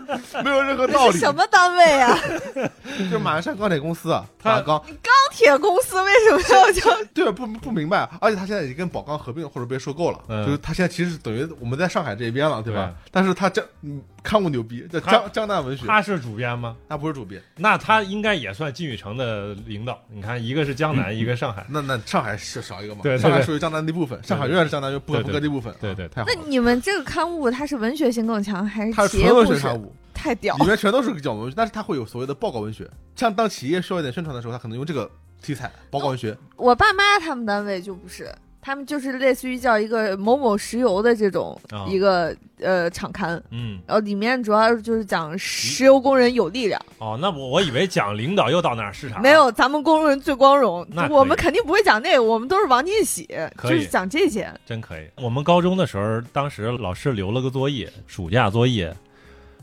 B: 没有任何道
D: 这
B: 理
D: 是。什么单位 啊？
B: 就是马鞍山钢铁公司啊，
A: 他
B: 马钢
D: 钢铁公司为什么要叫？
B: 对不不明白，而且他现在已经跟宝钢合并或者被收购了，
A: 嗯
B: 就是他现在其实等于我们在上海这边了，对吧？
A: 对
B: 但是他江嗯刊物牛逼，叫
A: 他
B: 江江南文学，
A: 他是主编吗？
B: 他不是主编，
A: 那他应该也算金宇澄的领导。你看，一个是江南，一个上海。
B: 那那上海是少一个嘛？
A: 对对
B: 上海
A: 对
B: 属于江南的一部分，上海永远是江南不可
A: 对
B: 分
A: 对
B: 割的一部分。啊
A: 对对
B: 太好
D: 那
B: 了，
D: 你们这个刊物它是文学性更强还
B: 它
D: 是
B: 是
D: 企业
B: 纯文
D: 故
B: 学
D: 事
B: 刊？物，
D: 太屌
B: 里
D: 了！
B: 面全都是讲文学，但是它会有所谓的报告文学，像当企业需要一点宣传的时候，他可能用这个题材报告文学。
D: 我爸妈他们单位就不是，他们就是类似于叫一个某某石油的这种
A: 啊
D: 一个呃厂刊，
A: 嗯，
D: 然后里面主要就是讲石油工人有力量，
A: 哦，那我我以为讲领导又到哪儿市场
D: 没，有咱们工人最光荣
A: 啊那，可以
D: 我们肯定不会讲那个，我们都是王进喜，
A: 可
D: 就
A: 以
D: 是讲这些。
A: 真可以。我们高中的时候，当时老师留了个作业，暑假作业，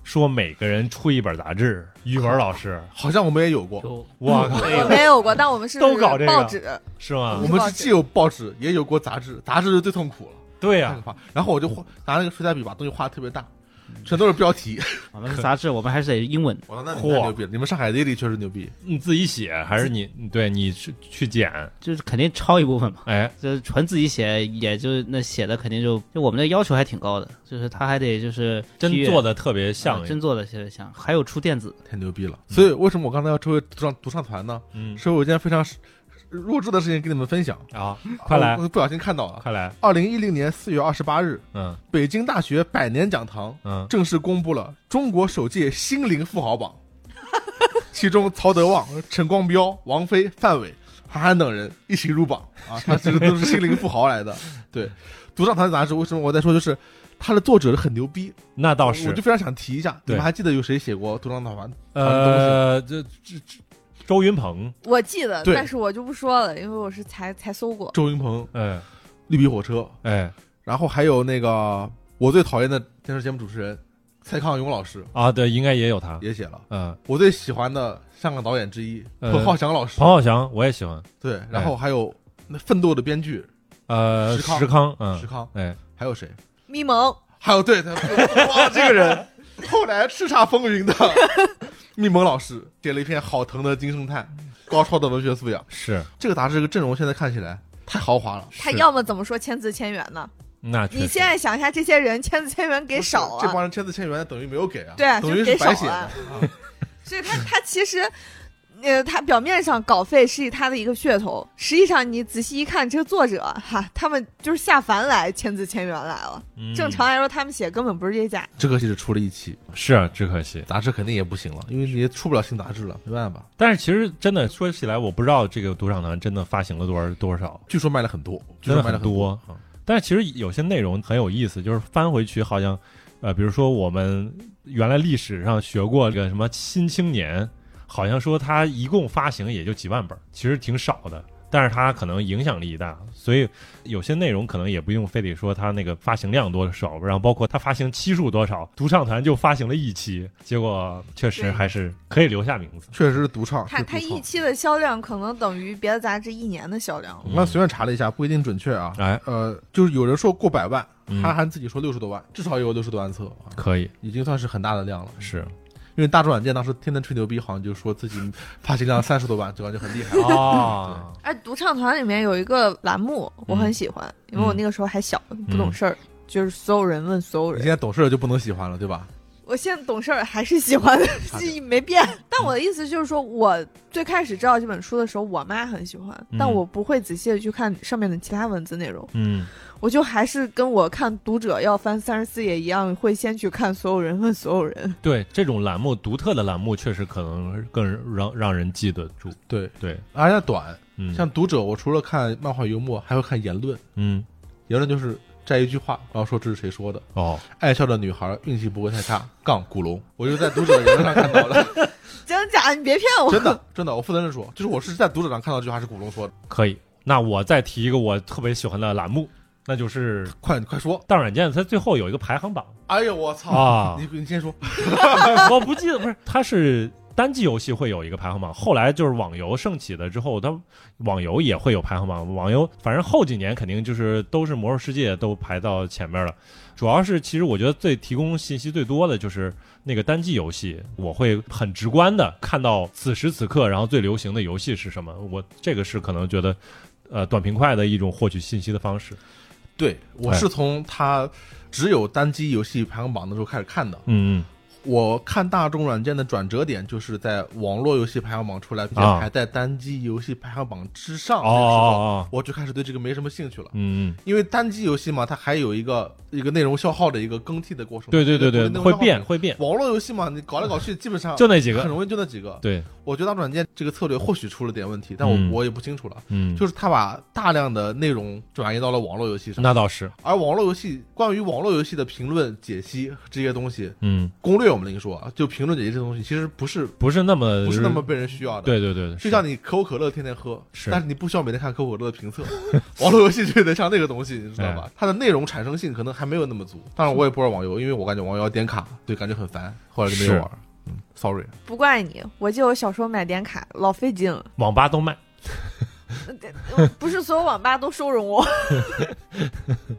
A: 说每个人出一本杂志。语文老 师，
B: 好像我们也有过，
C: 就
A: 哇，
B: 嗯
D: 我没有过，但我们是
A: 都搞这个
D: 报纸，
A: 是吗
B: 我？们是既有报纸也有过杂志，杂志是最痛苦了，
A: 对啊
B: 太
A: 呀
B: 可、怕。然后我就画拿那个水彩笔把东西画的特别大，全都是标题。
C: 我们是杂志，我们还是得英文。
B: 嗯我操， 那
A: 嚯
B: 你太牛逼了！你们上海 daily 确实牛逼，
A: 你自己写还是你对你去去捡？
C: 就是肯定抄一部分嘛，
A: 哎，
C: 就是纯自己写，也就那写的肯定就就我们的要求还挺高的，就是他还得就是
A: 真
C: 批阅
A: 做的特别像
C: 啊，真做的写的像，还有出电子，
B: 太牛逼了。所以为什么我刚才要成为独上独上团呢？
A: 嗯
B: 是我有一啊件非常弱智的事情跟你们分享。
A: 啊，快来
B: 我我不小心看到了。
A: 快来，
B: 二零一零年四月二十八日，
A: 嗯
B: 北京大学百年讲堂
A: 嗯，
B: 正式公布了中国首届心灵富豪榜， 其中曹德旺、陈光标、王菲、范伟、韩寒等人一起入榜啊，他其实都是心灵富豪来 的。对，《独上团》杂志为什么我在说就是。它的作者很牛逼，
A: 那倒
B: 我
A: 哦是
B: 就。非常想提一下，你
A: 对
B: 们还记得有谁写过《独上团》？
A: 呃，这这这周云鹏，
D: 我记得，
B: 对
D: 但是我就不说了，因为我是才才搜过。
B: 周云鹏、
A: 哎
B: 绿皮火车，
A: 哎
B: 然后还有那个我最讨厌的电视节目主持人蔡康永老师
A: 啊，对，应该也有他。
B: 也写了。
A: 嗯，
B: 我最喜欢的香港导演之一
A: 呃
B: 彭浩翔老师
A: 彭，浩哎翔我也喜欢。
B: 对，然后还有那奋斗的编剧
A: 呃，
B: 石康
A: 石康，嗯
B: 石，康，
A: 哎，
B: 还有谁？
D: 咪蒙，
B: 还有对，他哇，这 个人后来叱咤风云的密蒙老师写了一篇好疼的《金圣叹》，高超的文学素养。
A: 是
B: 这个杂志这个阵容现在看起来太豪华了，
D: 他
A: 是
D: 要么怎么说千字千元呢？
A: 那确
D: 你
A: 实
D: 现在想一下，这些人千字千元给少
B: 这
D: 啊，
B: 帮人签字签元等于没有给啊，
D: 对啊
B: 等于
D: 就是给
B: 白
D: 少
B: 写的
D: 了
B: 啊。
D: 所以他他其实。呃，他表面上稿费是他的一个噱头，实际上你仔细一看，这个作者啊哈，他们就是下凡来千字千元来了。
A: 嗯
D: 正常来说，他们写根本不是这价。
B: 这个戏只出了一期，
A: 是啊只可惜。
B: 杂志肯定也不行了，因为也出不了新杂志了，没办法。
A: 但是其实真的说起来，我不知道这个独上团真的发行了多少多少，
B: 据说卖了很多，据
A: 真
B: 说
A: 的
B: 卖了
A: 很
B: 很多。嗯
A: 多。但是其实有些内容很有意思，就是翻回去好像，呃，比如说我们原来历史上学过这个什么《新青年》，好像说它一共发行也就几万本儿，其实挺少的。但是它可能影响力大，所以有些内容可能也不用非得说它那个发行量多少，然后包括它发行期数多少，独唱团就发行了一期，结果确实
D: 对
A: 还是可以留下名字。
B: 确实是独唱，
D: 他
B: 是
D: 他
B: 独唱
D: 一期的销量可能等于别的杂志一年的销量。
B: 我刚随便查了一下，不一定准确啊。
A: 哎，
D: 嗯
B: 呃，就是有人说过百万，
A: 嗯
B: 韩寒自己说六十多万，至少也有六十多万册啊，
A: 可以
B: 已经算是很大的量了。
A: 是
B: 因为大众软件当时天天吹牛逼，好像就说自己发行量三十多万，就感觉很厉害。
A: 啊，
D: 哎，独唱团里面有一个栏目我很喜欢，因为我那个时候还小，不懂事儿，就是所有人问所有
B: 你
D: 人
B: 现。在懂事了就不能喜欢了，对吧？
D: 我现在懂事儿，还是喜欢记忆没变。 但我的意思就是说，我最开始知道这本书的时候，我妈很喜欢，但
A: 嗯
D: 我不会仔细的去看上面的其他文字内容，
A: 嗯
D: 我就还是跟我看读者要翻三十四页一样，会先去看所有人问所有人。
A: 对，这种栏目独特的栏目确实可能更让让人记得住。
B: 对，
A: 对，
B: 而且短。
A: 嗯，
B: 像读者，我除了看漫画幽默，还会看言论。
A: 嗯
B: 言论就是摘一句话，然后说这是谁说的。
A: 哦，
B: 爱笑的女孩运气不会太差，杠古龙，我就在读者的言论上看到 的，
D: 真假？你别骗我！
B: 真的真的，我负责任说，就是我是在读者上看到这句话是古龙说的，
A: 可以。那我再提一个我特别喜欢的栏目，那就是《
B: 快快说！
A: 大软件》，它最后有一个排行榜
B: 哎呦我操！
A: 啊
B: 你，你先说，
A: 我不记得，不是，它是单机游戏会有一个排行榜，后来就是网游盛起了之后，它网游也会有排行榜。网游反正后几年肯定就是都是《魔兽世界》都排到前面了。主要是其实我觉得最提供信息最多的就是那个单机游戏，我会很直观的看到此时此刻，然后最流行的游戏是什么。我这个是可能觉得。呃，短平快的一种获取信息的方式。
B: 对我
A: 哎
B: 是从他只有单机游戏排行榜的时候开始看的。
A: 嗯
B: 我看大众软件的转折点就是在网络游戏排行榜出来，并且
A: 啊
B: 还在单机游戏排行榜之
A: 嗯，
B: 上
A: 哦
B: 那个时候，
A: 哦哦，
B: 我就开始对这个没什么兴趣了。
A: 嗯嗯，
B: 因为单机游戏嘛，它还有一个一个内容消耗的一个更替的过程。
A: 对对对对，
B: 内容
A: 会
B: 消耗
A: 变。会变，
B: 网络游戏嘛，你搞来搞去，基本上
A: 就那几
B: 很
A: 个。
B: 容易就那几个。
A: 对，
B: 我觉得大众软件这个策略或许出了点问题，但我、
A: 嗯
B: 我也不清楚了。
A: 嗯，
B: 就是他把大量的内容转移到了网络游戏上，
A: 那倒是，
B: 而网络游戏关于网络游戏的评论、解析这些东西，
A: 嗯，
B: 攻略我们另说啊，就评论解析这东西，其实不是
A: 不是那么
B: 不是那么被人需要的。。
A: 呃对对对，
B: 就像你可口可乐天天喝，
A: 是
B: 但是你不需要每天看可口可乐的评测。 网络游戏就得像那个东西，你知道
A: 哎
B: 吧？它的内容产生性可能还没有那么足。当然，我也不玩网游，因为我感觉网游要点卡，对，感觉很烦，后来就没有
A: 是
B: 玩。嗯，sorry，
D: 不怪你，我记得我小时候买点卡老费劲 了，
A: 网吧都卖，
D: 不是所有网吧都收容 我。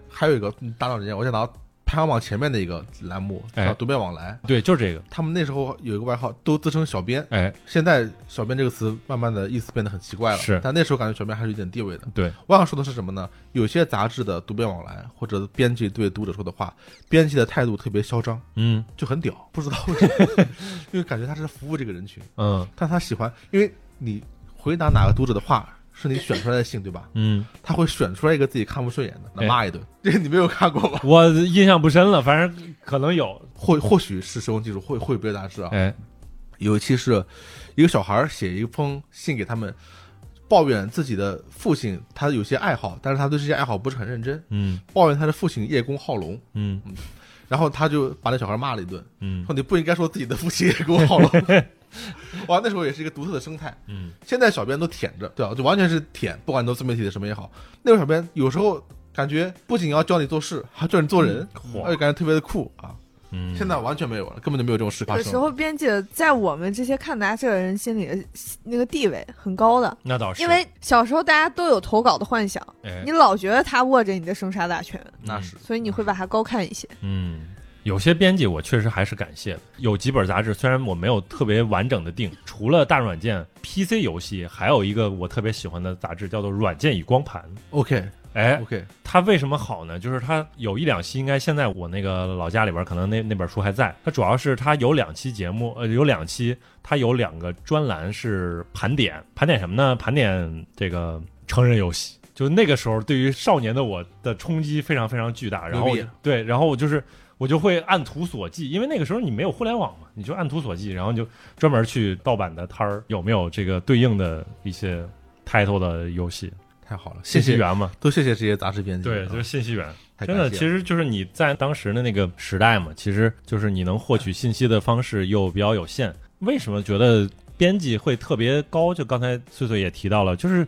B: 还有一个嗯打扰人家，我想拿排行榜前面的一个栏目
A: 哎
B: 叫“读编往来
A: 对，就是这个，”，
B: 他们那时候有一个外号，都自称小编。
A: 哎，
B: 现在“小编”这个词慢慢的意思变得很奇怪了，
A: 是
B: 但那时候感觉小编还是有点地位的。
A: 对，
B: 我想说的是什么呢？有些杂志的读编往来或者编辑对读者说的话，编辑的态度特别嚣张，
A: 嗯
B: 就很屌， 不知道为什么， 因为感觉他是在服务这个人群，
A: 嗯
B: 但他喜欢，因为你回答哪个读者的话。是你选出来的信对吧？
A: 嗯，
B: 他会选出来一个自己看不顺眼的，那
A: 哎
B: 骂一顿。 这个你没有看过吧？
A: 我印象不深了，反正可能有，
B: 或或许是时空技术，会会别的杂志啊。
A: 哎，
B: 有一期是一个小孩儿写一封信给他们，抱怨自己的父亲他有些爱好，但是他对这些爱好不是很认真，
A: 嗯
B: 抱怨他的父亲叶公好龙，
A: 嗯
B: 然后他就把那小孩骂了一 顿，
A: 嗯
B: 说你不应该说自己的父亲叶公好龙。哇，那时候也是一个独特的生态。
A: 嗯，
B: 现在小编都舔着，对吧、就完全是舔，不管你做自媒体的什么也好，那个小编有时候感觉不仅要教你做事，还教你做人，
A: 嚯
B: 而且感觉特别的酷啊。
A: 嗯，
B: 现在完全没有了，根本就没有这种事发
D: 有时
B: 生。
D: 候编辑在我们这些看杂志的人心里的那个地位很高的，
A: 那倒是，
D: 因为小时候大家都有投稿的幻想，
A: 哎
D: 你，老觉得他握着你的生杀大权，
B: 那是
D: 所以你会把他高看一些。
A: 嗯。有些编辑我确实还是感谢的，有几本杂志虽然我没有特别完整的定，除了大软件、PC 游戏，还有一个我特别喜欢的杂志叫做《软件与光盘》。
B: OK
A: 哎，
B: OK，
A: 它为什么好呢？就是它有一两期，应该现在我那个老家里边，可能那那本书还在。它主要是它有两期节目，呃，有两期，它有两个专栏是盘点，盘点什么呢？盘点这个成人游戏。就那个时候，对于少年的我的冲击非常非常巨大。然后我
B: 牛逼
A: 对，然后我就是我就会按图索骥，因为那个时候你没有互联网嘛，你就按图索骥，然后你就专门去盗版的摊儿有没有这个对应的一些 title 的游戏
B: 太好了，谢
A: 信息
B: 谢，
A: 源嘛。
B: 都谢谢这些杂志编辑啊。
A: 对，就是信息源。
B: 太
A: 真
B: 感
A: 的，
B: 谢
A: 其
B: 了
A: 实就是你在当时的那个时代嘛，其实就是你能获取信息的方式又比较有限。为什么觉得编辑会特别高？就刚才碎碎也提到了，就是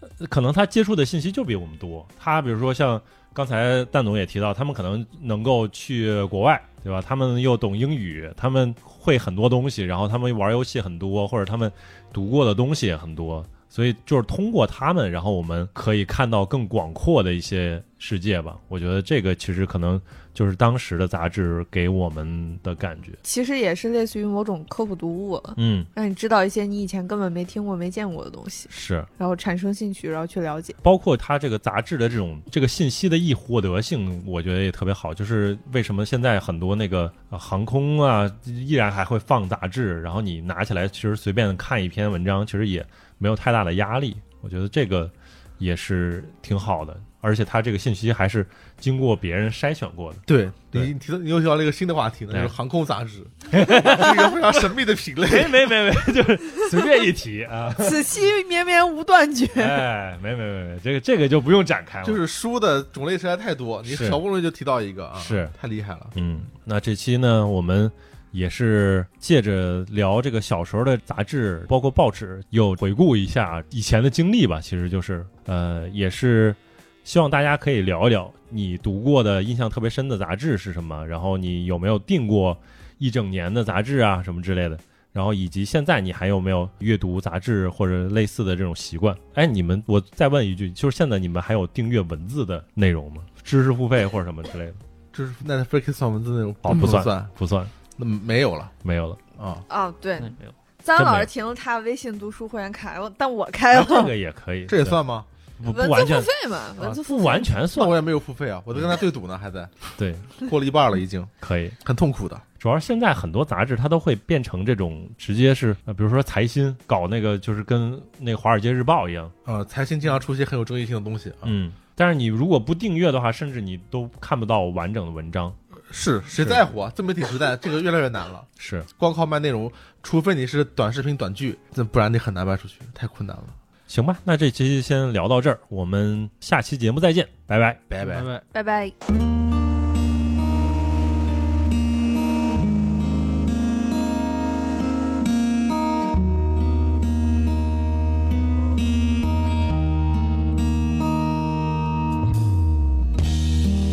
A: 呃可能他接触的信息就比我们多。他比如说像刚才蛋总也提到，他们可能能够去国外，对吧？他们又懂英语，他们会很多东西，然后他们玩游戏很多，或者他们读过的东西也很多。所以就是通过他们，然后我们可以看到更广阔的一些世界吧。我觉得这个其实可能就是当时的杂志给我们的感觉。
D: 其实也是类似于某种科普读物了，
A: 嗯，
D: 让你知道一些你以前根本没听过、没见过的东西，
A: 是，
D: 然后产生兴趣，然后去 了解。
A: 包括它这个杂志的这种这个信息的易获得性，我觉得也特别好。就是为什么现在很多那个呃航空啊，依然还会放杂志，然后你拿起来其实随便看一篇文章，其实也没有太大的压力。我觉得这个也是挺好的，而且它这个信息还是经过别人筛选过的。
B: 对
A: 对
B: 你你提到你又提到了一个新的话题呢，就
A: 对
B: 是航空杂志，是一个非常神秘的品类。
A: 没没没没，就是随便一提啊，
D: 此期绵绵无断绝，
A: 哎，没没没没，这个这个就不用展开了。
B: 就是书的种类实在太多，你
A: 哎是
B: 好不容易就提到一个啊，
A: 是
B: 太厉害了。
A: 嗯，那这期呢，我们也是借着聊这个小时候的杂志，包括报纸，又回顾一下以前的经历吧。其实就是，呃，也是希望大家可以聊一聊你读过的印象特别深的杂志是什么，然后你有没有订过一整年的杂志啊什么之类的。然后以及现在你还有没有阅读杂志或者类似的这种习惯？哎，你们我再问一句，就是现在你们还有订阅文字的内容吗？知识付费或者什么之类的？
B: 就是那 f r e a k 算文字那种，
A: 哦不
B: 不
A: 算
B: 算，
A: 不算，
B: 那没有了
A: 没有了。
B: 啊。
D: 啊，对
C: 那，
A: 嗯
C: 没有，
D: 张
A: 真没
D: 老
A: 有
D: 师停了他微信读书会员卡，我但我开了
A: 啊，这个也可以，
B: 这也
A: 对
B: 算吗？
A: 不
D: 哎文
A: 不
D: 字
A: 完
D: 付
A: 全啊
D: 费嘛，文字付
A: 不
D: 费
A: 完全
B: 那
A: 算
B: 我也没有付费啊，我在跟他 对赌呢，还在
A: 对，
B: 过了一半了，已经
A: 可以。
B: 很痛苦的。
A: 主要是现在很多杂志它都会变成这种直接是，呃比如说财新搞那个就是跟那个《华尔街日报》一样，
B: 呃，财新经常出一些很有争议性的东西啊，
A: 嗯。但是你如果不订阅的话，甚至你都看不到完整的文章。
B: 是谁
A: 是
B: 在乎啊？自媒体时代，这个越来越难了。
A: 是，
B: 光靠卖内容，除非你是短视频、短剧，那不然你很难卖出去，太困难了。
A: 行吧，那这期先聊到这儿，我们下期节目再见，拜拜。
B: 拜拜
C: 拜。拜。
D: 拜拜。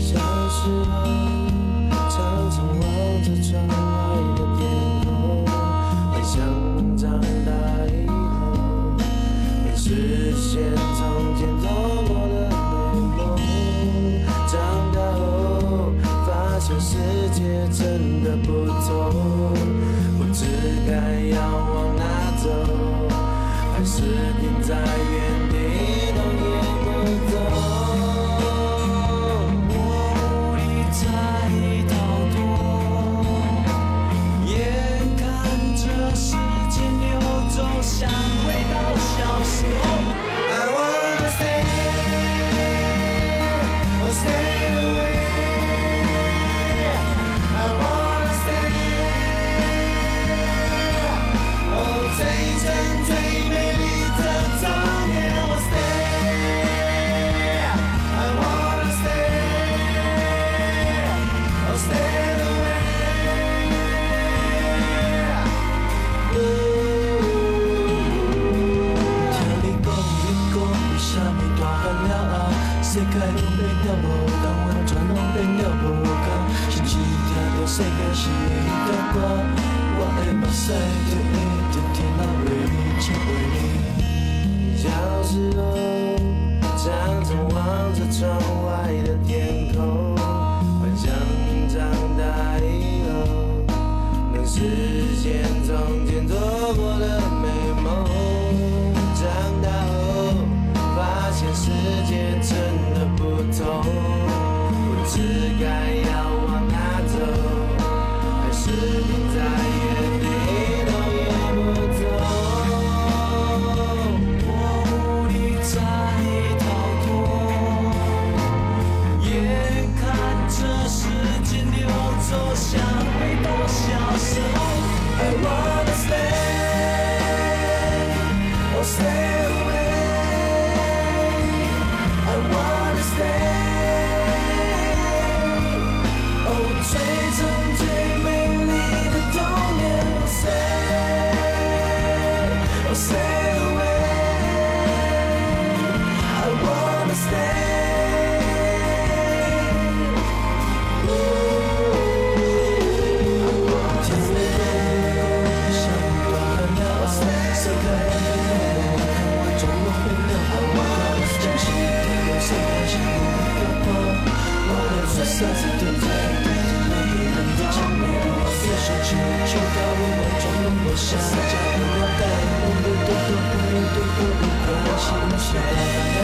E: 小时候，常常望着窗外的天空，很想长大以后能实现从前做过的美梦。长大后，发现世界真的不同，不知该要往哪走，还是停在原地动也不走。我无力再逃脱，眼看着时间流走，想回到小时候。I wanna stay, oh stay away. I wanna stay, oh 最真最美丽的童年，oh stay。I wanna stay. I'll stay away. Tell me go, you go, you shall be gone now. 世界都变得无同，我全拢变得无同。甚至听到世界是伊的歌，我的目屎就一直停留为你，只为你。小时候，常常望着窗外的天空，幻想长大以后能实现从前做过的美梦。长大后，发现世界真的不同，不知该要往哪走，还是停在原地动也不走。我无力再逃脱，Oh, 哦哦下，假如我带你们度过不一定不能关心下。